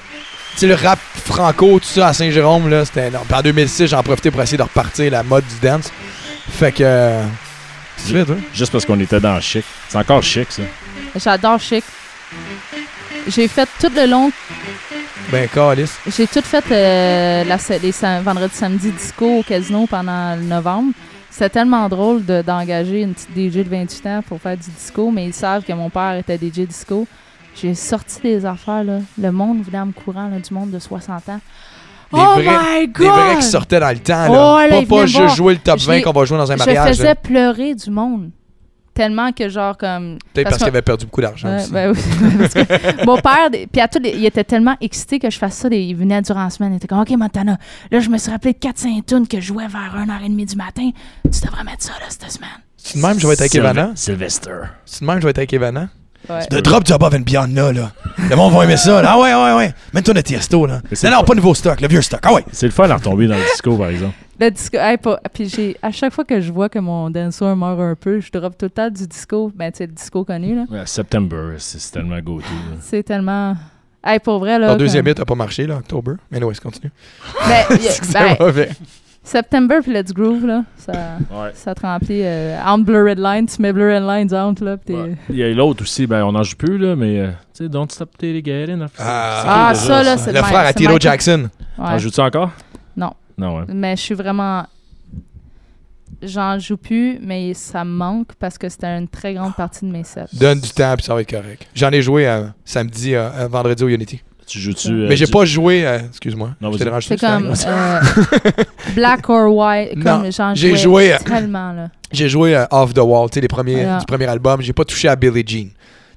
[SPEAKER 2] Tu sais, le rap franco, tout ça, à Saint-Jérôme, là, c'était énorme. Puis en 2006, j'en profitais pour essayer de repartir la mode du dance. Fait que. euh, qu'est-ce que tu fais, toi?
[SPEAKER 1] Juste parce qu'on était dans chic. C'est encore chic, ça.
[SPEAKER 3] J'adore Chic. J'ai fait tout le long,
[SPEAKER 2] Ben, calice.
[SPEAKER 3] j'ai tout fait euh, la, sa- les sam- vendredis, samedis disco au casino pendant le novembre. C'était tellement drôle de- d'engager une petite DJ de 28 ans pour faire du disco, mais ils savent que mon père était DJ disco. J'ai sorti des affaires, là. Le monde venait en me courant, là, du monde de 60 ans.
[SPEAKER 2] Des
[SPEAKER 3] oh
[SPEAKER 2] vrais-
[SPEAKER 3] my God!
[SPEAKER 2] Des vrais qui sortaient dans le temps,
[SPEAKER 3] Oh,
[SPEAKER 2] là.
[SPEAKER 3] là,
[SPEAKER 2] pas
[SPEAKER 3] ils
[SPEAKER 2] pas
[SPEAKER 3] venaient
[SPEAKER 2] juste
[SPEAKER 3] voir.
[SPEAKER 2] jouer le top
[SPEAKER 3] Je
[SPEAKER 2] 20
[SPEAKER 3] les-
[SPEAKER 2] qu'on va jouer dans un
[SPEAKER 3] Je
[SPEAKER 2] mariage.
[SPEAKER 3] faisais
[SPEAKER 2] là.
[SPEAKER 3] pleurer du monde. Tellement que, genre, comme...
[SPEAKER 2] Peut-être parce
[SPEAKER 3] parce que-
[SPEAKER 2] qu'il avait perdu beaucoup d'argent
[SPEAKER 3] Ouais,
[SPEAKER 2] aussi.
[SPEAKER 3] ben oui, (laughs) parce que mon père, des- puis à tous les- il était tellement excité que je fasse ça. des- Il venait durant la semaine. Il était comme, OK, Montana, là, je me suis rappelé de 4-5 tunes que je jouais vers 1h30 du matin. Tu devrais mettre ça, là, cette semaine.
[SPEAKER 2] C'est de même, je vais être avec
[SPEAKER 1] Sylve-
[SPEAKER 2] Evana.
[SPEAKER 1] Sylvester.
[SPEAKER 2] C'est de même, je vais être avec (laughs) Evana.
[SPEAKER 3] Ouais.
[SPEAKER 2] The drop du Above and Beyond, là, là. Le monde va aimer ça, là. Ah ouais, ouais, ouais. Mets-toi le Tiesto, là.
[SPEAKER 1] Mais c'est
[SPEAKER 2] Non, non,
[SPEAKER 1] pas-
[SPEAKER 2] pas nouveau stock, le vieux stock. Ah ouais.
[SPEAKER 1] C'est le fun à retomber dans le disco, par exemple.
[SPEAKER 3] Le disco, hey, pas- puis j'ai, à chaque fois que je vois que mon dancer meurt un peu, je drop tout le temps du disco. Ben, tu sais, le disco connu, là.
[SPEAKER 1] Ouais, September, c'est c'est tellement go-to. là.
[SPEAKER 3] C'est tellement. Hey, pour vrai, là.
[SPEAKER 2] Leur deuxième
[SPEAKER 3] comme-
[SPEAKER 2] hit a pas marché, là, October. Mais ouais,
[SPEAKER 3] (laughs)
[SPEAKER 2] continue.
[SPEAKER 3] Ben, y a- ben,
[SPEAKER 2] C'est mauvais.
[SPEAKER 3] September puis Let's Groove, là. Ça, ça te remplit. euh, entre Blue Red Line, tu mets Blue Red Lines entre, là. Puis t'es-
[SPEAKER 1] Ouais. Bah, Il y a l'autre aussi, ben on n'en joue plus, là, mais euh, tu sais, Don't Stop Till You Get hein, Enough.
[SPEAKER 3] Ah, ça, là, c'est
[SPEAKER 2] Le
[SPEAKER 3] Mike-
[SPEAKER 2] frère à
[SPEAKER 3] c'est
[SPEAKER 2] Tito
[SPEAKER 3] Mike-
[SPEAKER 2] Jackson.
[SPEAKER 3] Ouais.
[SPEAKER 1] T'en joues-tu encore?
[SPEAKER 3] Non.
[SPEAKER 1] Non, hein. ouais.
[SPEAKER 3] Mais je suis vraiment. J'en joue plus, mais ça me manque parce que c'était une très grande partie de mes sets.
[SPEAKER 2] Donne du temps, puis ça va être correct. J'en ai joué euh, samedi, euh, euh, vendredi au Unity.
[SPEAKER 1] Tu joues-tu. euh,
[SPEAKER 2] Mais j'ai
[SPEAKER 1] du-
[SPEAKER 2] pas joué. euh, Excuse-moi.
[SPEAKER 1] Non,
[SPEAKER 2] Je te
[SPEAKER 1] vas-y.
[SPEAKER 2] dérange
[SPEAKER 3] C'est
[SPEAKER 2] tout,
[SPEAKER 3] comme
[SPEAKER 2] c'est
[SPEAKER 3] euh, Black or White,
[SPEAKER 2] Non,
[SPEAKER 3] comme j'en
[SPEAKER 2] j'ai
[SPEAKER 3] jouais
[SPEAKER 2] joué, euh,
[SPEAKER 3] tellement là.
[SPEAKER 2] J'ai joué euh, Off the Wall, tu sais, les premiers
[SPEAKER 3] Ah.
[SPEAKER 2] du premier album. J'ai pas touché à Billie Jean.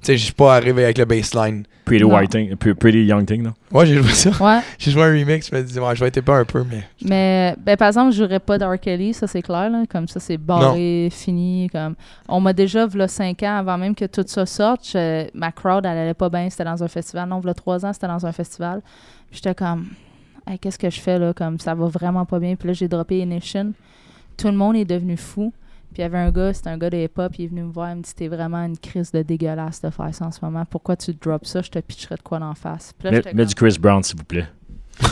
[SPEAKER 2] Tu sais, je suis pas arrivé avec le baseline.
[SPEAKER 1] Pretty,
[SPEAKER 3] Non.
[SPEAKER 1] White Thing- Pre- Pretty Young Thing, non?
[SPEAKER 2] Moi, j'ai joué (laughs) ça.
[SPEAKER 3] Ouais,
[SPEAKER 2] J'ai joué un remix, je me dis, ouais, je vais être pas un peu, mais.
[SPEAKER 3] mais ben, par exemple, je jouerais pas d'R. Kelly, ça c'est clair, là, comme ça c'est barré, fini. Comme... On m'a déjà, v'là 5 ans, avant même que tout ça sorte, je- ma crowd, elle allait pas bien, c'était dans un festival. Non, v'là 3 ans, c'était dans un festival. J'étais comme, Hey, qu'est-ce que je fais là comme ça va vraiment pas bien puis là j'ai droppé Ignition tout le monde est devenu fou puis il y avait un gars c'était un gars de hip hop il est venu me voir il me dit t'es vraiment une crise de dégueulasse de faire ça en ce moment pourquoi tu drops ça je te pitcherais de quoi d'en face puis là
[SPEAKER 1] Mets,
[SPEAKER 3] j'étais
[SPEAKER 1] mets
[SPEAKER 3] comme,
[SPEAKER 1] du Chris Brown, s'il vous
[SPEAKER 3] (laughs)
[SPEAKER 1] plaît. (laughs)
[SPEAKER 3] Ah,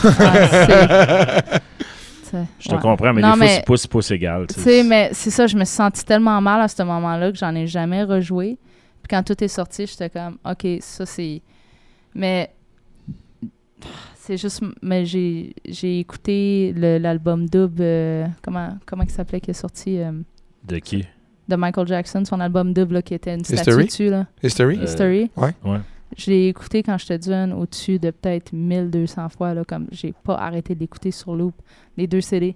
[SPEAKER 3] c'est- c'est-
[SPEAKER 1] Je te
[SPEAKER 3] ouais.
[SPEAKER 1] comprends, mais
[SPEAKER 3] Non,
[SPEAKER 1] des fois,
[SPEAKER 3] mais-
[SPEAKER 1] c'est pas si pouce égal. tu
[SPEAKER 3] Tu
[SPEAKER 1] sais.
[SPEAKER 3] sais, mais c'est ça, je me suis sentie tellement mal à ce moment-là que j'en ai jamais rejoué. Puis quand tout est sorti, j'étais comme, OK, ça c'est. Mais. C'est juste. Mais j'ai, j'ai écouté le- l'album double. euh, comment, comment il s'appelait qui est sorti euh,
[SPEAKER 1] De qui?
[SPEAKER 3] de Michael Jackson, son album double là, qui était une
[SPEAKER 2] History?
[SPEAKER 3] statue dessus, là.
[SPEAKER 2] History?
[SPEAKER 1] Euh,
[SPEAKER 3] History.
[SPEAKER 2] ouais.
[SPEAKER 1] ouais.
[SPEAKER 3] Je l'ai écouté quand j'étais jeune au-dessus de peut-être 1200 fois, là, comme j'ai pas arrêté de l'écouter sur loop, les deux CD.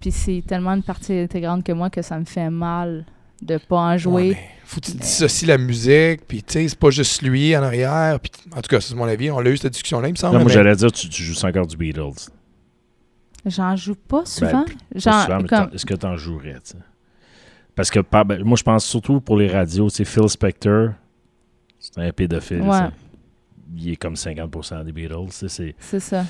[SPEAKER 3] Puis c'est tellement une partie intégrante que moi que ça me fait mal de pas en jouer.
[SPEAKER 2] Ouais, mais faut que tu dissocies la musique, puis tu sais, c'est pas juste lui en arrière, puis en tout cas, c'est mon avis, on l'a eu cette discussion-là, il me semble.
[SPEAKER 1] Non, moi,
[SPEAKER 2] mais-
[SPEAKER 1] j'allais dire, tu, tu joues encore du Beatles.
[SPEAKER 3] J'en joue pas souvent.
[SPEAKER 1] puis
[SPEAKER 3] Genre,
[SPEAKER 1] Ben, Souvent, mais
[SPEAKER 3] comme-
[SPEAKER 1] t'en- Est-ce que t'en jouerais, tu sais? Parce que par- ben, moi, je pense surtout pour les radios, tu sais, Phil Spector, c'est un pédophile.
[SPEAKER 3] Ouais.
[SPEAKER 1] ça. Il est comme 50% des Beatles. tu sais, c'est-
[SPEAKER 3] c'est ça.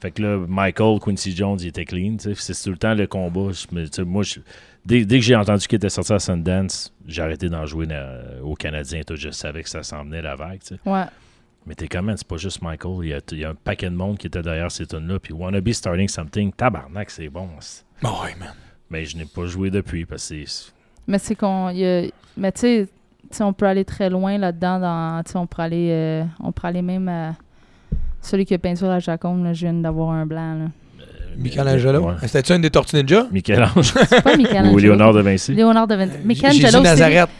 [SPEAKER 1] Fait que là, Michael, Quincy Jones, il était clean. tu sais, C'est tout le temps le combat. Je me- tu sais, moi, je- dès, dès que j'ai entendu qu'il était sorti à Sundance, j'ai arrêté d'en jouer na- aux Canadiens. tout. Je savais que ça s'en venait la vague. tu sais.
[SPEAKER 3] Ouais.
[SPEAKER 1] Mais t'es comment? C'est pas juste Michael. Il y, a, il y a un paquet de monde qui était derrière ces tunes-là. Puis Wanna Be Starting Something, tabarnak, c'est bon. c'est-
[SPEAKER 2] Bon, ouais, man.
[SPEAKER 1] Mais je n'ai pas joué depuis parce que c'est.
[SPEAKER 3] Mais c'est qu'on. il y a- Mais tu sais, tu sais, on peut aller très loin là-dedans. Dans... tu sais, On, peut aller, euh, on peut aller même à celui qui a peint sur la Jaconde. Là, je viens d'avoir un blanc. Là.
[SPEAKER 2] Michelangelo.
[SPEAKER 1] euh, Ouais.
[SPEAKER 2] Ah, (laughs) C'était-tu une des Tortues Ninja?
[SPEAKER 1] Michelangelo
[SPEAKER 3] C'est
[SPEAKER 1] (laughs)
[SPEAKER 3] pas Michelangelo.
[SPEAKER 1] ou Léonard de Vinci. Euh,
[SPEAKER 3] Léonard de Vinci.
[SPEAKER 2] Jésus
[SPEAKER 3] Michelangelo, c'est
[SPEAKER 2] Nazareth.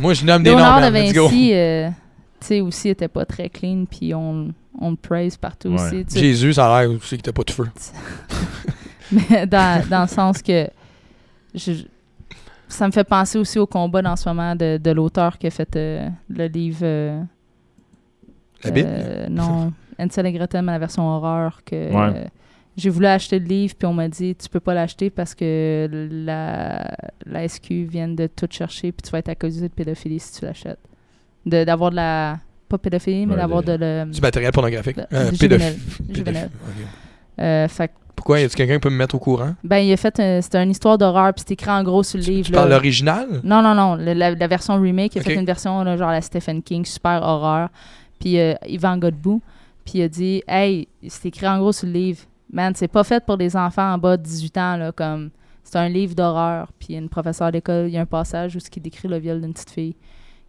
[SPEAKER 2] Moi, je nomme des noms,
[SPEAKER 3] Léonard
[SPEAKER 2] man,
[SPEAKER 3] de
[SPEAKER 2] let's go.
[SPEAKER 3] Vinci, euh, tu sais, aussi, était pas très clean, puis on, on le praise partout
[SPEAKER 1] Ouais.
[SPEAKER 3] aussi. tu sais.
[SPEAKER 2] Jésus, ça a l'air aussi qu'il t'a pas de feu.
[SPEAKER 3] Mais (laughs) dans, dans le sens que je- ça me fait penser aussi au combat en ce moment de, de l'auteur qui a fait euh, le livre. euh,
[SPEAKER 2] La Bible?
[SPEAKER 3] euh,
[SPEAKER 2] (laughs)
[SPEAKER 3] non, Ansel et Gretel, mais la version horreur. que
[SPEAKER 1] Ouais.
[SPEAKER 3] euh, J'ai voulu acheter le livre, puis on m'a dit tu peux pas l'acheter parce que la, la SQ vient de tout chercher, puis tu vas être accusé de pédophilie si tu l'achètes. De- D'avoir de la. Pas pédophilie, mais
[SPEAKER 1] Ouais,
[SPEAKER 3] d'avoir
[SPEAKER 1] de-
[SPEAKER 3] de. le-
[SPEAKER 2] Du matériel pornographique.
[SPEAKER 3] de-
[SPEAKER 2] Euh,
[SPEAKER 3] bah, du
[SPEAKER 2] pédophile.
[SPEAKER 3] juvénile. Juvénile.
[SPEAKER 2] Pédophile, ok.
[SPEAKER 3] Euh, fait que,
[SPEAKER 2] Pourquoi? Y a-tu quelqu'un qui peut me mettre au courant?
[SPEAKER 3] ben, il a fait. un- C'était une histoire d'horreur, puis c'est écrit en gros sur le livre.
[SPEAKER 2] Tu
[SPEAKER 3] là.
[SPEAKER 2] parles l'original?
[SPEAKER 3] Non, non, non. le- la, la version remake, il a
[SPEAKER 2] Ok.
[SPEAKER 3] fait une version là, genre la Stephen King, super horreur. Puis euh, Yvan Godbout. Puis il a dit Hey, c'est écrit en gros sur le livre. Man, c'est pas fait pour des enfants en bas de 18 ans. Là, comme C'est un livre d'horreur. Puis une professeure d'école, il y a un passage où ce qui décrit le viol d'une petite fille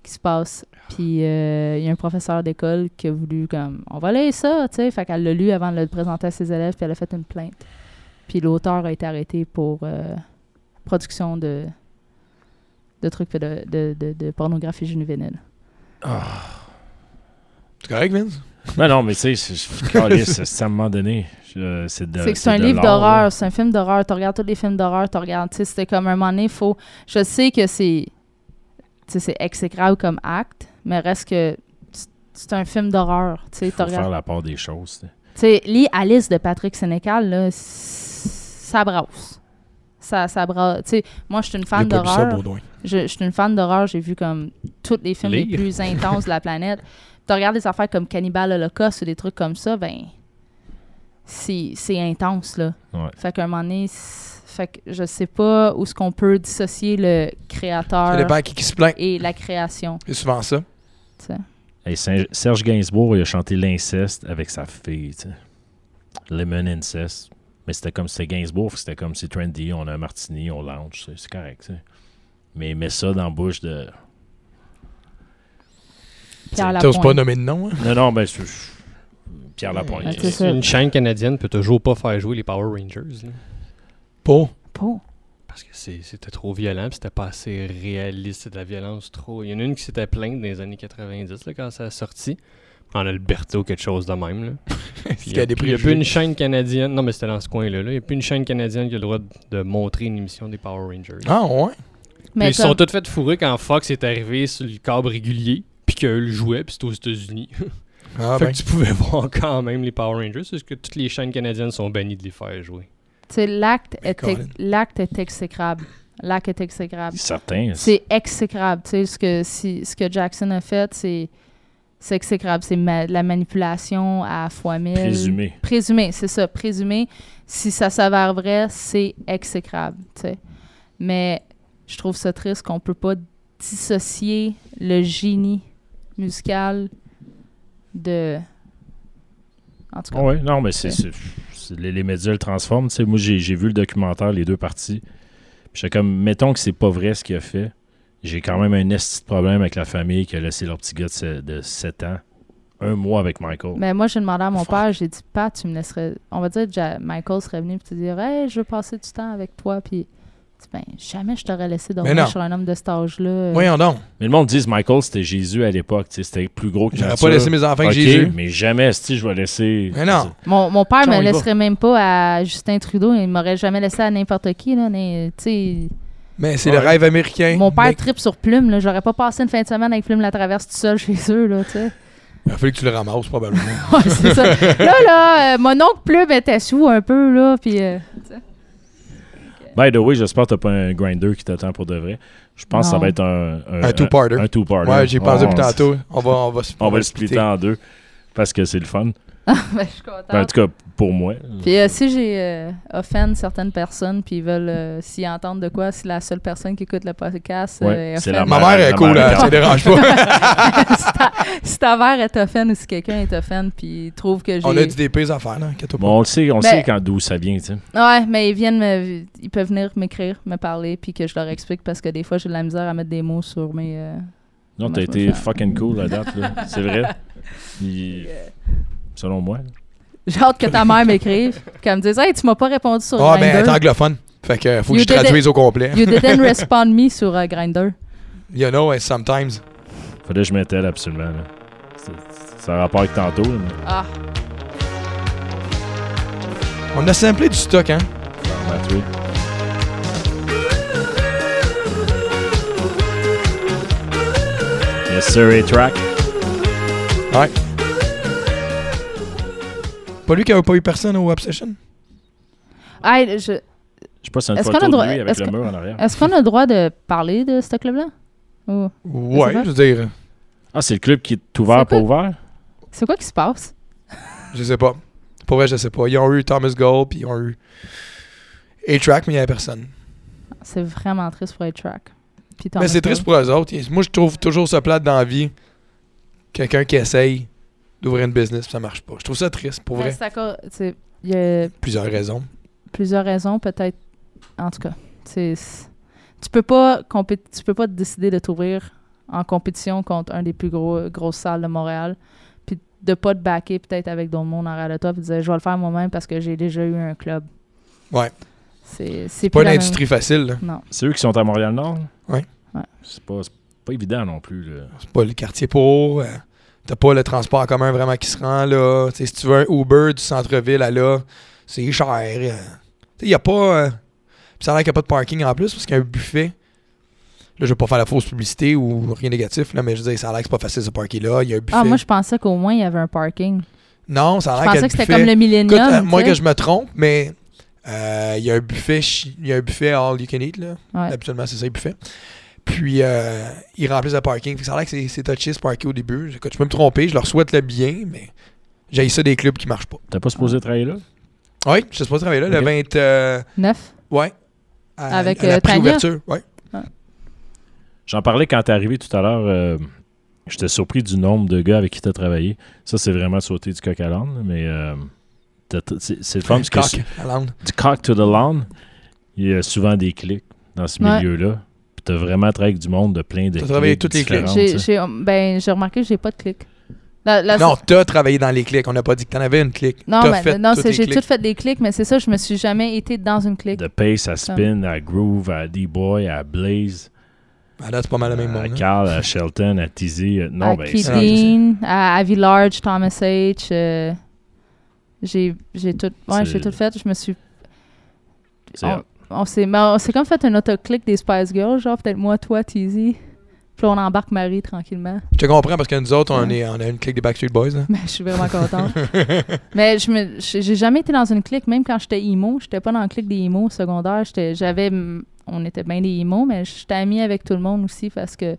[SPEAKER 3] qui se passe. Puis euh, il y a un professeur d'école qui a voulu, comme, on va lire ça, tu sais. Fait qu'elle l'a lu avant de le présenter à ses élèves, puis elle a fait une plainte. Puis l'auteur a été arrêté pour euh, production de, de trucs pédo- de, de, de pornographie juvénile.
[SPEAKER 2] C'est correct, Vince?
[SPEAKER 1] Mais Ben non, mais tu sais, c'est- c'est caliste, c'est à un moment donné. je- C'est de-
[SPEAKER 3] c'est que c'est un
[SPEAKER 1] de
[SPEAKER 3] livre
[SPEAKER 1] l'art, là.
[SPEAKER 3] d'horreur, c'est un film d'horreur. Tu regardes tous les films d'horreur, tu regardes. Tu sais, c'était comme un moment donné, faut. Je sais que c'est. Tu sais, c'est exécrable comme acte, mais reste que. c'est- C'est un film d'horreur. Tu sais, tu
[SPEAKER 1] Faut faire
[SPEAKER 3] regardes.
[SPEAKER 1] la part des choses. tu sais.
[SPEAKER 3] Tu sais, lis Alice de Patrick Sénécal, là, c- ça brasse. Ça, ça brasse. Tu sais, moi, je suis une fan
[SPEAKER 2] J'ai pas vu ça,
[SPEAKER 3] d'horreur.
[SPEAKER 2] Baudouin.
[SPEAKER 3] Je, je suis une fan d'horreur. J'ai vu comme tous les films les
[SPEAKER 6] Lire.
[SPEAKER 3] plus intenses de la planète. Tu regardes des affaires comme Cannibal Holocaust ou des trucs comme ça, ben c'est c'est intense là.
[SPEAKER 1] Ouais.
[SPEAKER 3] Fait qu'à un moment donné, c'est- fait que je sais pas où est-ce qu'on peut dissocier le
[SPEAKER 2] Ça
[SPEAKER 3] créateur
[SPEAKER 2] dépend à qui, qui se plaint.
[SPEAKER 3] et la création.
[SPEAKER 2] C'est souvent ça.
[SPEAKER 3] tu sais.
[SPEAKER 1] Hey, Saint- Serge Gainsbourg, il a chanté l'inceste avec sa fille. tu sais. Lemon incest. Mais c'était comme si c'était Gainsbourg, fait que c'était comme si trendy, on a un martini, on lounge. tu sais, C'est correct. tu sais. Mais mets ça dans la bouche de.
[SPEAKER 3] Pierre
[SPEAKER 2] T'oses pas
[SPEAKER 3] Lapointe.
[SPEAKER 2] nommer de nom, hein?
[SPEAKER 1] Non, non, ben, c'est- Pierre Lapointe.
[SPEAKER 3] Ouais, c'est ça.
[SPEAKER 6] Une chaîne canadienne peut toujours pas faire jouer les Power Rangers. là.
[SPEAKER 2] Pas.
[SPEAKER 3] Pas.
[SPEAKER 6] Parce que c'est- c'était trop violent, puis c'était pas assez réaliste, c'est de la violence trop. Il y en a une qui s'était plainte dans les années 90 là, quand ça a sorti. En Alberto, quelque chose de même. Là.
[SPEAKER 2] (laughs) Est-ce
[SPEAKER 6] Puis
[SPEAKER 2] qu'il y a des
[SPEAKER 6] puis il y a plus
[SPEAKER 2] préjugés?
[SPEAKER 6] une chaîne canadienne. Non, mais c'était dans ce coin-là. là. Il n'y a plus une chaîne canadienne qui a le droit de, de montrer une émission des Power Rangers.
[SPEAKER 2] Ah, ouais?
[SPEAKER 3] Mais
[SPEAKER 6] ils se sont
[SPEAKER 3] comme-
[SPEAKER 6] tous fait fourrer quand Fox est arrivé sur le câble régulier, puis qu'eux le jouaient, puis c'était aux États-Unis.
[SPEAKER 2] Ah,
[SPEAKER 6] (laughs) fait
[SPEAKER 2] ben.
[SPEAKER 6] que tu pouvais voir quand même les Power Rangers, parce que toutes les chaînes canadiennes sont bannies de les faire jouer.
[SPEAKER 3] tu sais, l'acte
[SPEAKER 2] Mais
[SPEAKER 3] est
[SPEAKER 2] Colin.
[SPEAKER 3] l'acte est exécrable. L'acte est exécrable.
[SPEAKER 1] Certain.
[SPEAKER 3] C'est exécrable. Tu sais, ce que, si, ce que Jackson a fait, c'est c'est exécrable. C'est ma- la manipulation à fois mille.
[SPEAKER 1] Présumé.
[SPEAKER 3] Présumé, c'est ça. Présumé. Si ça s'avère vrai, c'est exécrable. tu sais. Mais je trouve ça triste qu'on peut pas dissocier le génie musical de. En tout cas.
[SPEAKER 1] Oui, Ah non, mais c'est, c'est- c'est- les, les médias le transforment. tu sais. moi, j'ai, j'ai vu le documentaire, les deux parties. Puis J'étais comme, mettons que c'est pas vrai ce qu'il a fait. J'ai quand même un esti de problème avec la famille qui a laissé leur petit gars de, se- de 7 ans, un mois avec Michael.
[SPEAKER 3] Mais moi, j'ai demandé à mon père, j'ai dit, Pat, tu me laisserais. On va dire, Ja- Michael serait venu et te dire, hey, je veux passer du temps avec toi. Puis, tu dis, ben, jamais je t'aurais laissé
[SPEAKER 2] non.
[SPEAKER 3] dormir sur un homme de cet âge-là.
[SPEAKER 2] Voyons donc.
[SPEAKER 1] Mais le monde dit Michael, c'était Jésus à l'époque. tu sais, C'était plus gros que
[SPEAKER 2] J'aurais
[SPEAKER 1] nature.
[SPEAKER 2] pas laissé mes enfants
[SPEAKER 1] Ok,
[SPEAKER 2] avec Jésus.
[SPEAKER 1] mais jamais, si je vais laisser.
[SPEAKER 2] Mais non.
[SPEAKER 3] Mon, mon père
[SPEAKER 1] Tiens, on
[SPEAKER 3] me
[SPEAKER 1] y va.
[SPEAKER 3] laisserait même pas à Justin Trudeau. Il m'aurait jamais laissé à n'importe qui. Là, mais, tu sais,
[SPEAKER 2] Mais c'est
[SPEAKER 1] Ouais.
[SPEAKER 2] le rêve américain.
[SPEAKER 3] mon père
[SPEAKER 2] Mec,
[SPEAKER 3] tripe sur Plume. là. J'aurais pas passé une fin de semaine avec Plume la traverse tout seul chez eux. Là, tu sais. (laughs)
[SPEAKER 2] Il a fallu que tu le ramasses, probablement.
[SPEAKER 3] Ouais, c'est ça. Là, là, euh, mon oncle Plume était sous un peu. là, Puis, euh, (laughs)
[SPEAKER 1] By the way, j'espère que t'as pas un grinder qui t'attend pour de vrai. Je pense que ça
[SPEAKER 3] Non.
[SPEAKER 1] va être un.
[SPEAKER 2] Un two-parter.
[SPEAKER 1] Un two-parter.
[SPEAKER 2] ouais, j'ai pensé
[SPEAKER 1] On-
[SPEAKER 2] plus tantôt. On va, on va, se-
[SPEAKER 1] Ah, On va le splitter en deux parce que c'est le fun.
[SPEAKER 3] ben, je suis contente.
[SPEAKER 1] Ben, en tout cas, pour moi.
[SPEAKER 3] Puis euh, si j'ai euh, offend certaines personnes, puis ils veulent euh, s'y entendre de quoi, si la seule personne qui écoute le podcast euh,
[SPEAKER 1] Ouais,
[SPEAKER 3] est
[SPEAKER 1] c'est la
[SPEAKER 3] offend.
[SPEAKER 2] Ma mère est
[SPEAKER 1] Ma
[SPEAKER 2] cool,
[SPEAKER 1] mère est
[SPEAKER 3] (laughs)
[SPEAKER 2] là, ça
[SPEAKER 1] cool.
[SPEAKER 2] dérange pas.
[SPEAKER 3] si, ta, si ta mère est offend ou si quelqu'un est offend, puis il trouve que j'ai...
[SPEAKER 2] on a dit des pires affaires, hein, là. inquiète-toi pas.
[SPEAKER 1] Bon, on le sait, on le
[SPEAKER 3] Mais-
[SPEAKER 1] sait quand d'où ça vient, tu sais.
[SPEAKER 3] Ouais, mais ils viennent me... Ils peuvent venir m'écrire, me parler, puis que je leur explique, parce que des fois, j'ai de la misère à mettre des mots sur mes... euh,
[SPEAKER 1] Non,
[SPEAKER 3] Moi,
[SPEAKER 1] t'as
[SPEAKER 3] je me
[SPEAKER 1] été
[SPEAKER 3] fais-
[SPEAKER 1] fucking cool à date,
[SPEAKER 3] (laughs)
[SPEAKER 1] là. C'est vrai. Puis, selon moi. là.
[SPEAKER 3] J'ai hâte que ta mère m'écrive, qu'elle me dise « Hey, tu m'as pas répondu sur
[SPEAKER 2] Ah, mais elle est
[SPEAKER 3] Grindr.
[SPEAKER 2] anglophone. Fait que faut que
[SPEAKER 3] You
[SPEAKER 2] je
[SPEAKER 3] did it.
[SPEAKER 2] traduise au complet.
[SPEAKER 3] You didn't respond me sur euh, Grindr.
[SPEAKER 2] (laughs) You know, eh, sometimes.
[SPEAKER 1] Fallait que je m'étale absolument, là. C'est- c'est- Ça a rapport avec tantôt, là, mais-
[SPEAKER 3] Ah,
[SPEAKER 2] On a samplé du stock, hein.
[SPEAKER 1] Ben, tu vois. Yes, sir, A-Track.
[SPEAKER 2] Ouais. Pas lui qui avait pas eu personne au Obsession?
[SPEAKER 3] Hey,
[SPEAKER 1] Je
[SPEAKER 3] je...
[SPEAKER 1] sais pas si c'est une
[SPEAKER 3] Est-ce
[SPEAKER 1] photo
[SPEAKER 3] qu'on a
[SPEAKER 1] de
[SPEAKER 3] droit-
[SPEAKER 1] lui avec
[SPEAKER 3] est-ce
[SPEAKER 1] le
[SPEAKER 3] que-
[SPEAKER 1] mur en arrière.
[SPEAKER 3] Est-ce qu'on a le droit de parler de ce club-là? Ou-
[SPEAKER 2] Ouais,
[SPEAKER 3] Je sais pas.
[SPEAKER 2] je veux dire.
[SPEAKER 1] Ah, c'est le club qui est ouvert,
[SPEAKER 3] C'est
[SPEAKER 1] pas
[SPEAKER 3] quoi?
[SPEAKER 1] ouvert?
[SPEAKER 3] C'est quoi qui se passe?
[SPEAKER 2] Je sais pas. Pour vrai, je sais pas. Ils ont eu Thomas Gold, puis ils ont eu A-Track, mais il n'y avait personne.
[SPEAKER 3] C'est vraiment triste pour A-Track. Puis
[SPEAKER 2] mais
[SPEAKER 3] Thomas
[SPEAKER 2] c'est triste
[SPEAKER 3] Gold.
[SPEAKER 2] pour eux autres. Ils- Moi, je trouve toujours ça plate dans la vie. Quelqu'un qui essaye d'ouvrir une business, puis ça marche pas. Je trouve ça triste, pour
[SPEAKER 3] Mais
[SPEAKER 2] vrai.
[SPEAKER 3] c'est à cause- tu sais, Il y a
[SPEAKER 2] Plusieurs raisons.
[SPEAKER 3] plusieurs raisons, peut-être. En tout cas, c'est- c'est- tu peux pas compé- tu peux pas décider de t'ouvrir en compétition contre un des plus gros grosses salles de Montréal, puis de pas te backer peut-être avec d'autres monde en arrière de toi, puis de dire je vais le faire moi-même parce que j'ai déjà eu un club.
[SPEAKER 2] Ouais.
[SPEAKER 3] C'est c'est
[SPEAKER 2] Pas
[SPEAKER 3] plus
[SPEAKER 2] une
[SPEAKER 3] la même-
[SPEAKER 2] industrie facile, là.
[SPEAKER 3] Non.
[SPEAKER 1] C'est eux qui sont à Montréal-Nord?
[SPEAKER 2] Oui.
[SPEAKER 3] Ouais.
[SPEAKER 1] C'est pas, c'est pas évident non plus. là.
[SPEAKER 2] C'est pas le quartier pour. euh, T'as pas le transport en commun vraiment qui se rend là. Tu sais, si tu veux un Uber du centre-ville à là, c'est cher. euh. Tu sais, y a pas. euh, Puis ça a l'air qu'il n'y a pas de parking en plus parce qu'il y a un buffet. Là, je veux pas faire la fausse publicité ou rien de négatif, là, mais je veux dire, ça a l'air que c'est pas facile ce parking là. Il y a un buffet.
[SPEAKER 3] Ah, moi je pensais qu'au moins il y avait un parking.
[SPEAKER 2] Non, ça a
[SPEAKER 3] Je
[SPEAKER 2] l'air qu'il y a
[SPEAKER 3] pensais
[SPEAKER 2] le
[SPEAKER 3] que c'était
[SPEAKER 2] buffet.
[SPEAKER 3] comme le
[SPEAKER 2] Écoute,
[SPEAKER 3] millénium.
[SPEAKER 2] euh,
[SPEAKER 3] tu
[SPEAKER 2] moi
[SPEAKER 3] sais.
[SPEAKER 2] que je me trompe, mais euh, il y a un buffet, chi- il y a un buffet all you can eat là.
[SPEAKER 3] Ouais.
[SPEAKER 2] Habituellement, c'est ça, les buffets. Puis, euh, ils remplissent le parking. Fait que ça a l'air que c'est- c'est touché, ce parking au début. Écoute, je peux me tromper, je leur souhaite le bien, mais j'ai ça des clubs qui marchent pas.
[SPEAKER 1] T'as pas supposé travailler là?
[SPEAKER 2] Oui, je sais pas travailler là,
[SPEAKER 1] Ok.
[SPEAKER 2] le 20. euh,
[SPEAKER 3] Neuf.
[SPEAKER 2] ouais. à-
[SPEAKER 3] Avec,
[SPEAKER 2] à la
[SPEAKER 3] euh, Tania.
[SPEAKER 2] préouverture, ouais.
[SPEAKER 1] J'en parlais quand t'es arrivé tout à l'heure. euh, J'étais surpris du nombre de gars avec qui t'as travaillé. Ça, c'est vraiment sauter du coq à l'âne, mais euh, t'as- t'as- c'est c'est le fun parce que
[SPEAKER 2] Coq, à l'âne.
[SPEAKER 1] du cock to the lawn, il y a souvent des clics dans ce
[SPEAKER 3] Ouais.
[SPEAKER 1] milieu-là. Puis t'as vraiment travaillé avec du monde de plein de
[SPEAKER 2] T'as travaillé
[SPEAKER 1] clics
[SPEAKER 2] toutes les clics.
[SPEAKER 1] différentes,
[SPEAKER 3] J'ai
[SPEAKER 1] ça.
[SPEAKER 3] j'ai- ben, j'ai remarqué que j'ai pas de clic. La- la-
[SPEAKER 2] Non, t'as travaillé dans les clics. On n'a pas dit que t'en avais une clique.
[SPEAKER 3] Non,
[SPEAKER 2] T'as
[SPEAKER 3] mais-
[SPEAKER 2] fait
[SPEAKER 3] non,
[SPEAKER 2] toutes
[SPEAKER 3] c'est-
[SPEAKER 2] les
[SPEAKER 3] j'ai
[SPEAKER 2] cliques.
[SPEAKER 3] tout fait des clics, mais c'est ça, je me suis jamais été dans une clique.
[SPEAKER 1] De Pace à Spin, à Groove, à D-Boy, à Blaze,
[SPEAKER 2] Ah, là, c'est pas mal le même
[SPEAKER 1] à
[SPEAKER 2] monde. hein.
[SPEAKER 1] Carl, à Shelton, à Tizzy. euh, Non,
[SPEAKER 3] à
[SPEAKER 1] ben,
[SPEAKER 3] Keith
[SPEAKER 1] c'est-
[SPEAKER 2] ça, je
[SPEAKER 3] Dean, à Avi Large, Thomas H. euh, j'ai j'ai tout, ouais,
[SPEAKER 1] C'est-
[SPEAKER 3] j'ai tout fait. Je me suis.
[SPEAKER 1] c'est-
[SPEAKER 3] On, on s'est mais on s'est comme fait un autoclic des Spice Girls, genre peut-être moi, toi, Teasy. Puis on embarque Marie tranquillement.
[SPEAKER 2] Je te comprends parce que nous autres, on, est, on a une clique des Backstreet Boys. hein.
[SPEAKER 3] (laughs) Mais je suis vraiment contente. mais je me, j'ai j'ai jamais été dans une clique, même quand j'étais emo. J'étais pas dans la clique des emo au secondaire. J'étais, j'avais, mm, on était bien des emo, mais j'étais amie avec tout le monde aussi parce que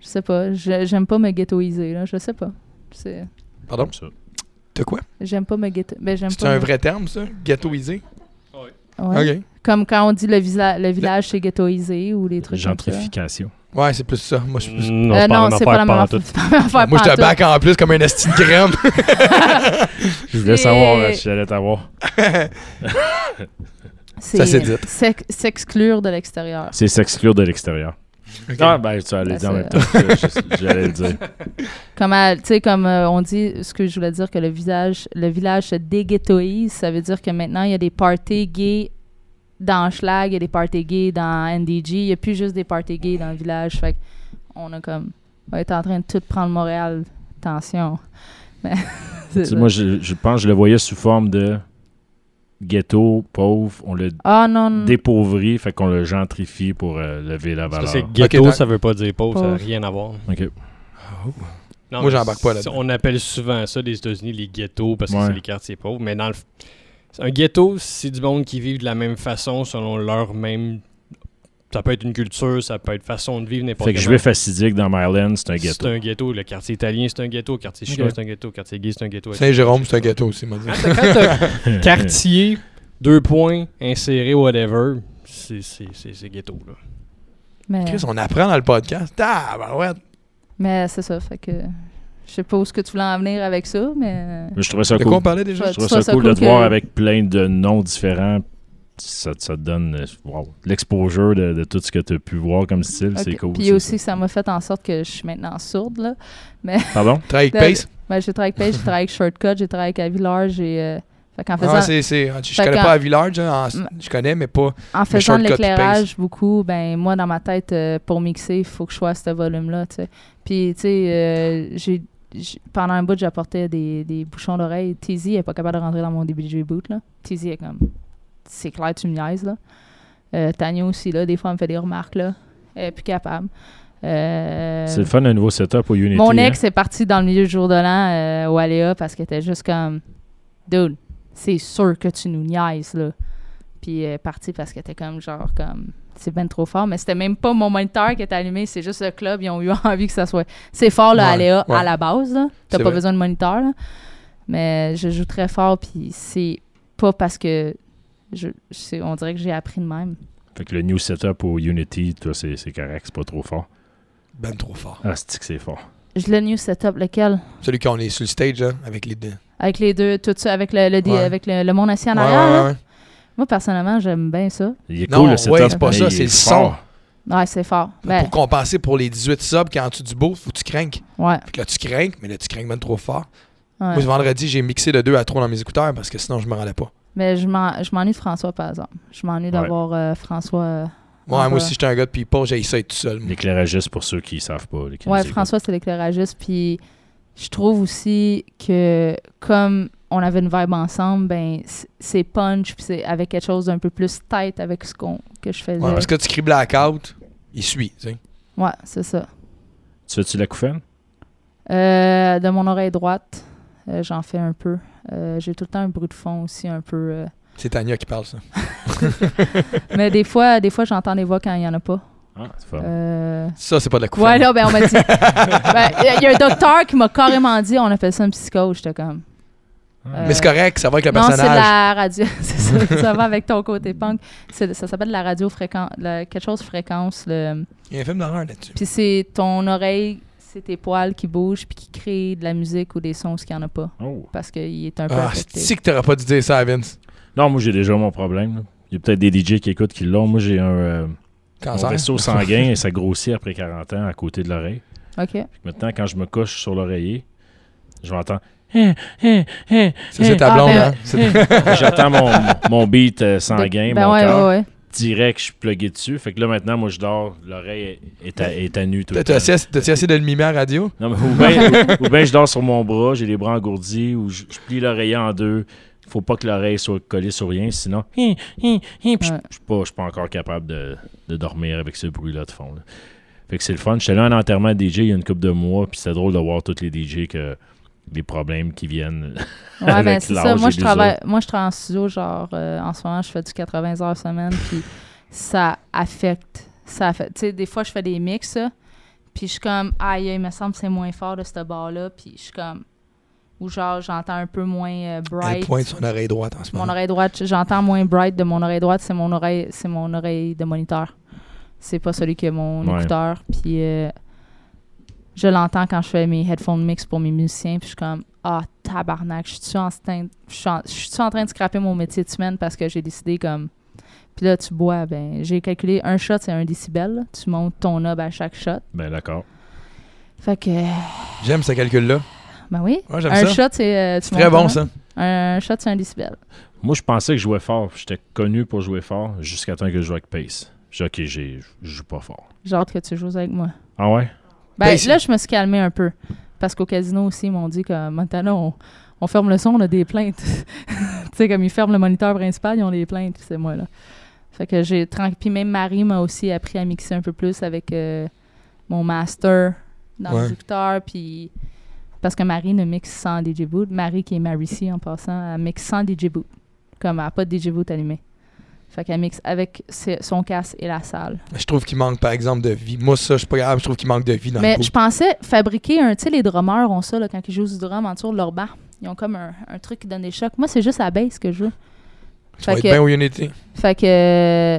[SPEAKER 3] je sais pas, je- j'aime pas me ghettoiser là. Je sais pas. C'est-
[SPEAKER 2] Pardon?
[SPEAKER 1] ça.
[SPEAKER 2] T'as quoi?
[SPEAKER 3] J'aime pas me ghetto. Ben, j'aime
[SPEAKER 2] C'est
[SPEAKER 3] pas
[SPEAKER 2] un
[SPEAKER 3] me-
[SPEAKER 2] vrai terme, ça? Ghettoisé?
[SPEAKER 3] Ouais.
[SPEAKER 2] OK.
[SPEAKER 3] Comme quand on dit le, visa- le village c'est ghettoisé ou les trucs comme ça.
[SPEAKER 1] Gentrification.
[SPEAKER 2] Ouais, c'est plus ça. Moi, je suis plus
[SPEAKER 6] Mm, Non,
[SPEAKER 3] Euh,
[SPEAKER 6] c'est
[SPEAKER 3] non,
[SPEAKER 6] pas
[SPEAKER 3] c'est pas la même affaire.
[SPEAKER 6] tout.
[SPEAKER 3] c'est pas la même affaire
[SPEAKER 2] Moi, je te
[SPEAKER 3] pantoute.
[SPEAKER 2] back en plus comme un esti de graine.
[SPEAKER 1] Je voulais
[SPEAKER 3] C'est-
[SPEAKER 1] savoir euh, si j'allais t'avoir.
[SPEAKER 2] Ça, c'est dit.
[SPEAKER 3] s'ex- S'exclure de l'extérieur.
[SPEAKER 1] C'est s'exclure de l'extérieur. Ah, ben, tu allais
[SPEAKER 3] Ben,
[SPEAKER 1] le dire en même
[SPEAKER 3] c'est-
[SPEAKER 1] temps. Je- J'allais le (laughs) dire.
[SPEAKER 3] Comme, à- tu sais, comme euh, on dit, ce que je voulais dire, que le, visage, le village se déghettoise, ça veut dire que maintenant, il y a des parties gays dans Schlag, il y a des parties gays dans NDG, il n'y a plus juste des parties gays dans le village. Fait que on a comme... On est en train de tout prendre Montréal. Attention. (laughs) Mais, c'est
[SPEAKER 1] Tu sais,
[SPEAKER 3] ça.
[SPEAKER 1] moi, je, je pense que je le voyais sous forme de ghetto, pauvre. On le
[SPEAKER 3] Ah non,
[SPEAKER 1] Hmm.
[SPEAKER 3] non.
[SPEAKER 1] dépauvrit, fait qu'on le gentrifie pour euh, lever la valeur.
[SPEAKER 6] Parce que ghetto,
[SPEAKER 2] Ok, donc-
[SPEAKER 6] ça veut pas dire pauvre, ça n'a
[SPEAKER 3] Pauvre.
[SPEAKER 6] rien à voir.
[SPEAKER 1] Ok.
[SPEAKER 6] Non,
[SPEAKER 2] Moi,
[SPEAKER 6] mais
[SPEAKER 2] j'embarque pas là-dedans.
[SPEAKER 6] c'est- On appelle souvent ça des États-Unis les ghettos parce que
[SPEAKER 1] Ouais.
[SPEAKER 6] c'est les quartiers pauvres. Mais dans le. f- c'est Un ghetto, c'est du monde qui vit de la même façon selon leur même. Ça peut être une culture, ça peut être façon de vivre, n'importe
[SPEAKER 1] Fait que je vais facidique dans Maryland, c'est un
[SPEAKER 6] C'est
[SPEAKER 1] ghetto.
[SPEAKER 6] un ghetto. Le quartier italien, c'est un ghetto. Le quartier chinois,
[SPEAKER 1] Ok.
[SPEAKER 6] c'est un ghetto. Le quartier gay, c'est un ghetto.
[SPEAKER 2] Saint-Jérôme, c'est un ghetto aussi, moi.
[SPEAKER 6] Quand t'as- quand
[SPEAKER 1] (laughs)
[SPEAKER 6] t'as quartier, deux points, inséré, whatever, c'est c'est- c'est- c'est ghetto. Là.
[SPEAKER 3] Mais,
[SPEAKER 2] Chris, on apprend dans le podcast. Ah, ben ouais.
[SPEAKER 3] mais c'est ça, fait que... Je sais pas où ce que tu voulais en venir avec ça, mais...
[SPEAKER 1] Mais Je trouvais ça
[SPEAKER 2] De
[SPEAKER 1] cool.
[SPEAKER 2] quoi on parlait déjà?
[SPEAKER 3] Ouais.
[SPEAKER 1] Je trouvais
[SPEAKER 3] Tu vois
[SPEAKER 1] ça,
[SPEAKER 3] ça
[SPEAKER 1] cool
[SPEAKER 3] cool
[SPEAKER 1] de te voir
[SPEAKER 3] que-
[SPEAKER 1] avec plein de noms différents. Ça, ça te donne euh, wow, l'exposure de, de tout ce que tu as pu voir comme style. C'est
[SPEAKER 3] Ok.
[SPEAKER 1] cool.
[SPEAKER 3] Puis
[SPEAKER 1] c'est
[SPEAKER 3] aussi, ça m'a fait en sorte que je suis maintenant sourde, là.
[SPEAKER 1] ça. Pardon?
[SPEAKER 2] Travail
[SPEAKER 3] Le-
[SPEAKER 2] avec Pace?
[SPEAKER 3] Ben, j'ai travaillé avec Paige, j'ai travaillé avec Shortcut, j'ai travaillé avec Avilar, j'ai. euh, fait qu'en faisant,
[SPEAKER 2] Ah, c'est, c'est, je
[SPEAKER 3] Fait
[SPEAKER 2] connais
[SPEAKER 3] qu'en-
[SPEAKER 2] pas à Village. hein, en-
[SPEAKER 3] Mm.
[SPEAKER 2] Je connais, mais pas.
[SPEAKER 3] en faisant de
[SPEAKER 2] Shortcut puis
[SPEAKER 3] l'éclairage beaucoup, ben moi dans ma tête euh, pour mixer, il faut que je sois à ce volume-là, tu sais. Puis tu sais, euh, j'ai j'ai- pendant un bout, j'apportais des, des bouchons d'oreille. Tizzy est pas capable de rentrer dans mon DBJ boot là. Tizzy est comme, c'est clair, tu me niaises là. Euh, Tania aussi là, des fois elle me fait des remarques là, elle est plus capable. Euh,
[SPEAKER 1] C'est le fun, un nouveau setup au Unity.
[SPEAKER 3] Mon
[SPEAKER 1] hein?
[SPEAKER 3] ex est parti dans le milieu du jour de l'an euh, au Aléa parce qu'elle était juste comme Dude, c'est sûr que tu nous niaises là. Puis elle est partie parce qu'elle était comme genre comme c'est ben trop fort, mais c'était même pas mon moniteur qui était allumé, c'est juste le (laughs) club, ils ont eu envie que ça soit. C'est fort le
[SPEAKER 2] Ouais,
[SPEAKER 3] Aléa
[SPEAKER 2] ouais.
[SPEAKER 3] à la base, là. T'as
[SPEAKER 2] C'est
[SPEAKER 3] pas
[SPEAKER 2] vrai.
[SPEAKER 3] besoin de moniteur, là. Mais je joue très fort, puis c'est pas parce que. Je, c'est- on dirait que j'ai appris de même.
[SPEAKER 1] Fait que le new setup au Unity, toi, c'est c'est correct, c'est pas trop fort.
[SPEAKER 2] Ben trop fort.
[SPEAKER 1] Ah, c'est que c'est fort.
[SPEAKER 3] Je le new setup, lequel
[SPEAKER 2] Celui qu'on est sur le stage, là, avec les deux.
[SPEAKER 3] Avec les deux, tout ça, avec le, le, dé-
[SPEAKER 2] Ouais.
[SPEAKER 3] avec le, le monde assis en
[SPEAKER 2] Ouais,
[SPEAKER 3] arrière. hein?
[SPEAKER 2] ouais,
[SPEAKER 3] là.
[SPEAKER 2] ouais.
[SPEAKER 3] Moi, personnellement, j'aime bien ça.
[SPEAKER 1] Il est
[SPEAKER 2] Non,
[SPEAKER 1] cool le setup.
[SPEAKER 2] ouais, c'est pas
[SPEAKER 1] mais
[SPEAKER 2] ça,
[SPEAKER 1] il
[SPEAKER 2] c'est
[SPEAKER 1] est
[SPEAKER 2] le
[SPEAKER 1] fort.
[SPEAKER 3] Ouais, c'est fort. Ben,
[SPEAKER 2] Pour compenser pour les 18 subs qui est en dessous du beau, faut que tu craignes.
[SPEAKER 3] ouais.
[SPEAKER 2] Fait que là, tu craignes, mais là, tu craignes même trop fort.
[SPEAKER 3] ouais.
[SPEAKER 2] Moi, ce vendredi, j'ai mixé de 2 à 3 dans mes écouteurs parce que sinon, je me rendais pas.
[SPEAKER 3] Mais je m'en- je m'ennuie de François, par exemple. Je m'ennuie d'avoir euh, François. euh,
[SPEAKER 2] Ouais,
[SPEAKER 3] Ah,
[SPEAKER 2] moi
[SPEAKER 3] ouais.
[SPEAKER 2] aussi, j'étais un gars de people, j'ai ça être tout seul. moi.
[SPEAKER 1] L'éclairagiste, pour ceux qui savent pas. là, qui
[SPEAKER 3] Ouais,
[SPEAKER 1] nous écoutent.
[SPEAKER 3] François, c'est l'éclairagiste. Puis je trouve aussi que comme on avait une vibe ensemble, ben c- c'est punch, puis c'est avec quelque chose d'un peu plus tête avec ce qu'on que je faisais.
[SPEAKER 2] Ouais, parce que tu cries blackout, il suit. tu sais.
[SPEAKER 3] Ouais, c'est ça.
[SPEAKER 1] Tu fais-tu la couffaine?
[SPEAKER 3] Euh, de mon oreille droite, euh, j'en fais un peu. Euh, J'ai tout le temps un bruit de fond aussi un peu. euh.
[SPEAKER 2] C'est Tania qui parle, ça.
[SPEAKER 3] Mais des fois, des fois j'entends des voix quand il y en a pas.
[SPEAKER 1] Ah, c'est fort.
[SPEAKER 3] Euh,
[SPEAKER 2] Ça, c'est pas de la coupe.
[SPEAKER 3] Ouais, là, ben, on m'a
[SPEAKER 1] (laughs)
[SPEAKER 3] dit. Ben, Il y a un docteur qui m'a carrément dit on appelle ça un psycho. J'étais comme.
[SPEAKER 1] Ah.
[SPEAKER 3] euh,
[SPEAKER 2] Mais c'est correct, ça va avec le
[SPEAKER 3] non, c'est de
[SPEAKER 2] personnage.
[SPEAKER 3] la radio. (laughs) c'est ça, ça va avec ton côté punk. C'est- Ça s'appelle de la radio fréquence. Quelque chose fréquence. le-
[SPEAKER 2] Il y a un film d'horreur là-dessus.
[SPEAKER 3] Puis c'est ton oreille, c'est tes poils qui bougent puis qui créent de la musique ou des sons, ce qu'il n'y en a pas.
[SPEAKER 1] Oh.
[SPEAKER 3] Parce qu'il est un peu
[SPEAKER 2] Ah,
[SPEAKER 3] affecté.
[SPEAKER 2] c'est que t'aurais pas dû dire ça à Vince.
[SPEAKER 1] Non, moi, j'ai déjà mon problème. là. Il y a peut-être des DJ qui écoutent qui l'ont. Moi, j'ai un euh, mon
[SPEAKER 2] Cancer.
[SPEAKER 1] vaisseau
[SPEAKER 2] (laughs)
[SPEAKER 1] sanguin et ça grossit après 40 ans à côté de l'oreille.
[SPEAKER 3] OK.
[SPEAKER 1] Puis Maintenant, quand je me couche sur l'oreiller, je m'entends. Hein, hein,
[SPEAKER 2] (laughs)
[SPEAKER 1] hein.
[SPEAKER 2] Ça, c'est ta
[SPEAKER 3] Ah,
[SPEAKER 2] blonde,
[SPEAKER 3] ben-
[SPEAKER 2] hein? C'est- (laughs)
[SPEAKER 1] J'attends mon, mon beat euh, sanguin,
[SPEAKER 3] ben
[SPEAKER 1] mon
[SPEAKER 3] ouais,
[SPEAKER 1] cœur.
[SPEAKER 3] ouais, ouais.
[SPEAKER 1] Direct, je suis plugué dessus. Fait que là, maintenant, moi, je dors. L'oreille est à, est à nu tout le
[SPEAKER 2] T'as-
[SPEAKER 1] temps.
[SPEAKER 2] T'as essayé t'as essayé de le mimer à la radio?
[SPEAKER 1] Non, mais ou bien ou, bien je dors sur mon bras, j'ai les bras engourdis, ou je, je plie l'oreiller en deux. Faut pas que l'oreille soit collée sur rien, sinon. hi, hi, hi, puis je
[SPEAKER 3] Ouais.
[SPEAKER 1] je suis pas, je suis pas encore capable de, de dormir avec ce bruit-là de fond. là. Fait que c'est le fun. J'étais là à un enterrement de DJ il y a une couple de mois, puis c'était drôle de voir tous les DJ que les problèmes qui viennent. (laughs)
[SPEAKER 3] Ouais,
[SPEAKER 1] Avec
[SPEAKER 3] ben c'est ça.
[SPEAKER 1] l'âge
[SPEAKER 3] Moi
[SPEAKER 1] et
[SPEAKER 3] je,
[SPEAKER 1] les
[SPEAKER 3] travaille, moi, je travaille en studio, genre, euh, en ce moment, je fais du 80 heures semaine, puis ça affecte. Ça affecte. Tu sais, des fois, je fais des mix, là, puis je suis comme, aïe, il me semble que c'est moins fort de ce bar-là, puis je suis comme, ou genre, j'entends un peu moins euh,
[SPEAKER 2] Elle
[SPEAKER 3] bright.
[SPEAKER 2] pointe son oreille droite en ce
[SPEAKER 3] Mon
[SPEAKER 2] moment.
[SPEAKER 3] oreille droite, j'entends moins bright de mon oreille droite, c'est mon oreille, c'est mon oreille de moniteur. C'est pas celui que mon
[SPEAKER 1] Ouais.
[SPEAKER 3] écouteur, puis euh, je l'entends quand je fais mes headphones mix pour mes musiciens, puis je suis comme ah tabarnak, je suis en train je suis en- je suis en train de scraper mon métier de semaine parce que j'ai décidé comme puis là tu bois ben j'ai calculé un shot c'est un décibel, là. tu montes ton knob à chaque shot.
[SPEAKER 1] ben d'accord.
[SPEAKER 3] Fait que
[SPEAKER 2] J'aime ce calcul-là.
[SPEAKER 3] ben oui,
[SPEAKER 2] Ouais, j'aime ça.
[SPEAKER 3] un shot c'est euh, tu
[SPEAKER 2] C'est très
[SPEAKER 3] montes ton
[SPEAKER 2] bon,
[SPEAKER 3] knob.
[SPEAKER 2] ça.
[SPEAKER 3] Un shot c'est un décibel.
[SPEAKER 1] Moi, je pensais que je jouais fort. J'étais connu pour jouer fort jusqu'à temps que je joue avec Pace. J'ai dit, OK, j'ai- je joue pas fort.
[SPEAKER 3] J'ai hâte que tu joues avec moi.
[SPEAKER 1] Ah ouais?
[SPEAKER 3] Ben,
[SPEAKER 2] Ben, c'est-
[SPEAKER 3] là, je me suis calmée un peu. Parce qu'au casino aussi, ils m'ont dit que maintenant, on, on ferme le son, on a des plaintes. (laughs) tu sais, comme ils ferment le moniteur principal, ils ont des plaintes, puis c'est moi, là. Fait que j'ai tranquille. Puis même Marie m'a aussi appris à mixer un peu plus avec euh, mon master dans
[SPEAKER 2] Ouais.
[SPEAKER 3] les écouteurs, puis. Parce que Marie ne mixe sans DJ Boot. Marie, qui est Marie C en passant, elle mixe sans DJ Boot. Comme elle n'a pas de DJ Boot allumé. Fait qu'elle mixe avec ses- son casque et la salle.
[SPEAKER 2] Je trouve qu'il manque, par exemple, de vie. Moi, ça, je suis pas grave, je trouve qu'il manque de vie dans
[SPEAKER 3] Mais
[SPEAKER 2] le
[SPEAKER 3] je pensais fabriquer un. Tu sais, les drummers ont ça là, quand ils jouent du drum en dessous de leur banc. Ils ont comme un, un truc qui donne des chocs. Moi, c'est juste la bass que je veux.
[SPEAKER 2] Tu vas
[SPEAKER 3] fait
[SPEAKER 2] être
[SPEAKER 3] que-
[SPEAKER 2] bien où Unity.
[SPEAKER 3] Fait que euh,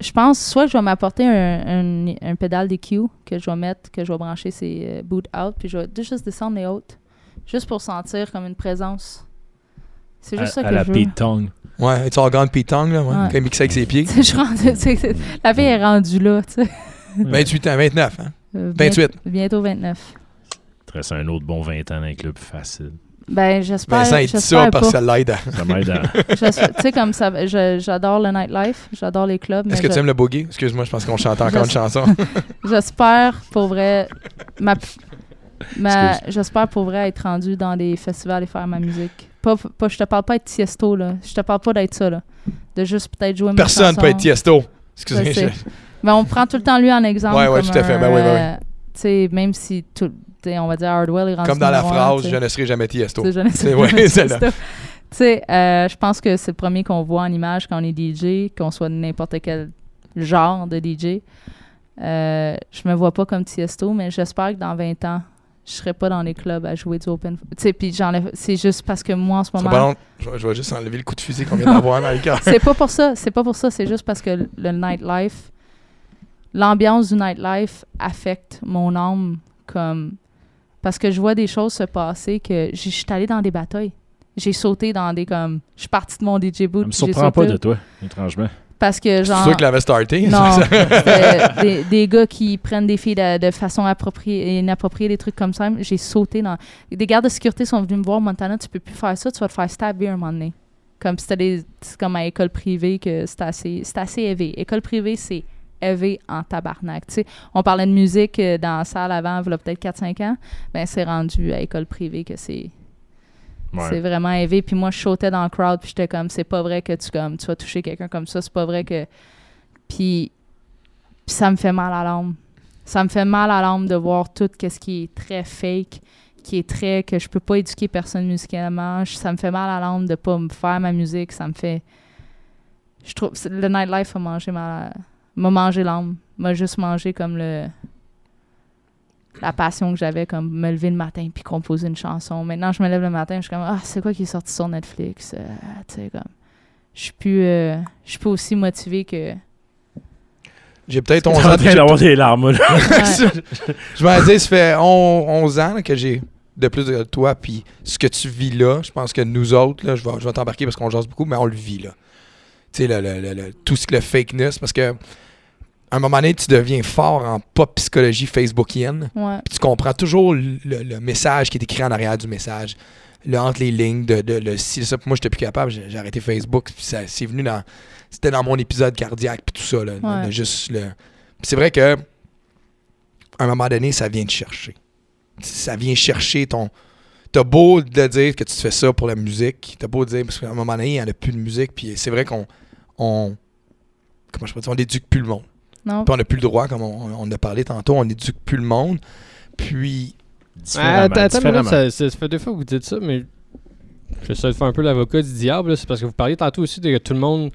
[SPEAKER 3] je pense soit je vais m'apporter un, un, un pédale d'EQ que je vais mettre, que je vais brancher ses euh, boot out, puis je vais d- juste descendre les hautes. Juste pour sentir comme une présence. C'est juste
[SPEAKER 1] à,
[SPEAKER 3] ça
[SPEAKER 1] à
[SPEAKER 3] que
[SPEAKER 1] la
[SPEAKER 3] je veux.
[SPEAKER 1] Pete Tong.
[SPEAKER 2] Ouais, it's all gone Pitong, là, ouais.
[SPEAKER 3] Ouais.
[SPEAKER 2] Quand il mixe avec ses pieds.
[SPEAKER 3] Tu sais, (laughs) je suis rendue- tu sais, c'est- la fille est rendue là, tu sais.
[SPEAKER 2] 28 ans, 29, hein?
[SPEAKER 3] Euh, bien-
[SPEAKER 2] 28.
[SPEAKER 3] Bientôt 29.
[SPEAKER 1] Il te reste un autre bon 20 ans dans un club facile.
[SPEAKER 3] Ben, j'espère.
[SPEAKER 2] Vincent, il dit
[SPEAKER 3] j'espère
[SPEAKER 2] ça parce
[SPEAKER 3] pas.
[SPEAKER 2] que ça l'aide. à-
[SPEAKER 1] Ça m'aide
[SPEAKER 3] (laughs)
[SPEAKER 1] à.
[SPEAKER 3] Je- tu sais, comme ça, je- j'adore le nightlife, j'adore les clubs, mais
[SPEAKER 2] Est-ce que
[SPEAKER 3] je-
[SPEAKER 2] tu aimes le boogie? Excuse-moi, je pense qu'on chante encore une
[SPEAKER 3] Je-
[SPEAKER 2] chanson.
[SPEAKER 3] j'espère pour vrai. Ma, ma- j'espère pour vrai être rendu dans des festivals et faire ma musique. Pas, pas, je te parle pas être tiesto, là. Je te parle pas d'être ça, là. De juste peut-être jouer ma
[SPEAKER 2] Personne peut être Tiesto.
[SPEAKER 3] Je
[SPEAKER 2] Excusez-moi.
[SPEAKER 3] sais.
[SPEAKER 2] je-
[SPEAKER 3] Mais on prend tout le temps lui en exemple.
[SPEAKER 2] Ouais, ouais,
[SPEAKER 3] comme
[SPEAKER 2] tout à fait.
[SPEAKER 3] un,
[SPEAKER 2] Ben oui, ben oui.
[SPEAKER 3] euh, tu sais, même si tout, tu sais, on va dire Hardwell est rendu
[SPEAKER 2] Comme dans la
[SPEAKER 3] numéro un,
[SPEAKER 2] phrase,
[SPEAKER 3] tu sais.
[SPEAKER 2] je ne serai jamais Tiesto.
[SPEAKER 3] C'est
[SPEAKER 2] (laughs)
[SPEAKER 3] jeunesse.
[SPEAKER 2] C'est- ouais,
[SPEAKER 3] jeunesse,
[SPEAKER 2] celle-là.
[SPEAKER 3] (laughs) c'est ça. Tu sais, euh, je pense que c'est le premier qu'on voit en image quand on est DJ, qu'on soit de n'importe quel genre de DJ. Euh, je me vois pas comme Tiesto, mais j'espère que dans 20 ans, je serais pas dans les clubs à jouer du open. Tu sais, puis j'enlève. C'est juste parce que moi, en ce
[SPEAKER 2] Ça
[SPEAKER 3] moment.
[SPEAKER 2] va long- je, vais- je vais juste enlever le coup de fusil qu'on vient
[SPEAKER 3] (laughs)
[SPEAKER 2] d'avoir dans le cœur.
[SPEAKER 3] c'est pas pour ça, c'est pas pour ça, c'est juste parce que le nightlife, l'ambiance du nightlife affecte mon âme comme parce que je vois des choses se passer que j- je suis allée dans des batailles. J'ai sauté dans des comme je suis partie de mon DJ
[SPEAKER 1] Ça
[SPEAKER 3] boot.
[SPEAKER 1] me
[SPEAKER 3] puis j'ai
[SPEAKER 1] surprend pas
[SPEAKER 3] sauté
[SPEAKER 1] de toi, étrangement.
[SPEAKER 3] parce que
[SPEAKER 2] C'est
[SPEAKER 3] genre
[SPEAKER 2] sûr que l'avait starté.
[SPEAKER 3] non, c'était des, des gars qui prennent des filles de, de façon appropriée, inappropriée, des trucs comme ça. J'ai sauté dans. Des gardes de sécurité sont venus me voir, Montana, tu peux plus faire ça, tu vas te faire stabber un moment donné. Comme c'était des- c'est comme à école privée que c'était assez, c'était assez élevé. École privée, c'est élevé en tabarnak. Tu sais, on parlait de musique euh, dans la salle avant, il y a peut-être 4-5 ans. Ben, c'est rendu à école privée que c'est c'est
[SPEAKER 1] Ouais.
[SPEAKER 3] vraiment élevé. Puis moi, je sautais dans le crowd, puis j'étais comme, c'est pas vrai que tu, comme, tu vas toucher quelqu'un comme ça, c'est pas vrai que. Puis, puis ça me fait mal à l'âme. Ça me fait mal à l'âme de voir tout quest ce qui est très fake, qui est très. que je peux pas éduquer personne musicalement. Je- ça me fait mal à l'âme de pas me faire ma musique. Ça me fait. Je trouve. c'est- Le nightlife a mangé ma. m'a mangé l'âme. M'a juste mangé comme le la passion que j'avais comme me lever le matin puis composer une chanson. Maintenant, je me lève le matin, je suis comme ah, c'est quoi qui est sorti sur Netflix, Euh, tu sais comme je suis plus euh, je suis plus aussi motivée
[SPEAKER 6] (laughs)
[SPEAKER 3] que
[SPEAKER 2] J'ai peut-être
[SPEAKER 1] On
[SPEAKER 2] 11
[SPEAKER 1] est en
[SPEAKER 2] ans.
[SPEAKER 1] train d'avoir des larmes, là.
[SPEAKER 3] Ouais.
[SPEAKER 2] Je vais dire, ça fait on- 11 ans là, que j'ai de plus de toi, puis ce que tu vis là, je pense que nous autres, là, je vais, je vais t'embarquer parce qu'on jase beaucoup, mais on le vit là. Tu sais, le- le- le- le- tout ce que le fakeness, parce que à un moment donné, tu deviens fort en pop psychologie facebookienne.
[SPEAKER 3] ouais.
[SPEAKER 2] Puis tu comprends toujours le, le message qui est écrit en arrière du message. Le entre les lignes de, de- le si ça. Puis Moi, j'étais plus capable. J'ai j'ai arrêté Facebook. Puis ça, c'est venu dans. C'était dans mon épisode cardiaque. Puis tout ça. Là,
[SPEAKER 3] Ouais.
[SPEAKER 2] de juste le. Puis c'est vrai que. À un moment donné, ça vient te chercher. Ça vient chercher ton. T'as beau de dire que tu fais ça pour la musique. T'as beau dire. Parce qu'à un moment donné, il n'y en a plus de musique. Puis c'est vrai qu'on. On, comment je peux dire On éduque plus le monde.
[SPEAKER 3] Non.
[SPEAKER 2] Puis on n'a plus le droit, comme on, on a parlé tantôt, on éduque plus le monde. Puis,
[SPEAKER 1] Différemment,
[SPEAKER 6] attends, attends,
[SPEAKER 1] différemment.
[SPEAKER 6] ça, ça- ça fait deux fois que vous dites ça, mais j'essaie de faire un peu l'avocat du diable. là. C'est parce que vous parliez tantôt aussi de que tout le monde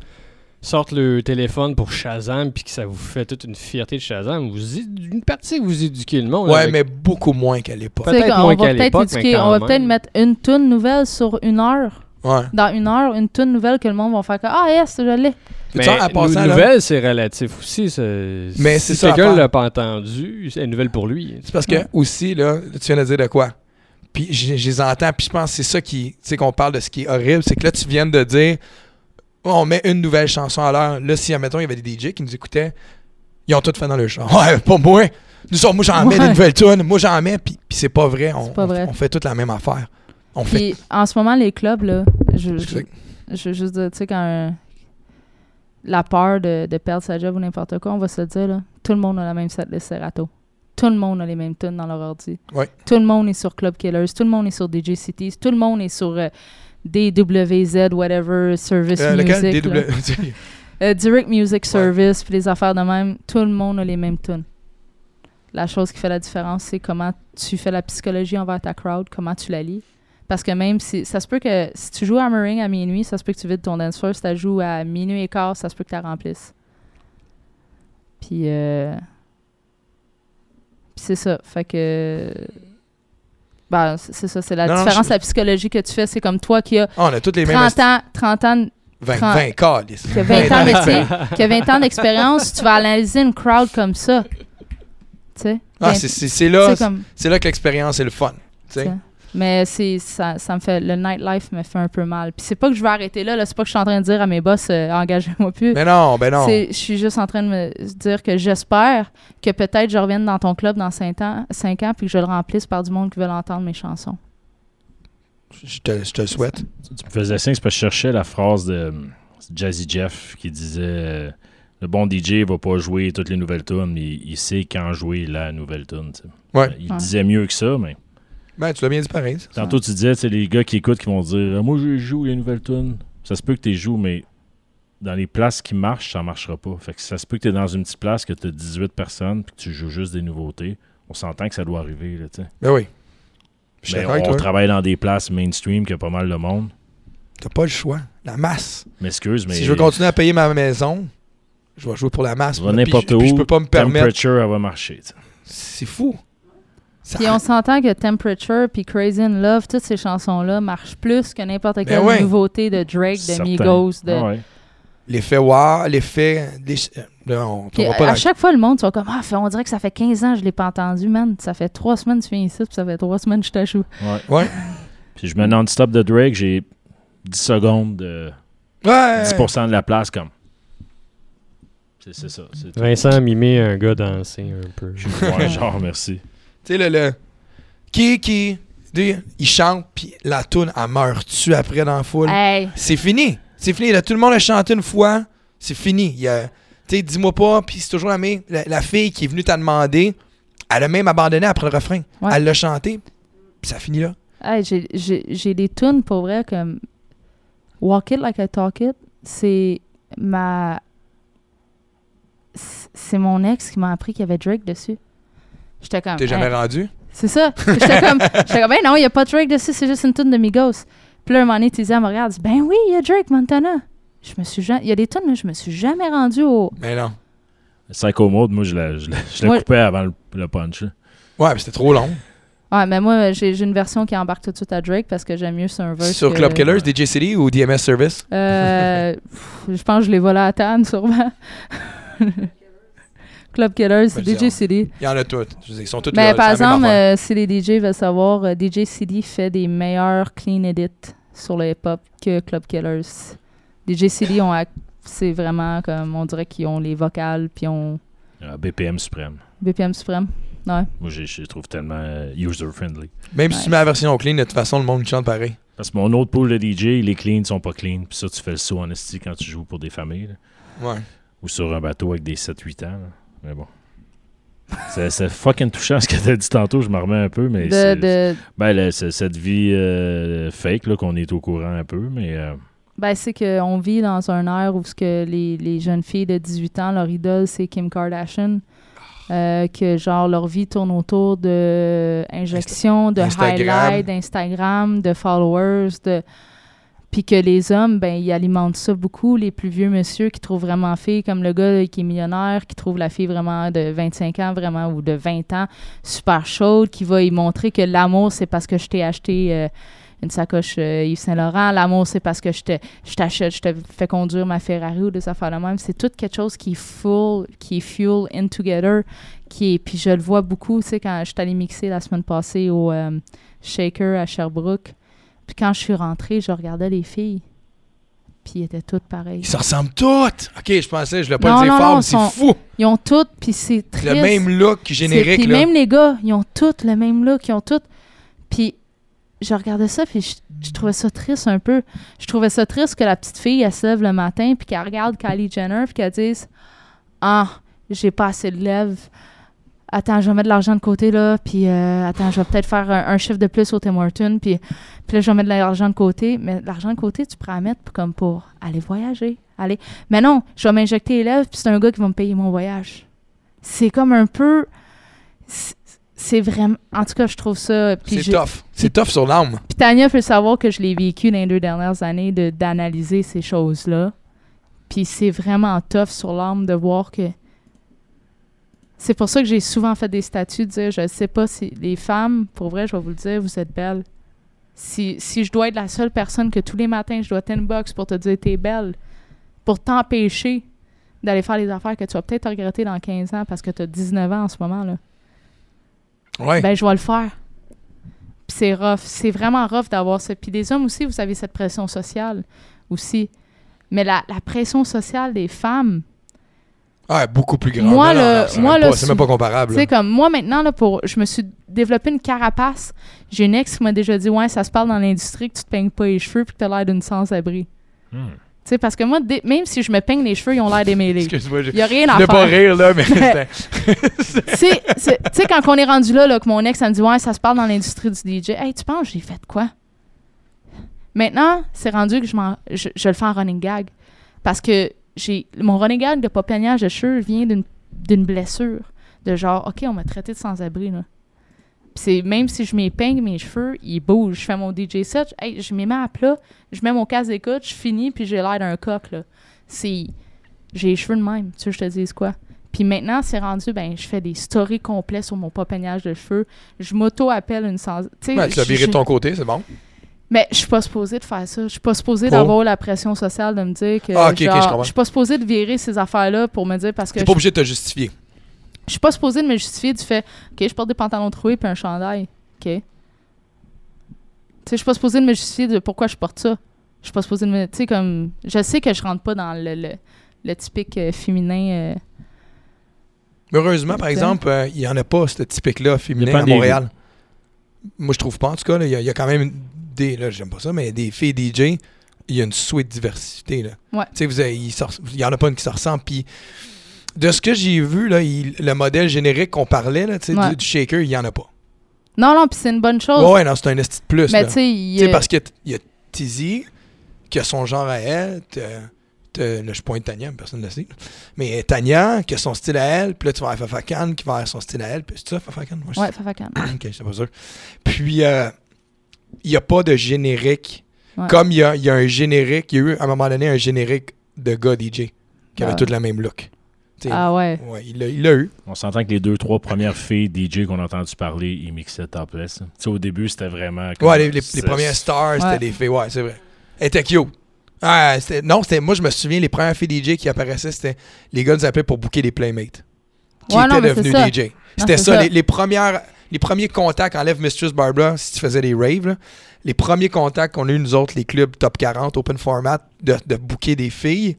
[SPEAKER 6] sorte le téléphone pour Shazam puis que ça vous fait toute une fierté de Shazam. Vous, édu- une partie, vous éduquez le monde.
[SPEAKER 2] ouais,
[SPEAKER 6] avec-
[SPEAKER 2] mais beaucoup moins qu'à l'époque.
[SPEAKER 3] Tu sais,
[SPEAKER 6] peut-être
[SPEAKER 3] comme,
[SPEAKER 6] moins
[SPEAKER 3] on
[SPEAKER 6] qu'à
[SPEAKER 3] va peut-être
[SPEAKER 6] l'époque, mais
[SPEAKER 3] éduquer,
[SPEAKER 6] quand
[SPEAKER 3] on va
[SPEAKER 6] même.
[SPEAKER 3] peut-être mettre une tune nouvelle sur une heure.
[SPEAKER 2] Ouais.
[SPEAKER 3] Dans une heure, une tune nouvelle que le monde va faire comme Ah yes, je l'ai.
[SPEAKER 2] Puis tu sais, en passant,
[SPEAKER 6] une
[SPEAKER 2] là,
[SPEAKER 6] nouvelle, c'est relatif aussi.
[SPEAKER 2] Mais
[SPEAKER 6] si
[SPEAKER 2] c'est ça,
[SPEAKER 6] quelqu'un
[SPEAKER 2] l'affaire.
[SPEAKER 6] l'a pas entendu, c'est une nouvelle pour lui.
[SPEAKER 2] c'est parce que aussi, là, tu viens de dire de quoi? Puis je, je les entends, puis je pense que c'est ça qui, tu sais, qu'on parle de ce qui est horrible, c'est que là, tu viens de dire, Oh, on met une nouvelle chanson à l'heure. Là, si, admettons, il y avait des DJ qui nous écoutaient, ils ont tout fait dans le char. (laughs) Ouais, pas moi. Nous sommes, moi, j'en mets des
[SPEAKER 3] Ouais.
[SPEAKER 2] nouvelles tunes, moi, j'en mets, puis, puis c'est pas vrai. On,
[SPEAKER 3] pas
[SPEAKER 2] on-
[SPEAKER 3] vrai.
[SPEAKER 2] on fait toute la même affaire. On fait.
[SPEAKER 3] Puis en ce moment, les clubs, là, je, je,
[SPEAKER 2] Excusez.
[SPEAKER 3] je veux juste dire, tu sais, quand un- la peur de, de perdre sa job ou n'importe quoi, on va se le dire, là, tout le monde a la même set de Serato. Tout le monde a les mêmes tunes dans leur ordi.
[SPEAKER 2] Ouais.
[SPEAKER 3] Tout le monde est sur Club Killers, tout le monde est sur DJ Cities, tout le monde est sur euh, DWZ, whatever, Service
[SPEAKER 2] Euh,
[SPEAKER 3] Music.
[SPEAKER 2] lequel?
[SPEAKER 3] là.
[SPEAKER 2] (laughs) DW.
[SPEAKER 3] Euh, direct Music Service, puis les affaires de même, tout le monde a les mêmes tunes. La chose qui fait la différence, c'est comment tu fais la psychologie envers ta crowd, comment tu la lis. Parce que même si ça se peut que si tu joues Hammering à minuit, ça se peut que tu vides ton dance floor. Si tu joues à minuit et quart, ça se peut que tu la remplisses. Puis, euh, puis c'est ça. Fait que. Ben, c'est c'est ça. C'est la
[SPEAKER 2] Non, non,
[SPEAKER 3] différence,
[SPEAKER 2] je-
[SPEAKER 3] la psychologie que tu fais. C'est comme toi qui as
[SPEAKER 2] Ah, on a toutes les mêmes.
[SPEAKER 3] 30 ans, 30 ans
[SPEAKER 2] 20,
[SPEAKER 3] 30.
[SPEAKER 2] 20 câlisses.
[SPEAKER 3] qui
[SPEAKER 2] (laughs)
[SPEAKER 3] a 20 ans de métier,
[SPEAKER 2] d'expérience.
[SPEAKER 1] (laughs)
[SPEAKER 3] qui a 20 ans d'expérience, tu vas analyser une crowd comme ça. Tu sais?
[SPEAKER 2] Ah,
[SPEAKER 3] Vingt-
[SPEAKER 2] c'est- c'est c'est
[SPEAKER 3] tu sais,
[SPEAKER 2] là,
[SPEAKER 3] comme-
[SPEAKER 2] c'est là que l'expérience est le fun. tu sais.
[SPEAKER 3] Ça. Mais c'est ça, ça me fait le nightlife me fait un peu mal. Puis c'est pas que je vais arrêter là, là c'est pas que je suis en train de dire à mes boss euh, engagez-moi plus.
[SPEAKER 2] Mais non, ben non.
[SPEAKER 3] C'est- Je suis juste en train de me dire que j'espère que peut-être je revienne dans ton club dans 5 ans, 5 ans puis que je le remplisse par du monde qui veut entendre mes chansons.
[SPEAKER 2] Je te, je te le souhaite.
[SPEAKER 1] Tu me faisais signe, c'est parce que je cherchais la phrase de euh, Jazzy Jeff qui disait euh, Le bon DJ va pas jouer toutes les nouvelles tunes, mais il sait quand jouer la nouvelle tune. tu sais.
[SPEAKER 2] Ouais.
[SPEAKER 1] Il
[SPEAKER 3] Ouais.
[SPEAKER 1] disait mieux que ça, mais
[SPEAKER 2] Ben, tu l'as bien dit pareil. ça.
[SPEAKER 1] tantôt tu disais c'est les gars qui écoutent qui vont dire Ah, Moi, je joue les nouvelles tunes. Ça se peut que tu les joues, mais dans les places qui marchent, ça marchera pas. Fait que ça se peut que tu es dans une petite place, que tu as 18 personnes, puis que tu joues juste des nouveautés. On s'entend que ça doit arriver. Là, tu sais.
[SPEAKER 2] Ben oui. Je suis
[SPEAKER 1] Mais
[SPEAKER 2] d'accord avec
[SPEAKER 1] Ben, on
[SPEAKER 2] toi.
[SPEAKER 1] travaille dans des places mainstream qui a pas mal de monde.
[SPEAKER 2] T'as pas le choix. La masse.
[SPEAKER 1] M'excuse, mais.
[SPEAKER 2] Si je veux continuer à payer ma maison, je vais jouer pour la masse.
[SPEAKER 1] Tu vas
[SPEAKER 2] Puis
[SPEAKER 1] n'importe
[SPEAKER 2] je-
[SPEAKER 1] où.
[SPEAKER 2] puis je peux pas me permettre.
[SPEAKER 1] Temperature, elle va marcher. tu sais.
[SPEAKER 2] C'est fou. Ça-
[SPEAKER 3] Puis on s'entend que Temperature puis Crazy in Love, toutes ces chansons-là marchent plus que n'importe quelle
[SPEAKER 2] Ben ouais.
[SPEAKER 3] nouveauté de Drake, de
[SPEAKER 1] Certain.
[SPEAKER 3] Migos. De...
[SPEAKER 1] Ah ouais.
[SPEAKER 2] L'effet wow, l'effet. des- euh, là, on
[SPEAKER 3] Puis
[SPEAKER 2] tombera
[SPEAKER 3] à,
[SPEAKER 2] pas
[SPEAKER 3] à
[SPEAKER 2] dans-
[SPEAKER 3] chaque fois, le monde, sont comme Ah, fait- on dirait que ça fait 15 ans que je l'ai pas entendu, man. Ça fait trois semaines que tu viens ici, puis ça fait trois semaines que je t'achoue.
[SPEAKER 1] Ouais.
[SPEAKER 2] Ouais.
[SPEAKER 1] Puis je mets non-stop de Drake, j'ai 10 secondes de
[SPEAKER 2] Ouais.
[SPEAKER 1] 10% de la place comme. C'est c'est ça. C'est tout.
[SPEAKER 6] Vincent a mimé un gars danser un peu.
[SPEAKER 3] (laughs)
[SPEAKER 1] Ouais, genre, merci.
[SPEAKER 2] Tu sais, le, le- Qui, qui. lui, Il chante, puis la toune, elle meurt-tu après dans la foule?
[SPEAKER 3] Hey!
[SPEAKER 2] C'est fini. C'est fini. Là, tout le monde a chanté une fois. C'est fini. Il y a- Tu sais, dis-moi pas, puis c'est toujours la, même- la, la fille qui est venue t'a demander. Elle a même abandonné après le refrain.
[SPEAKER 3] Ouais.
[SPEAKER 2] Elle l'a chanté, puis ça finit là.
[SPEAKER 3] Hey, j'ai- j'ai j'ai des tunes pour vrai comme Walk It Like I Talk It. C'est ma. C'est c'est mon ex qui m'a appris qu'il y avait Drake dessus. J'étais comme.
[SPEAKER 2] T'es jamais
[SPEAKER 3] hey,
[SPEAKER 2] rendu? (laughs)
[SPEAKER 3] c'est ça. J'étais comme, j'étais comme, ben non, il n'y a pas Drake dessus, c'est juste une tune de Migos. Puis là, un moment donné, Tizzy, elle me regarde, elle dit, ben oui, il y a Drake, Montana. Je me suis jamais. Il y a des tunes, là, je me suis jamais rendu au.
[SPEAKER 2] Mais non.
[SPEAKER 1] Psycho Mode, moi, je la, je la- je la
[SPEAKER 3] Moi-
[SPEAKER 1] coupais avant le, le punch. là.
[SPEAKER 2] Ouais, mais c'était trop long.
[SPEAKER 3] Ouais, mais moi, j'ai j'ai une version qui embarque tout de suite à Drake parce que j'aime mieux sur un verse.
[SPEAKER 2] Sur
[SPEAKER 3] que-
[SPEAKER 2] Club Killers, DJ City ou DMS Service?
[SPEAKER 3] Euh, pff, je pense que je l'ai volé à
[SPEAKER 1] (laughs)
[SPEAKER 3] Tan, sûrement. Club Killers, c'est
[SPEAKER 2] Ben, disons.
[SPEAKER 3] DJ City.
[SPEAKER 2] Il y en a toutes. Je veux dire, ils sont toutes
[SPEAKER 3] Mais
[SPEAKER 2] là,
[SPEAKER 3] par
[SPEAKER 2] c'est la même
[SPEAKER 3] exemple,
[SPEAKER 2] affaire.
[SPEAKER 3] euh, si les DJ veulent savoir, euh, DJ City fait des meilleurs clean edits sur le hip-hop que Club Killers. DJ City, ont ac- c'est vraiment comme on dirait qu'ils ont les vocales puis ont
[SPEAKER 1] Ah, BPM suprême.
[SPEAKER 3] BPM suprême.
[SPEAKER 1] Moi, j'ai- je les trouve tellement euh, user-friendly.
[SPEAKER 2] Même si
[SPEAKER 3] euh, ouais.
[SPEAKER 2] tu mets la version clean, de toute façon, le monde chante pareil.
[SPEAKER 1] Parce que mon autre pool de DJ, les clean sont pas clean. Puis ça, tu fais le saut en esti quand tu joues pour des familles. là.
[SPEAKER 2] Ouais.
[SPEAKER 1] Ou sur un bateau avec des 7-8 ans. là. Mais
[SPEAKER 3] (laughs)
[SPEAKER 1] bon. C'est c'est fucking touchant ce que t'as dit tantôt. Je m'en remets un peu, mais
[SPEAKER 3] De,
[SPEAKER 1] c'est-
[SPEAKER 3] de,
[SPEAKER 1] Ben, là, c'est cette vie euh, fake là, qu'on est au courant un peu, mais euh,
[SPEAKER 3] ben, c'est qu'on vit dans un air où ce que les, les jeunes filles de 18 ans, leur idole, c'est Kim Kardashian. Euh, que genre leur vie tourne autour de injections, de
[SPEAKER 2] Instagram.
[SPEAKER 3] highlights, d'Instagram, de followers, de puis que les hommes ben ils alimentent ça beaucoup les plus vieux monsieur qui trouvent vraiment fille comme le gars qui est millionnaire qui trouve la fille vraiment de 25 ans vraiment ou de 20 ans super chaude qui va y montrer que l'amour c'est parce que je t'ai acheté euh, une sacoche euh, Yves Saint Laurent l'amour c'est parce que je te je t'achète je te fais conduire ma Ferrari ou des affaires de même c'est tout quelque chose qui est full qui est fuel in together qui est, puis je le vois beaucoup, tu sais, quand je suis allée mixer la semaine passée au euh, Shaker à Sherbrooke, puis quand je suis rentrée, je regardais les filles, puis elles étaient toutes pareilles.
[SPEAKER 2] Ils se ressemblent toutes. Ok, je pensais, je l'ai pas
[SPEAKER 3] Non,
[SPEAKER 2] dit
[SPEAKER 3] non,
[SPEAKER 2] fort,
[SPEAKER 3] non,
[SPEAKER 2] mais c'est
[SPEAKER 3] sont-
[SPEAKER 2] fou.
[SPEAKER 3] Ils ont toutes, puis c'est triste.
[SPEAKER 2] Le même look
[SPEAKER 3] C'est-
[SPEAKER 2] générique.
[SPEAKER 3] Puis
[SPEAKER 2] là.
[SPEAKER 3] même les gars, ils ont toutes le même look, ils ont toutes. Puis je regardais ça, puis je, je trouvais ça triste un peu. Je trouvais ça triste que la petite fille, elle se lève le matin, puis qu'elle regarde Kylie Jenner, puis qu'elle dise Ah, j'ai pas assez de lèvres. Attends, je vais mettre de l'argent de côté, là. Puis euh, attends, je vais peut-être faire un, un chiffre de plus au Tim Hortons. Puis, puis là, je vais mettre de l'argent de côté. Mais de l'argent de côté, tu prends à mettre comme pour aller voyager. Aller. Mais non, je vais m'injecter les lèvres, puis c'est un gars qui va me payer mon voyage. C'est comme un peu. c'est- C'est vraiment. En tout cas, je trouve ça. puis
[SPEAKER 2] C'est
[SPEAKER 3] j'ai-
[SPEAKER 2] tough. C'est tough sur l'âme.
[SPEAKER 3] puis Tania peut savoir que je l'ai vécu dans les deux dernières années de- d'analyser ces choses-là. Puis c'est vraiment tough sur l'âme de voir que. C'est pour ça que j'ai souvent fait des statuts de dire je sais pas si les femmes, pour vrai, je vais vous le dire, vous êtes belles. Si, si je dois être la seule personne que tous les matins je dois t'inbox pour te dire t'es belle, pour t'empêcher d'aller faire les affaires que tu vas peut-être regretter dans 15 ans parce que t'as 19 ans en ce moment, là
[SPEAKER 2] Ouais.
[SPEAKER 3] ben je vais le faire. Puis c'est rough, c'est vraiment rough d'avoir ça. Puis les hommes aussi, vous avez cette pression sociale aussi. Mais la, la pression sociale des femmes,
[SPEAKER 2] ouais, Ah, beaucoup plus grand. Ben
[SPEAKER 3] Moi,
[SPEAKER 2] Non, non,
[SPEAKER 3] le-
[SPEAKER 2] non, c'est
[SPEAKER 3] moi,
[SPEAKER 2] même
[SPEAKER 3] le
[SPEAKER 2] pas- c'est même
[SPEAKER 3] sou-
[SPEAKER 2] pas comparable.
[SPEAKER 3] tu sais, comme moi maintenant, là, pour, je me suis développé une carapace. J'ai une ex qui m'a déjà dit Ouais, ça se parle dans l'industrie que tu te peignes pas les cheveux puis que t'as l'air d'une sans-abri.
[SPEAKER 1] Hmm.
[SPEAKER 3] Tu sais, parce que moi, dès- même si je me peigne les cheveux, ils ont l'air démêlés.
[SPEAKER 2] Excuse-moi, je
[SPEAKER 3] Il y a rien
[SPEAKER 2] je
[SPEAKER 3] à
[SPEAKER 2] voulais
[SPEAKER 3] faire.
[SPEAKER 2] pas rire
[SPEAKER 3] (laughs)
[SPEAKER 2] là, mais (laughs) c'était-
[SPEAKER 3] C'est- c'est- Tu sais, quand on est rendu là, là, que mon ex, elle me dit Ouais, ça se parle dans l'industrie du DJ. Hey, tu penses, j'ai fait quoi Maintenant, c'est rendu que je, m'en- je, je le fais en running gag. Parce que j'ai mon running gag de pas peignage de cheveux vient d'une d'une blessure. De genre, OK, on m'a traité de sans-abri, là. Puis c'est- même si je m'épingle mes cheveux, ils bougent. Je fais mon DJ set, je- hey, je m'y mets à plat, je mets mon casque d'écoute, je finis, puis j'ai l'air d'un coq, là. C'est. J'ai les cheveux de même, tu veux que je te dise quoi? Puis maintenant, c'est rendu, ben, je fais des stories complets sur mon papaignage de cheveux. Je m'auto-appelle une sens. sais,
[SPEAKER 2] Ouais, Ben, tu l'as
[SPEAKER 3] je-
[SPEAKER 2] viré
[SPEAKER 3] je-
[SPEAKER 2] de ton côté, c'est bon.
[SPEAKER 3] Mais je suis pas supposée de faire ça. Je suis pas supposée
[SPEAKER 2] Pour?
[SPEAKER 3] d'avoir la pression sociale de me dire que
[SPEAKER 2] Ah, ok, ok, je
[SPEAKER 3] genre,
[SPEAKER 2] comprends.
[SPEAKER 3] je suis pas supposée de virer ces affaires-là pour me dire parce que
[SPEAKER 2] T'es
[SPEAKER 3] je
[SPEAKER 2] pas obligé de te justifier.
[SPEAKER 3] je suis pas supposée de me justifier du fait OK, je porte des pantalons troués puis un chandail. OK. Tu sais, je suis pas supposée de me justifier de pourquoi je porte ça. Je suis pas supposée de me tu sais comme je sais que je rentre pas dans le le, le typique euh, féminin euh,
[SPEAKER 2] Mais heureusement, par
[SPEAKER 3] Exact.
[SPEAKER 2] exemple, euh, il y en a pas, ce typique-là, féminin
[SPEAKER 1] Dépend
[SPEAKER 2] à
[SPEAKER 1] des
[SPEAKER 2] Montréal. Moi, je trouve pas, en tout cas. là, Il y, a- il y a quand même des. Là, j'aime pas ça, mais des filles DJ, il y a une sweet diversité. Là.
[SPEAKER 3] Ouais.
[SPEAKER 2] Tu sais, vous avez- il sort- il y en a pas une qui se ressemble. Puis, de ce que j'ai vu, là, il- le modèle générique qu'on parlait, là, tu sais, du-
[SPEAKER 3] Ouais.
[SPEAKER 2] du, shaker, il y en a pas.
[SPEAKER 3] Non non, puis c'est une bonne chose.
[SPEAKER 2] Ouais, ouais, non, c'est un esti de plus.
[SPEAKER 3] mais
[SPEAKER 2] là.
[SPEAKER 3] tu sais, il,
[SPEAKER 2] Tu sais,
[SPEAKER 3] euh,
[SPEAKER 2] parce qu'il y a Tizzy, qui a son genre à elle. t'as- t'as- là, je pointe Tania, mais personne ne le sait. Mais Tania, qui a son style à elle. Puis là, tu vas à Fafakan, qui va avoir son style à elle. Puis c'est ça, Fafakan? Moi, je-
[SPEAKER 3] ouais, Fafacan.
[SPEAKER 2] Ok, je suis pas sûr. Puis, euh, il n'y a pas de générique.
[SPEAKER 3] Ouais.
[SPEAKER 2] Comme il y a, il y a un générique, il y a eu à un moment donné un générique de gars DJ qui avait
[SPEAKER 3] Ah.
[SPEAKER 2] tout le même look. Tu sais,
[SPEAKER 3] Ah ouais.
[SPEAKER 2] ouais, il l'a il l'a eu.
[SPEAKER 1] On s'entend que les deux, trois
[SPEAKER 2] (laughs)
[SPEAKER 1] premières filles DJ qu'on a entendu parler, ils mixaient topless. Tu sais, au début, c'était vraiment. comme-
[SPEAKER 2] Ouais, les, les- les
[SPEAKER 1] c'est-
[SPEAKER 2] premières stars, c'était
[SPEAKER 3] Ouais.
[SPEAKER 2] des filles. Ouais, c'est vrai. Elles étaient cute. Ah, c'était- non, c'était, moi, je me souviens, les premières filles DJ qui apparaissaient, c'était les gars nous appelaient pour booker des playmates. Qui
[SPEAKER 3] Ouais,
[SPEAKER 2] étaient
[SPEAKER 3] non, mais c'est
[SPEAKER 2] devenus
[SPEAKER 3] ça.
[SPEAKER 2] DJ. C'était
[SPEAKER 3] c'est
[SPEAKER 2] ça,
[SPEAKER 3] ça.
[SPEAKER 2] Les, les premières, les premiers contacts, enlève Mistress Barbara si tu faisais des raves, là. les premiers contacts qu'on a eu, nous autres, les clubs top 40, open format, de, de booker des filles,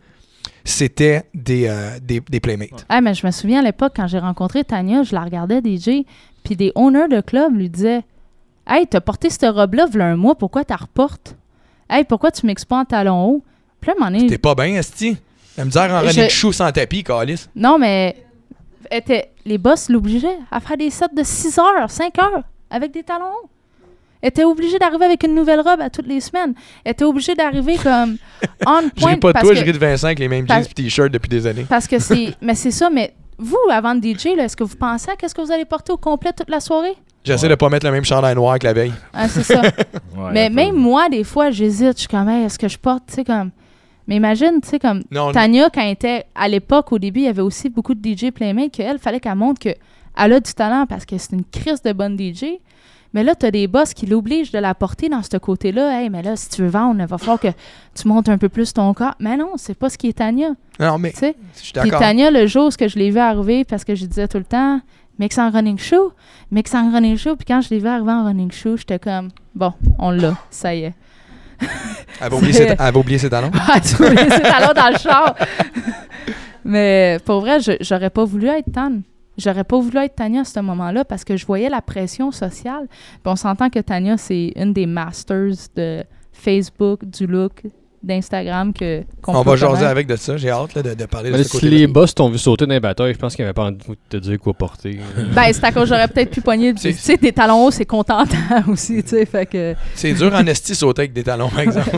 [SPEAKER 2] c'était des, euh, des, des playmates.
[SPEAKER 3] Ah, mais je me souviens à l'époque, quand j'ai rencontré Tania, je la regardais DJ, puis des owners de club lui disaient Hey, t'as porté cette robe-là v'là un mois, pourquoi t'as reportes Hey, pourquoi tu mixes pas en talon haut Puis là, à un moment donné,
[SPEAKER 2] T'es pas bien, Esti? La misère en
[SPEAKER 3] Je-
[SPEAKER 2] René de chou sans tapis, Calis.
[SPEAKER 3] Non, mais était, les boss l'obligeaient à faire des sets de 6 heures, 5 heures, avec des talons hauts. Elle était obligée d'arriver avec une nouvelle robe à toutes les semaines. Elle était obligée d'arriver
[SPEAKER 2] (laughs)
[SPEAKER 3] comme on
[SPEAKER 2] Je
[SPEAKER 3] point.
[SPEAKER 2] ris pas de
[SPEAKER 3] parce
[SPEAKER 2] toi,
[SPEAKER 3] que-
[SPEAKER 2] je ris de Vincent avec les mêmes jeans
[SPEAKER 3] parce-
[SPEAKER 2] et t-shirts depuis des années.
[SPEAKER 3] Parce que c'est. mais c'est ça, mais vous, avant de DJ, là, est-ce que vous pensez à qu'est-ce que vous allez porter au complet toute la soirée?
[SPEAKER 2] J'essaie
[SPEAKER 1] Ouais.
[SPEAKER 2] de pas mettre le même chandail noir que la veille.
[SPEAKER 3] Ah, c'est ça.
[SPEAKER 1] Ouais,
[SPEAKER 3] mais
[SPEAKER 1] un peu.
[SPEAKER 3] même moi, des fois, j'hésite. Je suis comme, Hey, est-ce que je porte, tu sais, comme. Mais imagine, tu sais, comme.
[SPEAKER 2] Non,
[SPEAKER 3] Tania, quand elle était à l'époque, au début, il y avait aussi beaucoup de DJ Playmate qu'elle, fallait qu'elle montre qu'elle a du talent parce que c'est une crise de bonne DJ. Mais là, t'as des boss qui l'obligent de la porter dans ce côté-là. Hey, mais là, si tu veux vendre, il va falloir que tu montes un peu plus ton corps. Mais non, c'est pas ce qui est Tania.
[SPEAKER 2] non, mais
[SPEAKER 3] Tu sais,
[SPEAKER 2] je suis
[SPEAKER 3] puis
[SPEAKER 2] d'accord.
[SPEAKER 3] Tania, le jour où ce que je l'ai vu arriver, parce que je disais tout le temps, mix en running shoe, mix en running shoe. Puis quand je l'ai vu arriver en running shoe, j'étais comme, bon, on l'a, ça y est. (laughs)
[SPEAKER 2] Elle va oublier ses- elle va oublier ses talons.
[SPEAKER 3] Ah, tu voulais
[SPEAKER 2] (laughs)
[SPEAKER 3] laisser ta lourde dans le char. Mais pour vrai, je- j'aurais pas voulu être Tan. J'aurais pas voulu être Tania à ce moment-là parce que je voyais la pression sociale. Puis on s'entend que Tania, c'est une des masters de Facebook, du look, d'Instagram que qu'on
[SPEAKER 2] On
[SPEAKER 3] peut
[SPEAKER 2] va jaser
[SPEAKER 3] connaître.
[SPEAKER 2] avec de ça. J'ai hâte là, de, de parler
[SPEAKER 6] Mais
[SPEAKER 2] de
[SPEAKER 6] là,
[SPEAKER 2] ce
[SPEAKER 6] si
[SPEAKER 2] côté-là.
[SPEAKER 6] les boss t'ont vu sauter dans les batailles, je pense qu'ils avaient pas envie de te dire
[SPEAKER 2] (laughs)
[SPEAKER 6] quoi porter.
[SPEAKER 3] Ben, c'est à cause j'aurais peut-être pu pogner. du-
[SPEAKER 2] C'est-
[SPEAKER 3] Tu sais, des talons hauts, c'est contentant (laughs) aussi, tu sais. Fait que.
[SPEAKER 2] C'est dur en esti sauter avec des talons, (laughs) par exemple.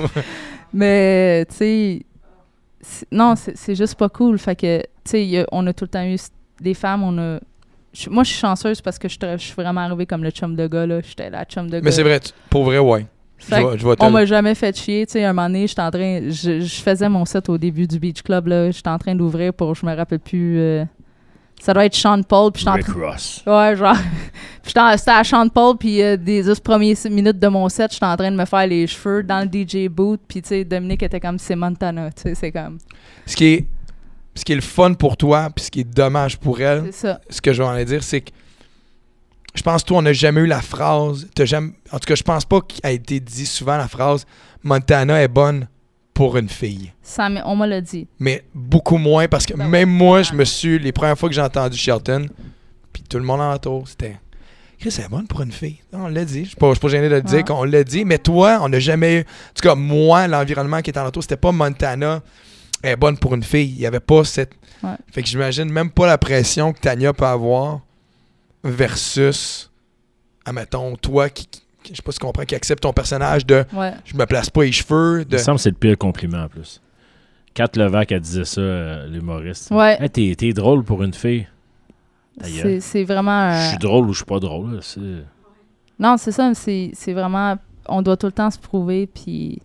[SPEAKER 3] Mais, tu sais, c'est- non, c'est c'est juste pas cool. Fait que, tu sais, il y a- on a tout le temps eu s- des femmes, on a. je- moi, je suis chanceuse parce que je tra- je suis vraiment arrivée comme le chum de gars, là. J'étais la chum de gars.
[SPEAKER 2] mais c'est vrai, tu- pour vrai, ouais. Je
[SPEAKER 3] Fait que
[SPEAKER 2] vais, je vais te
[SPEAKER 3] on
[SPEAKER 2] le-
[SPEAKER 3] m'a jamais fait chier. Tu sais, un moment donné, j'étais en train. Je, je faisais mon set au début du Beach Club, là. J'étais en train d'ouvrir pour. Je me rappelle plus. euh, ça doit être Sean Paul, puis j'étais en
[SPEAKER 1] Rick
[SPEAKER 3] train.
[SPEAKER 1] Ross.
[SPEAKER 3] Ouais, genre. (laughs) Puis j'étais en- c'était à Sean Paul, puis euh, des 10 premières six minutes de mon set, j'étais en train de me faire les cheveux dans le DJ booth, puis tu sais, Dominique était comme c'est Montana, tu sais, c'est comme.
[SPEAKER 2] ce, qui est, ce qui est le fun pour toi, puis ce qui est dommage pour elle,
[SPEAKER 3] C'est ça.
[SPEAKER 2] ce que je vais en dire, c'est que je pense toi, on n'a jamais eu la phrase. t'as jamais- en tout cas, je pense pas qu'il a été dit souvent la phrase Montana est bonne pour une fille.
[SPEAKER 3] Ça m'a- on me l'a dit.
[SPEAKER 2] Mais beaucoup moins parce que
[SPEAKER 3] Ben oui.
[SPEAKER 2] même moi, je me suis. Les premières fois que j'ai entendu Shelton, puis tout le monde alentour, c'était. Chris, elle est bonne pour une fille. Non, On l'a dit. Je suis pas, je suis pas gêné de le dire
[SPEAKER 3] Ouais.
[SPEAKER 2] qu'on l'a dit. Mais toi, on n'a jamais eu. En tout cas, moi, l'environnement qui est alentour, c'était pas Montana. Elle est bonne pour une fille. Il y avait pas cette.
[SPEAKER 3] Ouais.
[SPEAKER 2] Fait que j'imagine même pas la pression que Tania peut avoir versus, admettons, toi qui. qui- je sais pas si tu comprends, qui accepte ton personnage de.
[SPEAKER 3] Ouais.
[SPEAKER 2] Je me place pas les cheveux.
[SPEAKER 1] Il
[SPEAKER 2] De,
[SPEAKER 1] me semble que c'est le pire compliment en plus. Kat Levac, elle disait ça, euh, l'humoriste.
[SPEAKER 3] Ouais.
[SPEAKER 1] Hey, t'es, t'es drôle pour une fille. Ta gueule.
[SPEAKER 3] C'est, c'est vraiment. euh,
[SPEAKER 1] Je suis drôle ou je suis pas drôle. là, c'est-
[SPEAKER 3] Non, c'est ça. C'est, c'est vraiment. On doit tout le temps se prouver, puis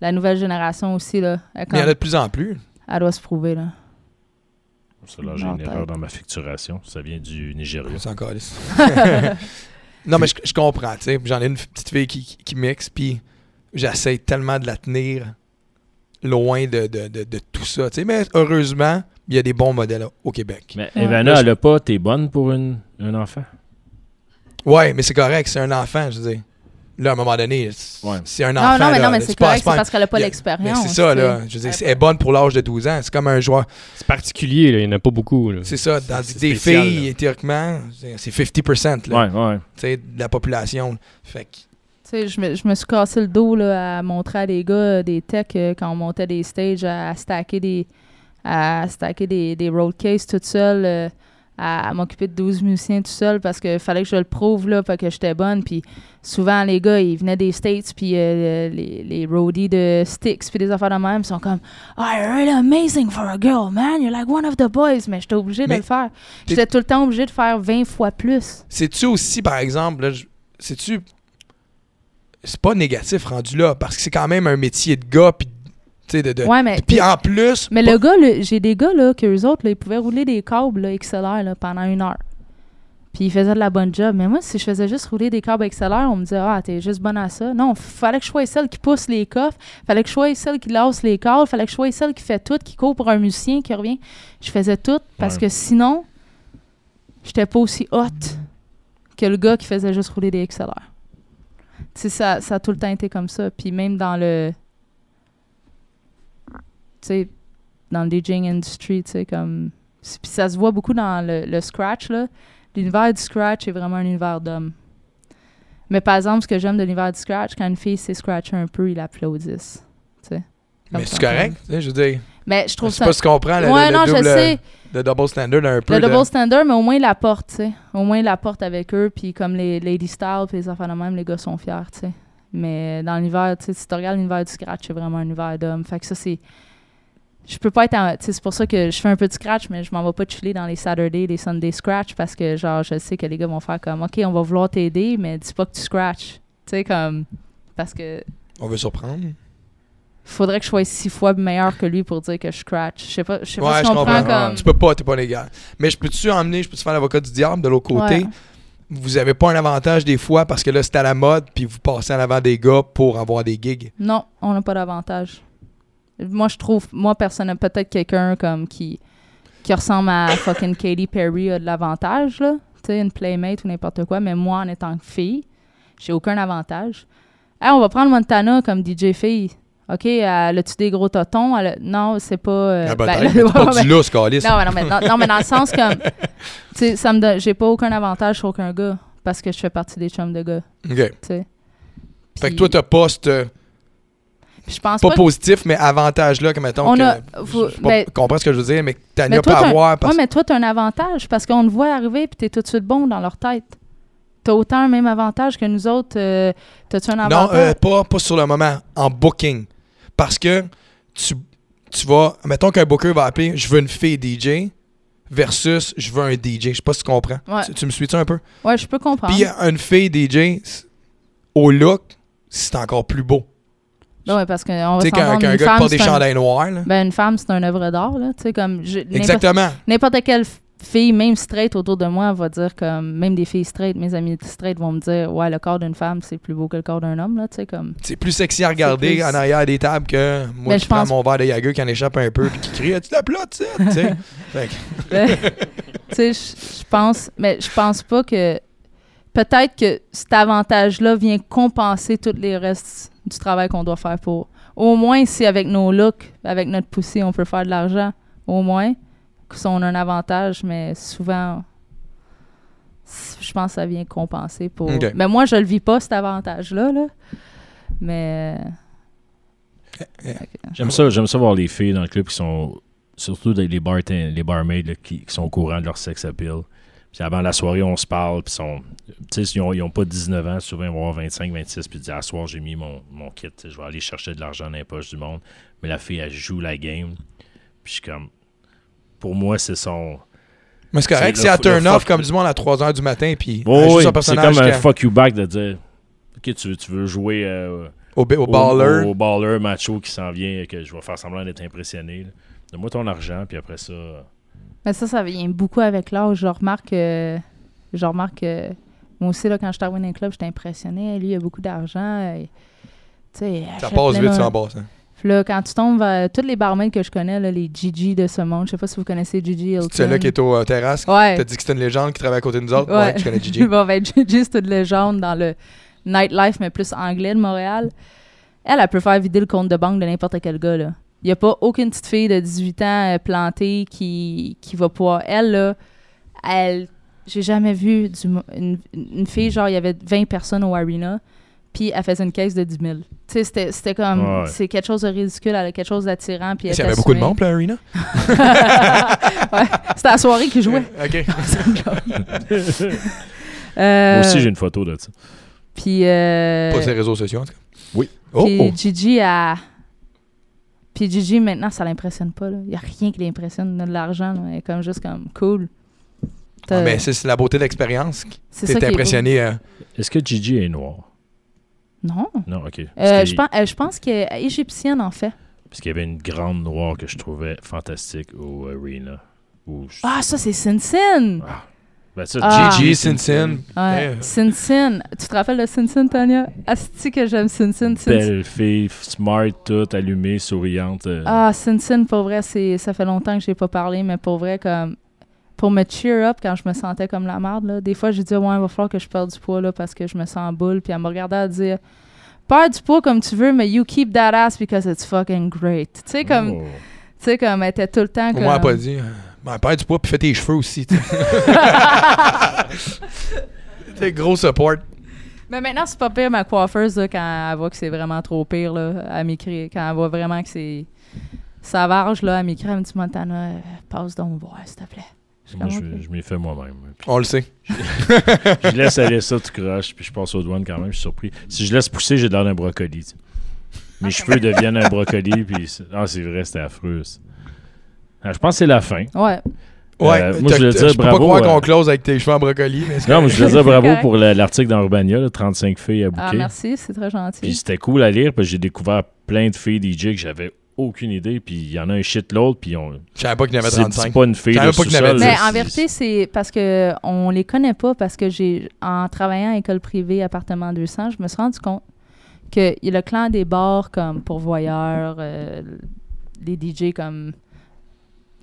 [SPEAKER 3] la nouvelle génération aussi, là. Elle,
[SPEAKER 2] mais il y en
[SPEAKER 3] comme-
[SPEAKER 2] a de plus en plus.
[SPEAKER 3] elle doit se prouver, là.
[SPEAKER 1] Ça, là, j'ai une
[SPEAKER 3] Mental.
[SPEAKER 1] erreur dans ma ficturation. Ça vient du Nigeria.
[SPEAKER 2] C'est encore (laughs) Non, mais je, je comprends, tu sais. J'en ai une petite fille qui, qui mixe, puis j'essaie tellement de la tenir loin de, de- de- de tout ça, tu sais. Mais heureusement, il y a des bons modèles au Québec.
[SPEAKER 1] Mais
[SPEAKER 3] Ouais.
[SPEAKER 1] Evana,
[SPEAKER 2] Là, je-
[SPEAKER 1] elle a pas, t'es bonne pour une, un enfant.
[SPEAKER 2] Ouais, mais c'est correct, c'est un enfant, je veux dire. Là, à un moment donné, c'est
[SPEAKER 1] Ouais.
[SPEAKER 2] c'est un enfant.
[SPEAKER 3] Non, non, mais
[SPEAKER 2] là,
[SPEAKER 3] non, mais
[SPEAKER 2] là,
[SPEAKER 3] c'est
[SPEAKER 2] pas-
[SPEAKER 3] correct,
[SPEAKER 2] pas
[SPEAKER 3] c'est
[SPEAKER 2] un-
[SPEAKER 3] parce qu'elle n'a pas
[SPEAKER 2] y a- Mais
[SPEAKER 3] l'expérience.
[SPEAKER 2] c'est ça,
[SPEAKER 3] tu
[SPEAKER 2] là.
[SPEAKER 3] sais.
[SPEAKER 2] Je veux dire, c'est- elle est bonne pour l'âge de 12 ans. C'est comme un joueur.
[SPEAKER 6] C'est particulier, là, il n'y en a pas beaucoup. là.
[SPEAKER 2] C'est ça, dans
[SPEAKER 6] c'est
[SPEAKER 2] des
[SPEAKER 6] spécial,
[SPEAKER 2] filles,
[SPEAKER 6] là.
[SPEAKER 2] théoriquement, c'est c'est 50% là,
[SPEAKER 1] Ouais, ouais.
[SPEAKER 2] tu sais, de la population. Fait que
[SPEAKER 3] Tu sais, je me, je me suis cassé le dos là, à montrer à des gars euh, des techs euh, quand on montait des stages, à, à stacker des à stacker des, des road cases toute seule, euh, à, à m'occuper de 12 musiciens tout seul parce que fallait que je le prouve là, pas que j'étais bonne. Puis souvent les gars ils venaient des states puis euh, les, les roadies de sticks puis des affaires de même ils sont comme I really amazing for a girl man, you're like one of the boys, mais j'étais obligée
[SPEAKER 2] Mais
[SPEAKER 3] de le faire.
[SPEAKER 2] t'es-
[SPEAKER 3] J'étais tout le temps obligée de faire 20 fois plus.
[SPEAKER 2] C'est-tu aussi, par exemple, là, je- c'est-tu. C'est pas négatif rendu là, parce que c'est quand même un métier de gars, puis tu sais, de. de-
[SPEAKER 3] Ouais, mais
[SPEAKER 2] puis en plus.
[SPEAKER 3] Mais
[SPEAKER 2] pas-
[SPEAKER 3] le gars, là, j'ai des gars là, que eux autres, là, ils pouvaient rouler des câbles là, XLR là, pendant une heure. Puis ils faisaient de la bonne job. Mais moi, si je faisais juste rouler des câbles XLR, on me disait Ah, t'es juste bonne à ça. Non, fallait que je sois celle qui pousse les coffres, fallait que je sois celle qui lance les câbles, fallait que je sois celle qui fait tout, qui court pour un musicien, qui revient. Je faisais tout parce
[SPEAKER 1] Ouais.
[SPEAKER 3] que sinon, j'étais pas aussi haute que le gars qui faisait juste rouler des XLR. Tu sais, ça, ça a tout le temps été comme ça. Puis même dans le. Tu sais, dans le DJing industry, tu sais, comme... c'est- Puis ça se voit beaucoup dans le, le scratch, là. L'univers du scratch est vraiment un univers d'hommes. Mais par exemple, ce que j'aime de l'univers du scratch, quand une fille s'est scratcher un peu, ils applaudissent. tu sais.
[SPEAKER 2] Mais c'est
[SPEAKER 3] Comme ça.
[SPEAKER 2] correct, tu sais, je veux dire.
[SPEAKER 3] Mais je
[SPEAKER 2] Je
[SPEAKER 3] trouve
[SPEAKER 2] sais
[SPEAKER 3] ça...
[SPEAKER 2] pas si tu comprends le,
[SPEAKER 3] ouais,
[SPEAKER 2] le- le
[SPEAKER 3] non,
[SPEAKER 2] double, euh,
[SPEAKER 3] je sais.
[SPEAKER 2] le double standard un peu.
[SPEAKER 3] Le
[SPEAKER 2] de-
[SPEAKER 3] double standard, mais au moins la porte, tu sais. Au moins la porte avec eux, puis comme les Lady Style, puis les enfants de même, les gars sont fiers, tu sais. Mais dans l'univers, tu sais, si tu regardes l'univers du scratch, c'est vraiment un univers d'hommes. Fait que ça, c'est. Je peux pas être en. tu sais, c'est pour ça que je fais un peu de scratch, mais je m'en vais pas chiller dans les Saturday, les Sunday scratch, parce que, genre, je sais que les gars vont faire comme, OK, on va vouloir t'aider, mais dis pas que tu scratches. Tu sais, comme. Parce que
[SPEAKER 2] On veut surprendre.
[SPEAKER 3] faudrait que je sois six fois meilleur que lui pour dire que je scratch. Je sais pas, je sais pas
[SPEAKER 2] Ouais,
[SPEAKER 3] si
[SPEAKER 2] je
[SPEAKER 3] on prend
[SPEAKER 2] comprends.
[SPEAKER 3] comme.
[SPEAKER 2] Tu peux pas, t'es pas légal. Mais je peux-tu emmener, je peux-tu faire l'avocat du diable de l'autre côté?
[SPEAKER 3] Ouais.
[SPEAKER 2] Vous avez pas un avantage des fois parce que là, c'est à la mode, puis vous passez en avant des gars pour avoir des gigs.
[SPEAKER 3] Non, on n'a pas d'avantage. Moi, je trouve, moi, personnellement, peut-être quelqu'un comme qui, qui ressemble à fucking Katy Perry a de l'avantage, là. Tu sais, une playmate ou n'importe quoi, mais moi, en étant que fille, j'ai aucun avantage. Ah, on va prendre Montana comme DJ fille. OK, elle a-tu des gros totons? Elle a- Non, c'est pas. euh,
[SPEAKER 2] Ah,
[SPEAKER 3] ben, (laughs)
[SPEAKER 2] peut-être, mais t'es pas
[SPEAKER 3] ouais,
[SPEAKER 2] du lousse, câlisse.
[SPEAKER 3] non, mais non, mais, non, non, mais dans le
[SPEAKER 2] (laughs)
[SPEAKER 3] sens comme. Tu sais, ça me donne- J'ai pas aucun avantage sur aucun gars parce que je fais partie des chums de gars,
[SPEAKER 2] OK.
[SPEAKER 3] tu
[SPEAKER 2] Fait
[SPEAKER 3] sais.
[SPEAKER 2] que
[SPEAKER 3] Puis-
[SPEAKER 2] toi, t'as pas cette- euh,
[SPEAKER 3] puis je pense
[SPEAKER 2] pas,
[SPEAKER 3] pas que-
[SPEAKER 2] positif, mais avantage là, que mettons.
[SPEAKER 3] On
[SPEAKER 2] que-
[SPEAKER 3] a-
[SPEAKER 2] je-
[SPEAKER 3] vous-
[SPEAKER 2] je sais pas
[SPEAKER 3] ben-
[SPEAKER 2] comprends ce que je veux dire, mais que
[SPEAKER 3] Mais
[SPEAKER 2] Tania peut
[SPEAKER 3] toi, t'as-
[SPEAKER 2] avoir. Parce...
[SPEAKER 3] Ouais, mais toi, t'as un avantage parce qu'on te voit arriver puis t'es tout de suite bon dans leur tête. T'as autant le même avantage que nous autres. euh, T'as-tu un
[SPEAKER 2] non, euh,
[SPEAKER 3] avantage?
[SPEAKER 2] pas, pas sur le moment, en booking. Parce que tu, tu vas. Mettons qu'un booker va appeler Je veux une fille DJ versus Je veux un DJ. Je sais pas si tu comprends.
[SPEAKER 3] Ouais.
[SPEAKER 2] Tu, tu me suis-tu un peu?
[SPEAKER 3] ouais, je peux comprendre.
[SPEAKER 2] Puis euh, une fille DJ, c'est- au look, c'est encore plus beau.
[SPEAKER 3] Ben ouais, parce qu'on va
[SPEAKER 2] Tu sais, qu'un
[SPEAKER 3] s'entendre,
[SPEAKER 2] qu'un
[SPEAKER 3] une
[SPEAKER 2] gars qui
[SPEAKER 3] femme,
[SPEAKER 2] porte des
[SPEAKER 3] c'est un-
[SPEAKER 2] chandails noirs. là.
[SPEAKER 3] Ben, une femme, c'est un œuvre d'art, là. Tu sais, comme... je- n'importe-
[SPEAKER 2] Exactement.
[SPEAKER 3] N'importe quelle f- fille, même straight autour de moi, va dire comme... Même des filles straight, mes amis straight vont me dire « Ouais, le corps d'une femme, c'est plus beau que le corps d'un homme, là. » Tu sais, comme...
[SPEAKER 2] C'est plus sexy à regarder
[SPEAKER 3] plus-
[SPEAKER 2] en arrière des tables que moi
[SPEAKER 3] Ben,
[SPEAKER 2] qui
[SPEAKER 3] je
[SPEAKER 2] prends
[SPEAKER 3] pense-
[SPEAKER 2] mon verre de Yager qui en échappe un peu puis qui crie As-tu la plot,
[SPEAKER 3] (laughs)
[SPEAKER 2] tu sais? Tu sais? Fait que-
[SPEAKER 3] Ben, tu sais, je je pense, mais je pense pas que. Peut-être que cet avantage-là vient compenser tous les restes du travail qu'on doit faire pour. Au moins, si avec nos looks, avec notre poussée, on peut faire de l'argent, au moins, que ça, on a un avantage, mais souvent, c- je pense que ça vient compenser pour.
[SPEAKER 2] Ok.
[SPEAKER 3] Mais moi, je le vis pas, cet avantage-là, là. Mais.
[SPEAKER 1] J'aime ça, j'aime ça voir les filles dans le club qui sont surtout des- les barten- les barmaids là, qui, qui sont au courant de leur sex appeal. Puis avant la soirée, on se parle, puis ils sont- tu sais, ils ont, ils ont pas 19 ans, souvent ils vont avoir 25, 26, puis ils disent à soir, j'ai mis mon, mon kit, tu sais, je vais aller chercher de l'argent dans les poches du monde." Mais la fille elle joue la game. Puis je suis comme pour moi, c'est son
[SPEAKER 2] Mais c'est
[SPEAKER 1] C'est
[SPEAKER 2] correct,
[SPEAKER 1] le
[SPEAKER 2] c'est à
[SPEAKER 1] f- le
[SPEAKER 2] turn off
[SPEAKER 1] fuck-
[SPEAKER 2] comme du monde à 3h du matin, puis
[SPEAKER 1] Oh
[SPEAKER 2] elle joue
[SPEAKER 1] oui,
[SPEAKER 2] son
[SPEAKER 1] c'est
[SPEAKER 2] personnage
[SPEAKER 1] comme un
[SPEAKER 2] quand-
[SPEAKER 1] fuck you back de dire OK, tu, tu veux jouer euh,
[SPEAKER 2] au, ba- au baller.
[SPEAKER 1] Au, baller
[SPEAKER 3] (laughs)
[SPEAKER 1] macho qui s'en vient et que je vais faire semain d'être impressionné. là. Donne-moi ton argent, puis après ça,
[SPEAKER 3] Mais ça, ça vient beaucoup avec l'âge. Je remarque, euh, je remarque euh, moi aussi, là, quand j'étais à Winning Club, j'étais impressionnée. Lui, il a beaucoup d'argent. euh, tu sais, il
[SPEAKER 2] Ça
[SPEAKER 3] achète
[SPEAKER 2] passe
[SPEAKER 3] plein
[SPEAKER 2] vite
[SPEAKER 3] de-
[SPEAKER 2] sur la basse. hein.
[SPEAKER 3] Puis là, quand tu tombes vers tous les barmaids que je connais, là, les Gigi de ce monde, je sais pas si vous connaissez Gigi Hilton.
[SPEAKER 2] C'est celui-là qui est au euh, terrasse.
[SPEAKER 3] Ouais.
[SPEAKER 2] T'as dit que c'était une légende qui travaille à côté de nous autres. Ouais,
[SPEAKER 3] (laughs) Ouais.
[SPEAKER 2] tu connais Gigi.
[SPEAKER 3] bon, ben, Gigi, c'est une légende dans le nightlife, mais plus anglais de Montréal. Elle, elle peut faire vider le compte de banque de n'importe quel gars, là. Il n'y a pas aucune petite fille de 18 ans euh, plantée qui, qui va pouvoir. Elle, là, elle. J'ai jamais vu du mo- une, une fille, genre, il y avait 20 personnes au Arena, puis elle faisait une caisse de 10 000. Tu sais, c'était- c'était comme.
[SPEAKER 1] Ouais.
[SPEAKER 3] C'est quelque chose de ridicule, elle a quelque chose d'attirant,
[SPEAKER 2] Il
[SPEAKER 3] puis elle
[SPEAKER 2] y
[SPEAKER 3] était
[SPEAKER 2] avait beaucoup de
[SPEAKER 3] assumée.
[SPEAKER 2] monde, puis, à l'arena.
[SPEAKER 3] (laughs) Ouais, c'était la soirée qui jouait. (laughs)
[SPEAKER 2] OK.
[SPEAKER 1] Moi
[SPEAKER 3] Euh,
[SPEAKER 1] aussi, j'ai une photo de ça.
[SPEAKER 3] Puis. euh,
[SPEAKER 2] Pas ses réseaux sociaux, en tout cas.
[SPEAKER 1] Oui.
[SPEAKER 2] Oh,
[SPEAKER 3] Puis
[SPEAKER 2] oh.
[SPEAKER 3] Gigi a. Puis Gigi, maintenant, ça l'impressionne pas. Il n'y a rien qui l'impressionne. Elle a De l'argent, là. Elle est comme juste comme cool. T'as-
[SPEAKER 2] Ah, mais c'est c'est la beauté de l'expérience.
[SPEAKER 3] c'est ça
[SPEAKER 2] T'es
[SPEAKER 3] qui est beau.
[SPEAKER 2] impressionné. euh,
[SPEAKER 1] Est-ce que Gigi est noire?
[SPEAKER 3] Non.
[SPEAKER 1] Non, OK. Parce
[SPEAKER 3] Euh,
[SPEAKER 1] qu'il-
[SPEAKER 3] je, pense, euh, je pense qu'elle est égyptienne, en fait.
[SPEAKER 1] Parce qu'il y avait une grande noire que je trouvais fantastique au Arena. Ou je-
[SPEAKER 3] Ah, ça, c'est Sin Sin.
[SPEAKER 1] Ben, ça,
[SPEAKER 3] Ah.
[SPEAKER 2] Gigi, Sin Sin.
[SPEAKER 3] Ouais.
[SPEAKER 2] Eh.
[SPEAKER 3] Sin Sin. Tu te rappelles de Sin Sin, Tania? Asti que j'aime Sin Sin. Sin Sin.
[SPEAKER 1] Belle fille, smart, toute allumée, souriante. euh,
[SPEAKER 3] Ah, Sin Sin, pour vrai, c'est ça fait longtemps que j'ai pas parlé, mais pour vrai, comme pour me cheer up quand je me sentais comme la merde, là, des fois, j'ai dit, ouais, il va falloir que je perde du poids, là, parce que je me sens en boule. Puis elle me regardait à dire, perds du poids comme tu veux, mais you keep that ass because it's fucking great. Tu sais, comme,
[SPEAKER 1] oh.
[SPEAKER 3] tu sais, comme, elle était tout le temps
[SPEAKER 2] Au
[SPEAKER 3] comme.
[SPEAKER 2] moins, elle a pas dit. euh, Ben, perds du poids, puis fais tes cheveux aussi. tu sais.
[SPEAKER 3] (laughs)
[SPEAKER 2] T'es gros support.
[SPEAKER 3] Mais maintenant, c'est pas pire, ma coiffeuse, là, quand elle voit que c'est vraiment trop pire, là, elle m'écrit. Quand elle voit vraiment que c'est savage, là, elle m'écrit, elle me dit, Montana, euh, passe donc voir, s'il te plaît. Je suis
[SPEAKER 1] Moi,
[SPEAKER 3] comme,
[SPEAKER 1] je,
[SPEAKER 3] Ok.
[SPEAKER 1] je m'y fais moi-même. Puis
[SPEAKER 2] On le sait.
[SPEAKER 1] je laisse aller ça, tu croches, puis je passe aux douanes quand même, je suis surpris. Si je laisse pousser, j'ai l'air d'un brocoli. tu sais. Mes cheveux deviennent un brocoli, puis c'est- ah, c'est vrai, c'était affreux. ça. Ah, je pense que c'est la fin. Euh,
[SPEAKER 2] Ouais.
[SPEAKER 3] Ouais.
[SPEAKER 1] moi,
[SPEAKER 2] t'as-
[SPEAKER 1] je voulais
[SPEAKER 2] t'as-
[SPEAKER 1] dire
[SPEAKER 2] peux
[SPEAKER 1] bravo,
[SPEAKER 2] pas croire
[SPEAKER 1] euh,
[SPEAKER 2] qu'on close avec tes cheveux en brocoli, mais c'est
[SPEAKER 1] Non, mais je voulais dire bravo
[SPEAKER 3] correct.
[SPEAKER 1] pour la- l'article dans Urbania, là, 35 filles à
[SPEAKER 3] Ah,
[SPEAKER 1] bouquet.
[SPEAKER 3] merci, c'est très gentil.
[SPEAKER 1] Puis c'était cool à lire, parce que j'ai découvert plein de filles DJ que j'avais aucune idée, puis il y en a un shit l'autre, puis on...
[SPEAKER 2] Je savais pas qu'il y en avait
[SPEAKER 1] c'est
[SPEAKER 2] 35.
[SPEAKER 1] pas une fille
[SPEAKER 2] J'avais
[SPEAKER 1] de
[SPEAKER 2] pas qu'il y en avait
[SPEAKER 1] sous-sol,
[SPEAKER 2] dix.
[SPEAKER 1] là,
[SPEAKER 3] Mais en
[SPEAKER 1] c'est-
[SPEAKER 3] vérité, c'est parce que on les connaît pas parce que j'ai en travaillant à école privée appartement 200, je me suis rendu compte que y a le clan des bars comme pourvoyeurs, euh, les DJ comme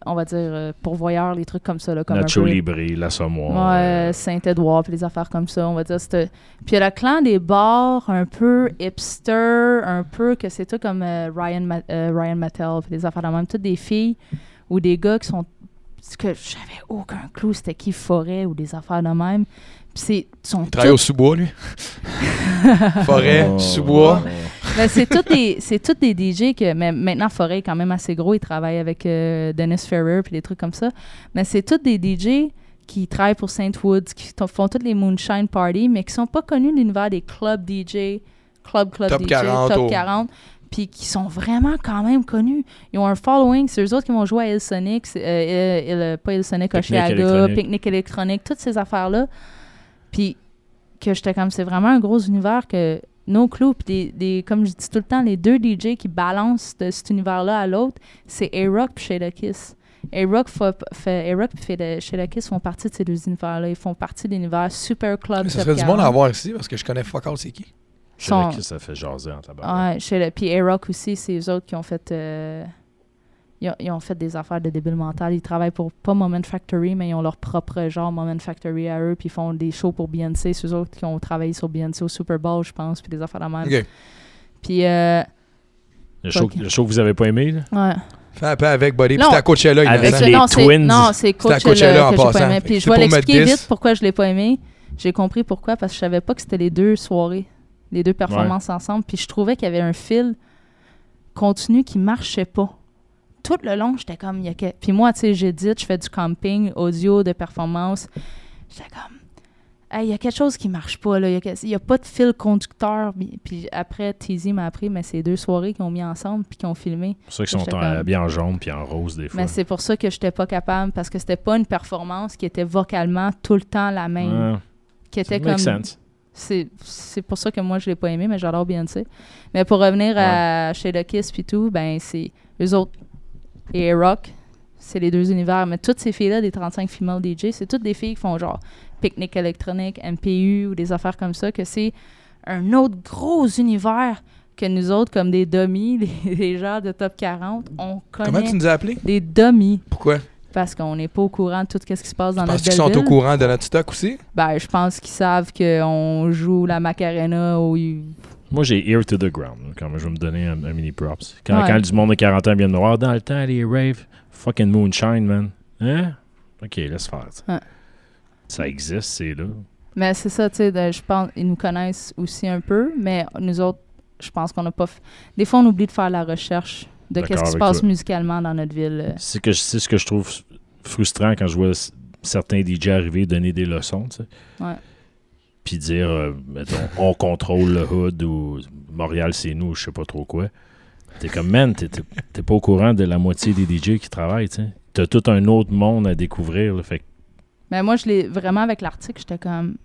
[SPEAKER 3] on va dire euh, pourvoyeurs, les trucs comme ça là, comme un
[SPEAKER 1] Nacho
[SPEAKER 3] peu-
[SPEAKER 1] Libre, l'Assommoir.
[SPEAKER 3] Ouais,
[SPEAKER 1] euh,
[SPEAKER 3] Saint-Édouard, puis les affaires comme ça, on va dire. c'était- Puis le clan des bars, un peu hipster, un peu que c'est tout comme euh, Ryan, Ma- euh, Ryan Mattel, puis les affaires de même, toutes des filles ou des gars qui sont. que j'avais aucun clou, c'était qui Forêt ou des affaires de même. Puis c'est. sont
[SPEAKER 2] Il travaille au
[SPEAKER 3] toutes-
[SPEAKER 2] sous-bois,
[SPEAKER 3] (laughs)
[SPEAKER 2] lui. Forêt,
[SPEAKER 1] oh,
[SPEAKER 2] sous-bois.
[SPEAKER 1] oh.
[SPEAKER 3] Mais Ben, c'est toutes des, c'est toutes des DJ que. Mais maintenant, Forêt est quand même assez gros, il travaille avec euh, Dennis Ferrer, puis des trucs comme ça. Mais c'est toutes des DJ qui travaillent pour St. Woods, qui t- font toutes les moonshine parties, mais qui sont pas connus de l'univers des clubs DJ, club club
[SPEAKER 2] Top
[SPEAKER 3] DJ,
[SPEAKER 2] 40,
[SPEAKER 3] top
[SPEAKER 2] oh.
[SPEAKER 3] 40, puis qui sont vraiment quand même connus. Ils ont un following, c'est eux autres qui vont jouer à Il Sonic, c'est- euh, Il- Il- pas Il Sonic,
[SPEAKER 1] Picnic
[SPEAKER 3] Oshiaga,
[SPEAKER 1] électronique.
[SPEAKER 3] Picnic électronique, toutes ces affaires là. Puis que j'étais comme c'est vraiment un gros univers que nos clous, puis des, des- comme je dis tout le temps, les deux DJ qui balancent de cet univers-là à l'autre, c'est A-Rock puis Shayla Kiss. A-Rock fa- fait- A-Rock puis Shayla- Shayla Kiss font partie de ces deux univers-là. Ils font partie de l'univers Super Club.
[SPEAKER 2] Mais ça
[SPEAKER 3] Top
[SPEAKER 2] serait du monde à
[SPEAKER 3] 40.
[SPEAKER 2] avoir ici parce que je connais fuck all c'est qui.
[SPEAKER 1] Je savais
[SPEAKER 3] Son-
[SPEAKER 1] que ça fait jaser en tabac.
[SPEAKER 3] Ouais, Shayla- Puis A-Rock aussi, c'est eux autres qui ont fait. euh, ils, ont, ils ont fait des affaires de débile mental. Ils travaillent pour pas Moment Factory, mais ils ont leur propre genre Moment Factory à eux. Puis ils font des shows pour Beyoncé. C'est eux autres qui ont travaillé sur Beyoncé au Super Bowl, je pense, puis des affaires de même.
[SPEAKER 2] Ok.
[SPEAKER 3] Puis, euh,
[SPEAKER 1] Le, show,
[SPEAKER 3] Ok.
[SPEAKER 1] le show que vous avez pas aimé, là?
[SPEAKER 3] ouais.
[SPEAKER 2] Fais un peu avec Buddy. Puis
[SPEAKER 3] Non.
[SPEAKER 2] c'est à Coachella, il
[SPEAKER 1] Avec
[SPEAKER 2] me
[SPEAKER 1] les
[SPEAKER 2] semble.
[SPEAKER 3] non, c'est-
[SPEAKER 1] Twins.
[SPEAKER 3] Non, c'est
[SPEAKER 2] à
[SPEAKER 3] Coachella,
[SPEAKER 2] Coachella en
[SPEAKER 3] que j'ai
[SPEAKER 2] passant.
[SPEAKER 3] pas aimé. Puis
[SPEAKER 2] C'est
[SPEAKER 3] je vais
[SPEAKER 2] pour mettre
[SPEAKER 3] l'expliquer
[SPEAKER 2] 10.
[SPEAKER 3] vite pourquoi je l'ai pas aimé. J'ai compris pourquoi, parce que je savais pas que c'était les deux soirées, les deux performances ensemble. Puis je trouvais qu'il y avait un fil continu qui marchait pas. Tout le long, j'étais comme... il Y a que- Puis moi, tu sais, j'édite, je fais du camping, audio, de performance. J'étais comme... Hey, Il y a quelque chose qui marche pas, là. Il y a que- Il n'y a, pas de fil conducteur. Puis- Puis après, Tizi m'a appris, mais c'est deux soirées qu'ils ont mis ensemble puis qu'ils ont filmé.
[SPEAKER 1] C'est pour ça qu'ils
[SPEAKER 3] J'étais
[SPEAKER 1] sont en-
[SPEAKER 3] comme-
[SPEAKER 1] bien en jaune puis en rose des fois.
[SPEAKER 3] Mais c'est pour ça que j'étais pas capable parce que c'était pas une performance qui était vocalement tout le temps la même,
[SPEAKER 1] Ouais,
[SPEAKER 3] qui
[SPEAKER 1] ça
[SPEAKER 3] était
[SPEAKER 1] make
[SPEAKER 3] comme
[SPEAKER 1] sense.
[SPEAKER 3] c'est c'est pour ça que moi je l'ai pas aimé mais j'adore Beyoncé. Mais pour revenir à chez Kiss puis tout, ben c'est les autres et Rock c'est les deux univers, mais toutes ces filles-là, des 35 female DJ, c'est toutes des filles qui font genre pique-nique électronique, MPU ou des affaires comme ça, que c'est un autre gros univers que nous autres, comme des dummies, (laughs) les, les gens de top 40, on
[SPEAKER 2] Comment
[SPEAKER 3] connaît
[SPEAKER 2] tu nous as appelés?
[SPEAKER 3] des dummies
[SPEAKER 2] Pourquoi?
[SPEAKER 3] parce qu'on n'est pas au courant de tout ce qui se passe dans
[SPEAKER 2] Parce
[SPEAKER 3] notre
[SPEAKER 2] qu'ils
[SPEAKER 3] belle
[SPEAKER 2] sont au
[SPEAKER 3] ville.
[SPEAKER 2] courant de notre stock aussi?
[SPEAKER 3] Ben, je pense qu'ils savent qu'on joue la Macarena au...
[SPEAKER 1] Moi, j'ai ear to the ground. là, Quand même, je vais me donner un, un mini props. Quand,
[SPEAKER 3] Ouais.
[SPEAKER 1] quand du monde de 40 ans vient de me voir, dans le temps, les raves, fucking moonshine, man. Hein? Ok, laisse faire. ça.
[SPEAKER 3] Ouais.
[SPEAKER 1] Ça existe, c'est là.
[SPEAKER 3] Mais c'est ça, tu sais, de- je pense ils nous connaissent aussi un peu, mais nous autres, je pense qu'on n'a pas... f- Des fois, on oublie de faire la recherche de
[SPEAKER 1] D'accord
[SPEAKER 3] qu'est-ce qui se
[SPEAKER 1] avec
[SPEAKER 3] passe
[SPEAKER 1] toi.
[SPEAKER 3] musicalement dans notre ville. euh.
[SPEAKER 1] C'est que je- c'est ce que je trouve frustrant quand je vois s- certains DJ arriver donner des leçons, tu sais.
[SPEAKER 3] Ouais.
[SPEAKER 1] Puis dire, euh, mettons, on contrôle le hood ou Montréal, c'est nous, je sais pas trop quoi. T'es comme, man, t'es- t'es t'es pas au courant de la moitié des DJ qui travaillent, tu sais. T'as tout un autre monde à découvrir, là, fait que
[SPEAKER 3] Mais moi, je l'ai vraiment avec l'article, j'étais comme,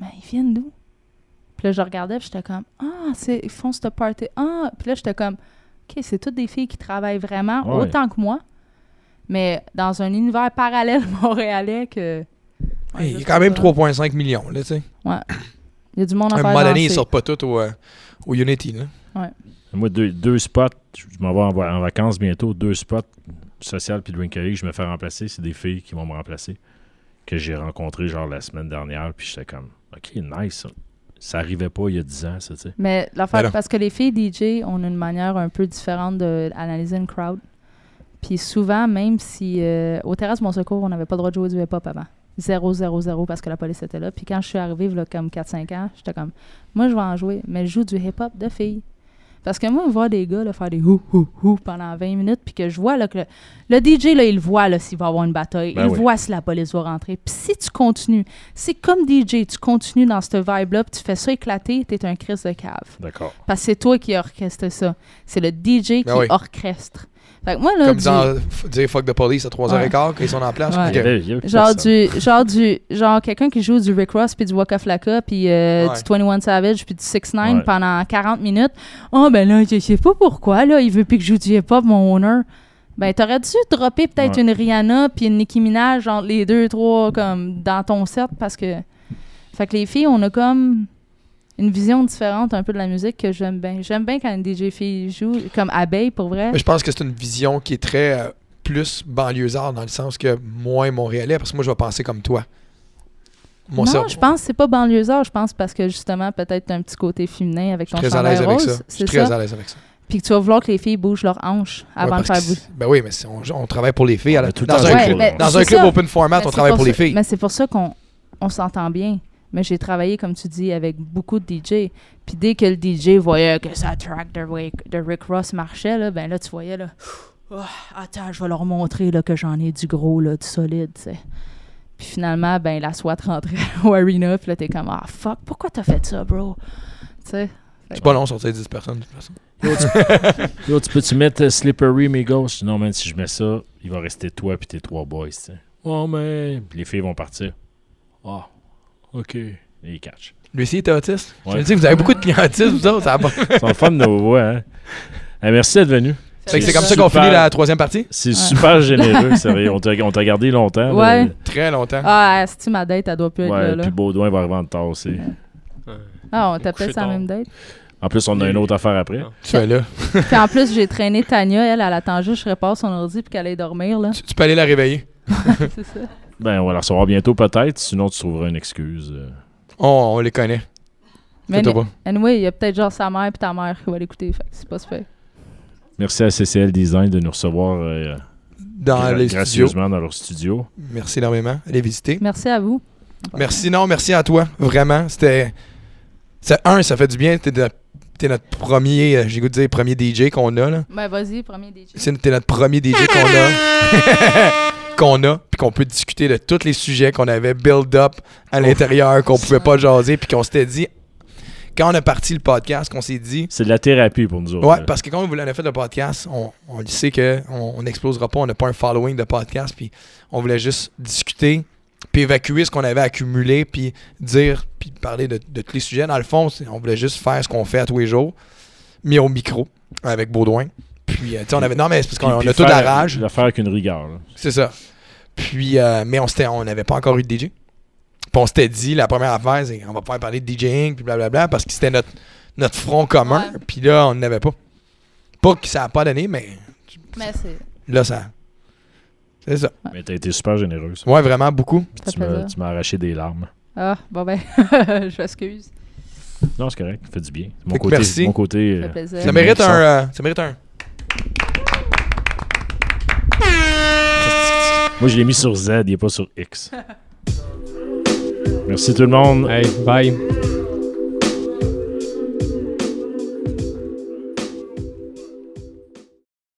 [SPEAKER 3] mais ils viennent d'où? Puis là, je regardais, puis j'étais comme, ah, c'est- ils font cette party. Ah, puis là, j'étais comme, OK, c'est toutes des filles qui travaillent vraiment
[SPEAKER 1] Ouais.
[SPEAKER 3] autant que moi, mais dans un univers parallèle (laughs) montréalais que.
[SPEAKER 2] Hey, il y a quand même 3,5 millions, là, tu sais.
[SPEAKER 3] Il y a du monde
[SPEAKER 2] À
[SPEAKER 3] à
[SPEAKER 2] un
[SPEAKER 3] faire
[SPEAKER 2] moment donné, ils
[SPEAKER 3] danser.
[SPEAKER 2] sortent pas tout au, euh, au Unity, là.
[SPEAKER 1] Moi, deux, deux spots, je m'en vais en, va- en vacances bientôt, deux spots, social puis drinkery, que je me fais remplacer, c'est des filles qui vont me remplacer, que j'ai rencontrées genre la semaine dernière, puis j'étais comme, OK, nice, ça. Ça arrivait pas il y a 10 ans, ça, tu sais.
[SPEAKER 3] Mais l'affaire,
[SPEAKER 2] Ben non.
[SPEAKER 3] parce que les filles DJ ont une manière un peu différente de- d'analyser une crowd. Puis souvent, même si euh, au terrasse Mon Secours, on n'avait pas le droit de jouer du hip-hop avant. 0, 0, 0 parce que la police était là. Puis quand je suis arrivée, là, comme 4-5 ans, j'étais comme, moi, je vais en jouer, mais je joue du hip-hop de filles. Parce que moi, voir des gars là, faire des hou hou hou pendant 20 minutes, puis que je vois là, que le, le DJ, là, il le voit là, s'il va avoir une bataille,
[SPEAKER 1] Ben
[SPEAKER 3] il
[SPEAKER 1] oui.
[SPEAKER 3] voit si la police va rentrer. Puis si tu continues, c'est comme DJ, tu continues dans cette vibe-là, puis tu fais ça éclater, t'es un Chris de cave.
[SPEAKER 1] D'accord.
[SPEAKER 3] Parce que c'est toi qui orchestre ça. C'est le DJ qui
[SPEAKER 2] Ben oui.
[SPEAKER 3] orchestre. Fait que moi, là,
[SPEAKER 2] Comme
[SPEAKER 3] du-
[SPEAKER 2] dans f- dire fuck the police à 3h15
[SPEAKER 3] Ouais.
[SPEAKER 2] quand ils sont en place.
[SPEAKER 3] Ouais.
[SPEAKER 1] Il y
[SPEAKER 2] ok.
[SPEAKER 1] avait- il y avait
[SPEAKER 3] genre
[SPEAKER 1] personne.
[SPEAKER 3] du genre du genre quelqu'un qui joue du Rick Ross puis du Waka Flocka puis euh,
[SPEAKER 2] Ouais.
[SPEAKER 3] du 21 Savage puis du 6 9
[SPEAKER 1] Ouais.
[SPEAKER 3] pendant 40 minutes. Oh ben là, je sais pas pourquoi là, il veut plus que je joue du hip-hop mon owner. Ben t'aurais dû dropper peut-être
[SPEAKER 1] Ouais.
[SPEAKER 3] une Rihanna puis une Nicki Minaj entre les deux trois comme dans ton set parce que fait que les filles, on a comme une vision différente un peu de la musique que j'aime bien. J'aime bien quand une DJ fille joue comme Abeille pour vrai.
[SPEAKER 2] Mais je pense que c'est une vision qui est très euh, plus banlieusard dans le sens que moins montréalais, parce que moi, je vais penser comme toi. Mon
[SPEAKER 3] non,
[SPEAKER 2] cerveau-
[SPEAKER 3] je pense que c'est pas banlieusard. Je pense parce que justement, peut-être un petit côté féminin avec
[SPEAKER 2] je
[SPEAKER 3] ton
[SPEAKER 2] suis très à l'aise
[SPEAKER 3] chandail
[SPEAKER 2] avec ça.
[SPEAKER 3] rose.
[SPEAKER 2] Je suis
[SPEAKER 3] C'est
[SPEAKER 2] très
[SPEAKER 3] ça.
[SPEAKER 2] à l'aise avec ça.
[SPEAKER 3] Puis que tu vas vouloir que les filles bougent leurs hanches avant
[SPEAKER 2] Ouais, parce
[SPEAKER 3] de faire
[SPEAKER 2] que
[SPEAKER 3] bouger.
[SPEAKER 2] c'est- Ben oui, mais c'est- on, on travaille pour les filles. à
[SPEAKER 1] On a
[SPEAKER 2] la-
[SPEAKER 1] Ah, tout le
[SPEAKER 2] dans
[SPEAKER 1] temps
[SPEAKER 2] un,
[SPEAKER 1] joué
[SPEAKER 2] club-
[SPEAKER 1] pour le-
[SPEAKER 2] dans
[SPEAKER 3] c'est
[SPEAKER 2] un club
[SPEAKER 3] ça.
[SPEAKER 2] open format,
[SPEAKER 3] Mais
[SPEAKER 2] on
[SPEAKER 3] Ben, c'est
[SPEAKER 2] travaille pour
[SPEAKER 3] ça-
[SPEAKER 2] les filles.
[SPEAKER 3] Mais c'est pour ça qu'on on s'entend bien. Mais j'ai travaillé, comme tu dis, avec beaucoup de DJ. Puis dès que le DJ voyait que sa track de Rick, de Rick Ross marchait, là, ben là, tu voyais, là, Ah, attends, je vais leur montrer là, que j'en ai du gros, là, du solide, tu sais. Puis finalement, ben la SWAT rentrait (laughs) au arena, puis là, t'es comme, ah, fuck, pourquoi t'as fait ça, bro? Tu sais.
[SPEAKER 2] C'est pas long sortir 10 personnes, de toute façon.
[SPEAKER 1] Yo, tu peux-tu mettre euh, Slippery, mes ghosts? Non, man, si je mets ça, il va rester toi puis tes trois boys, tu sais. Oh, mais. Puis les filles vont partir. Ah, OK. Et ils catch.
[SPEAKER 2] Lui aussi, il était autiste. Je
[SPEAKER 1] Ouais.
[SPEAKER 2] me dis, vous avez beaucoup de clients autistes, vous autres.
[SPEAKER 1] (laughs)
[SPEAKER 2] Ça va pas-
[SPEAKER 1] Ils sont fun de nos voix, hein. (laughs) Eh, merci d'être venu.
[SPEAKER 2] Fait que c'est comme ça
[SPEAKER 1] Super.
[SPEAKER 2] qu'on finit la troisième partie.
[SPEAKER 1] C'est
[SPEAKER 3] (laughs)
[SPEAKER 1] super généreux, sérieux. On t'a on t'a gardé longtemps. là.
[SPEAKER 3] Ouais.
[SPEAKER 2] Très longtemps.
[SPEAKER 3] Ah, si tu ma date, elle doit plus être
[SPEAKER 1] Ouais,
[SPEAKER 3] là. là.
[SPEAKER 1] puis Baudouin va revendre tard aussi.
[SPEAKER 3] Ah, on
[SPEAKER 6] Coucher
[SPEAKER 3] t'appelle ça la
[SPEAKER 6] tard.
[SPEAKER 3] même date.
[SPEAKER 1] En plus, on a une autre affaire après.
[SPEAKER 6] Ah.
[SPEAKER 2] Tu vas là.
[SPEAKER 3] Puis en plus, j'ai traîné Tania, elle, elle attend juste que je répare son ordi puis qu'elle aille dormir, là.
[SPEAKER 2] Tu, tu peux aller la réveiller.
[SPEAKER 3] C'est ça.
[SPEAKER 1] Ben, on va la recevoir bientôt peut-être, sinon tu trouveras une excuse. euh.
[SPEAKER 2] On, on les connaît.
[SPEAKER 3] Mais
[SPEAKER 2] Fais-toi pas.
[SPEAKER 3] anyway, il y a peut-être genre sa mère puis ta mère qui va l'écouter, fait que c'est pas super.
[SPEAKER 1] Merci à CCL Design de nous recevoir euh,
[SPEAKER 2] Dans
[SPEAKER 1] gra-
[SPEAKER 2] les studios.
[SPEAKER 1] gracieusement dans leur studio.
[SPEAKER 2] Merci énormément. Allez visiter.
[SPEAKER 3] Merci à vous.
[SPEAKER 2] Merci, non, merci à toi. Vraiment, c'était. c'est- Un, ça fait du bien. T'es de- t'es notre premier, euh, j'ai goût de dire, premier DJ qu'on a. là.
[SPEAKER 3] Ben vas-y, premier DJ.
[SPEAKER 2] C'est- T'es notre premier DJ qu'on a. (laughs) qu'on a, puis qu'on peut discuter de tous les sujets qu'on avait build-up à l'intérieur, qu'on pouvait pas jaser, puis qu'on s'était dit. Quand on a parti le podcast, qu'on s'est dit.
[SPEAKER 1] C'est de la thérapie pour nous autres.
[SPEAKER 2] Ouais,
[SPEAKER 1] là.
[SPEAKER 2] parce que quand on voulait- on a fait le podcast, on, on le sait qu'on n'explosera pas, on n'a pas un following de podcast, puis on voulait juste discuter, puis évacuer ce qu'on avait accumulé, puis dire, puis parler de, de tous les sujets. Dans le fond, c'est- on voulait juste faire ce qu'on fait à tous les jours, mais au micro, avec Baudouin. Puis, euh, tu sais, on avait. Non, mais c'est parce qu'on
[SPEAKER 1] Puis-
[SPEAKER 2] on a
[SPEAKER 1] puis
[SPEAKER 2] tout la
[SPEAKER 1] faire-
[SPEAKER 2] rage.
[SPEAKER 1] Le faire avec une rigueur. là.
[SPEAKER 2] C'est ça. Puis, euh, mais on s'était- on n'avait pas encore eu de DJ. Puis on s'était dit, la première affaire, c'est on va faire parler de DJing, puis blablabla, parce que c'était notre, notre front commun.
[SPEAKER 3] Ouais.
[SPEAKER 2] Puis là, on n'avait pas. Pas que ça n'a pas donné, mais
[SPEAKER 3] Mais c'est.
[SPEAKER 2] là, ça. C'est ça.
[SPEAKER 1] Mais t'as été super généreuse.
[SPEAKER 2] Ouais, vraiment beaucoup.
[SPEAKER 1] Puis
[SPEAKER 3] Ça
[SPEAKER 1] Tu
[SPEAKER 3] fait
[SPEAKER 1] m'as
[SPEAKER 3] plaisir.
[SPEAKER 1] tu m'as arraché des larmes.
[SPEAKER 3] Ah, bon ben, (laughs) je m'excuse.
[SPEAKER 1] Non, c'est correct. Ça fait du bien. Mon
[SPEAKER 2] Fait que
[SPEAKER 1] côté,
[SPEAKER 2] merci.
[SPEAKER 1] Mon côté,
[SPEAKER 3] Ça
[SPEAKER 1] euh,
[SPEAKER 3] fait plaisir.
[SPEAKER 2] Ça
[SPEAKER 1] Mmh.
[SPEAKER 2] mérite
[SPEAKER 1] Ça.
[SPEAKER 2] un. euh, ça mérite un. euh,
[SPEAKER 1] moi, je l'ai
[SPEAKER 3] (laughs)
[SPEAKER 1] mis sur Z, il n'est pas sur X. merci tout le monde.
[SPEAKER 6] Hey, bye.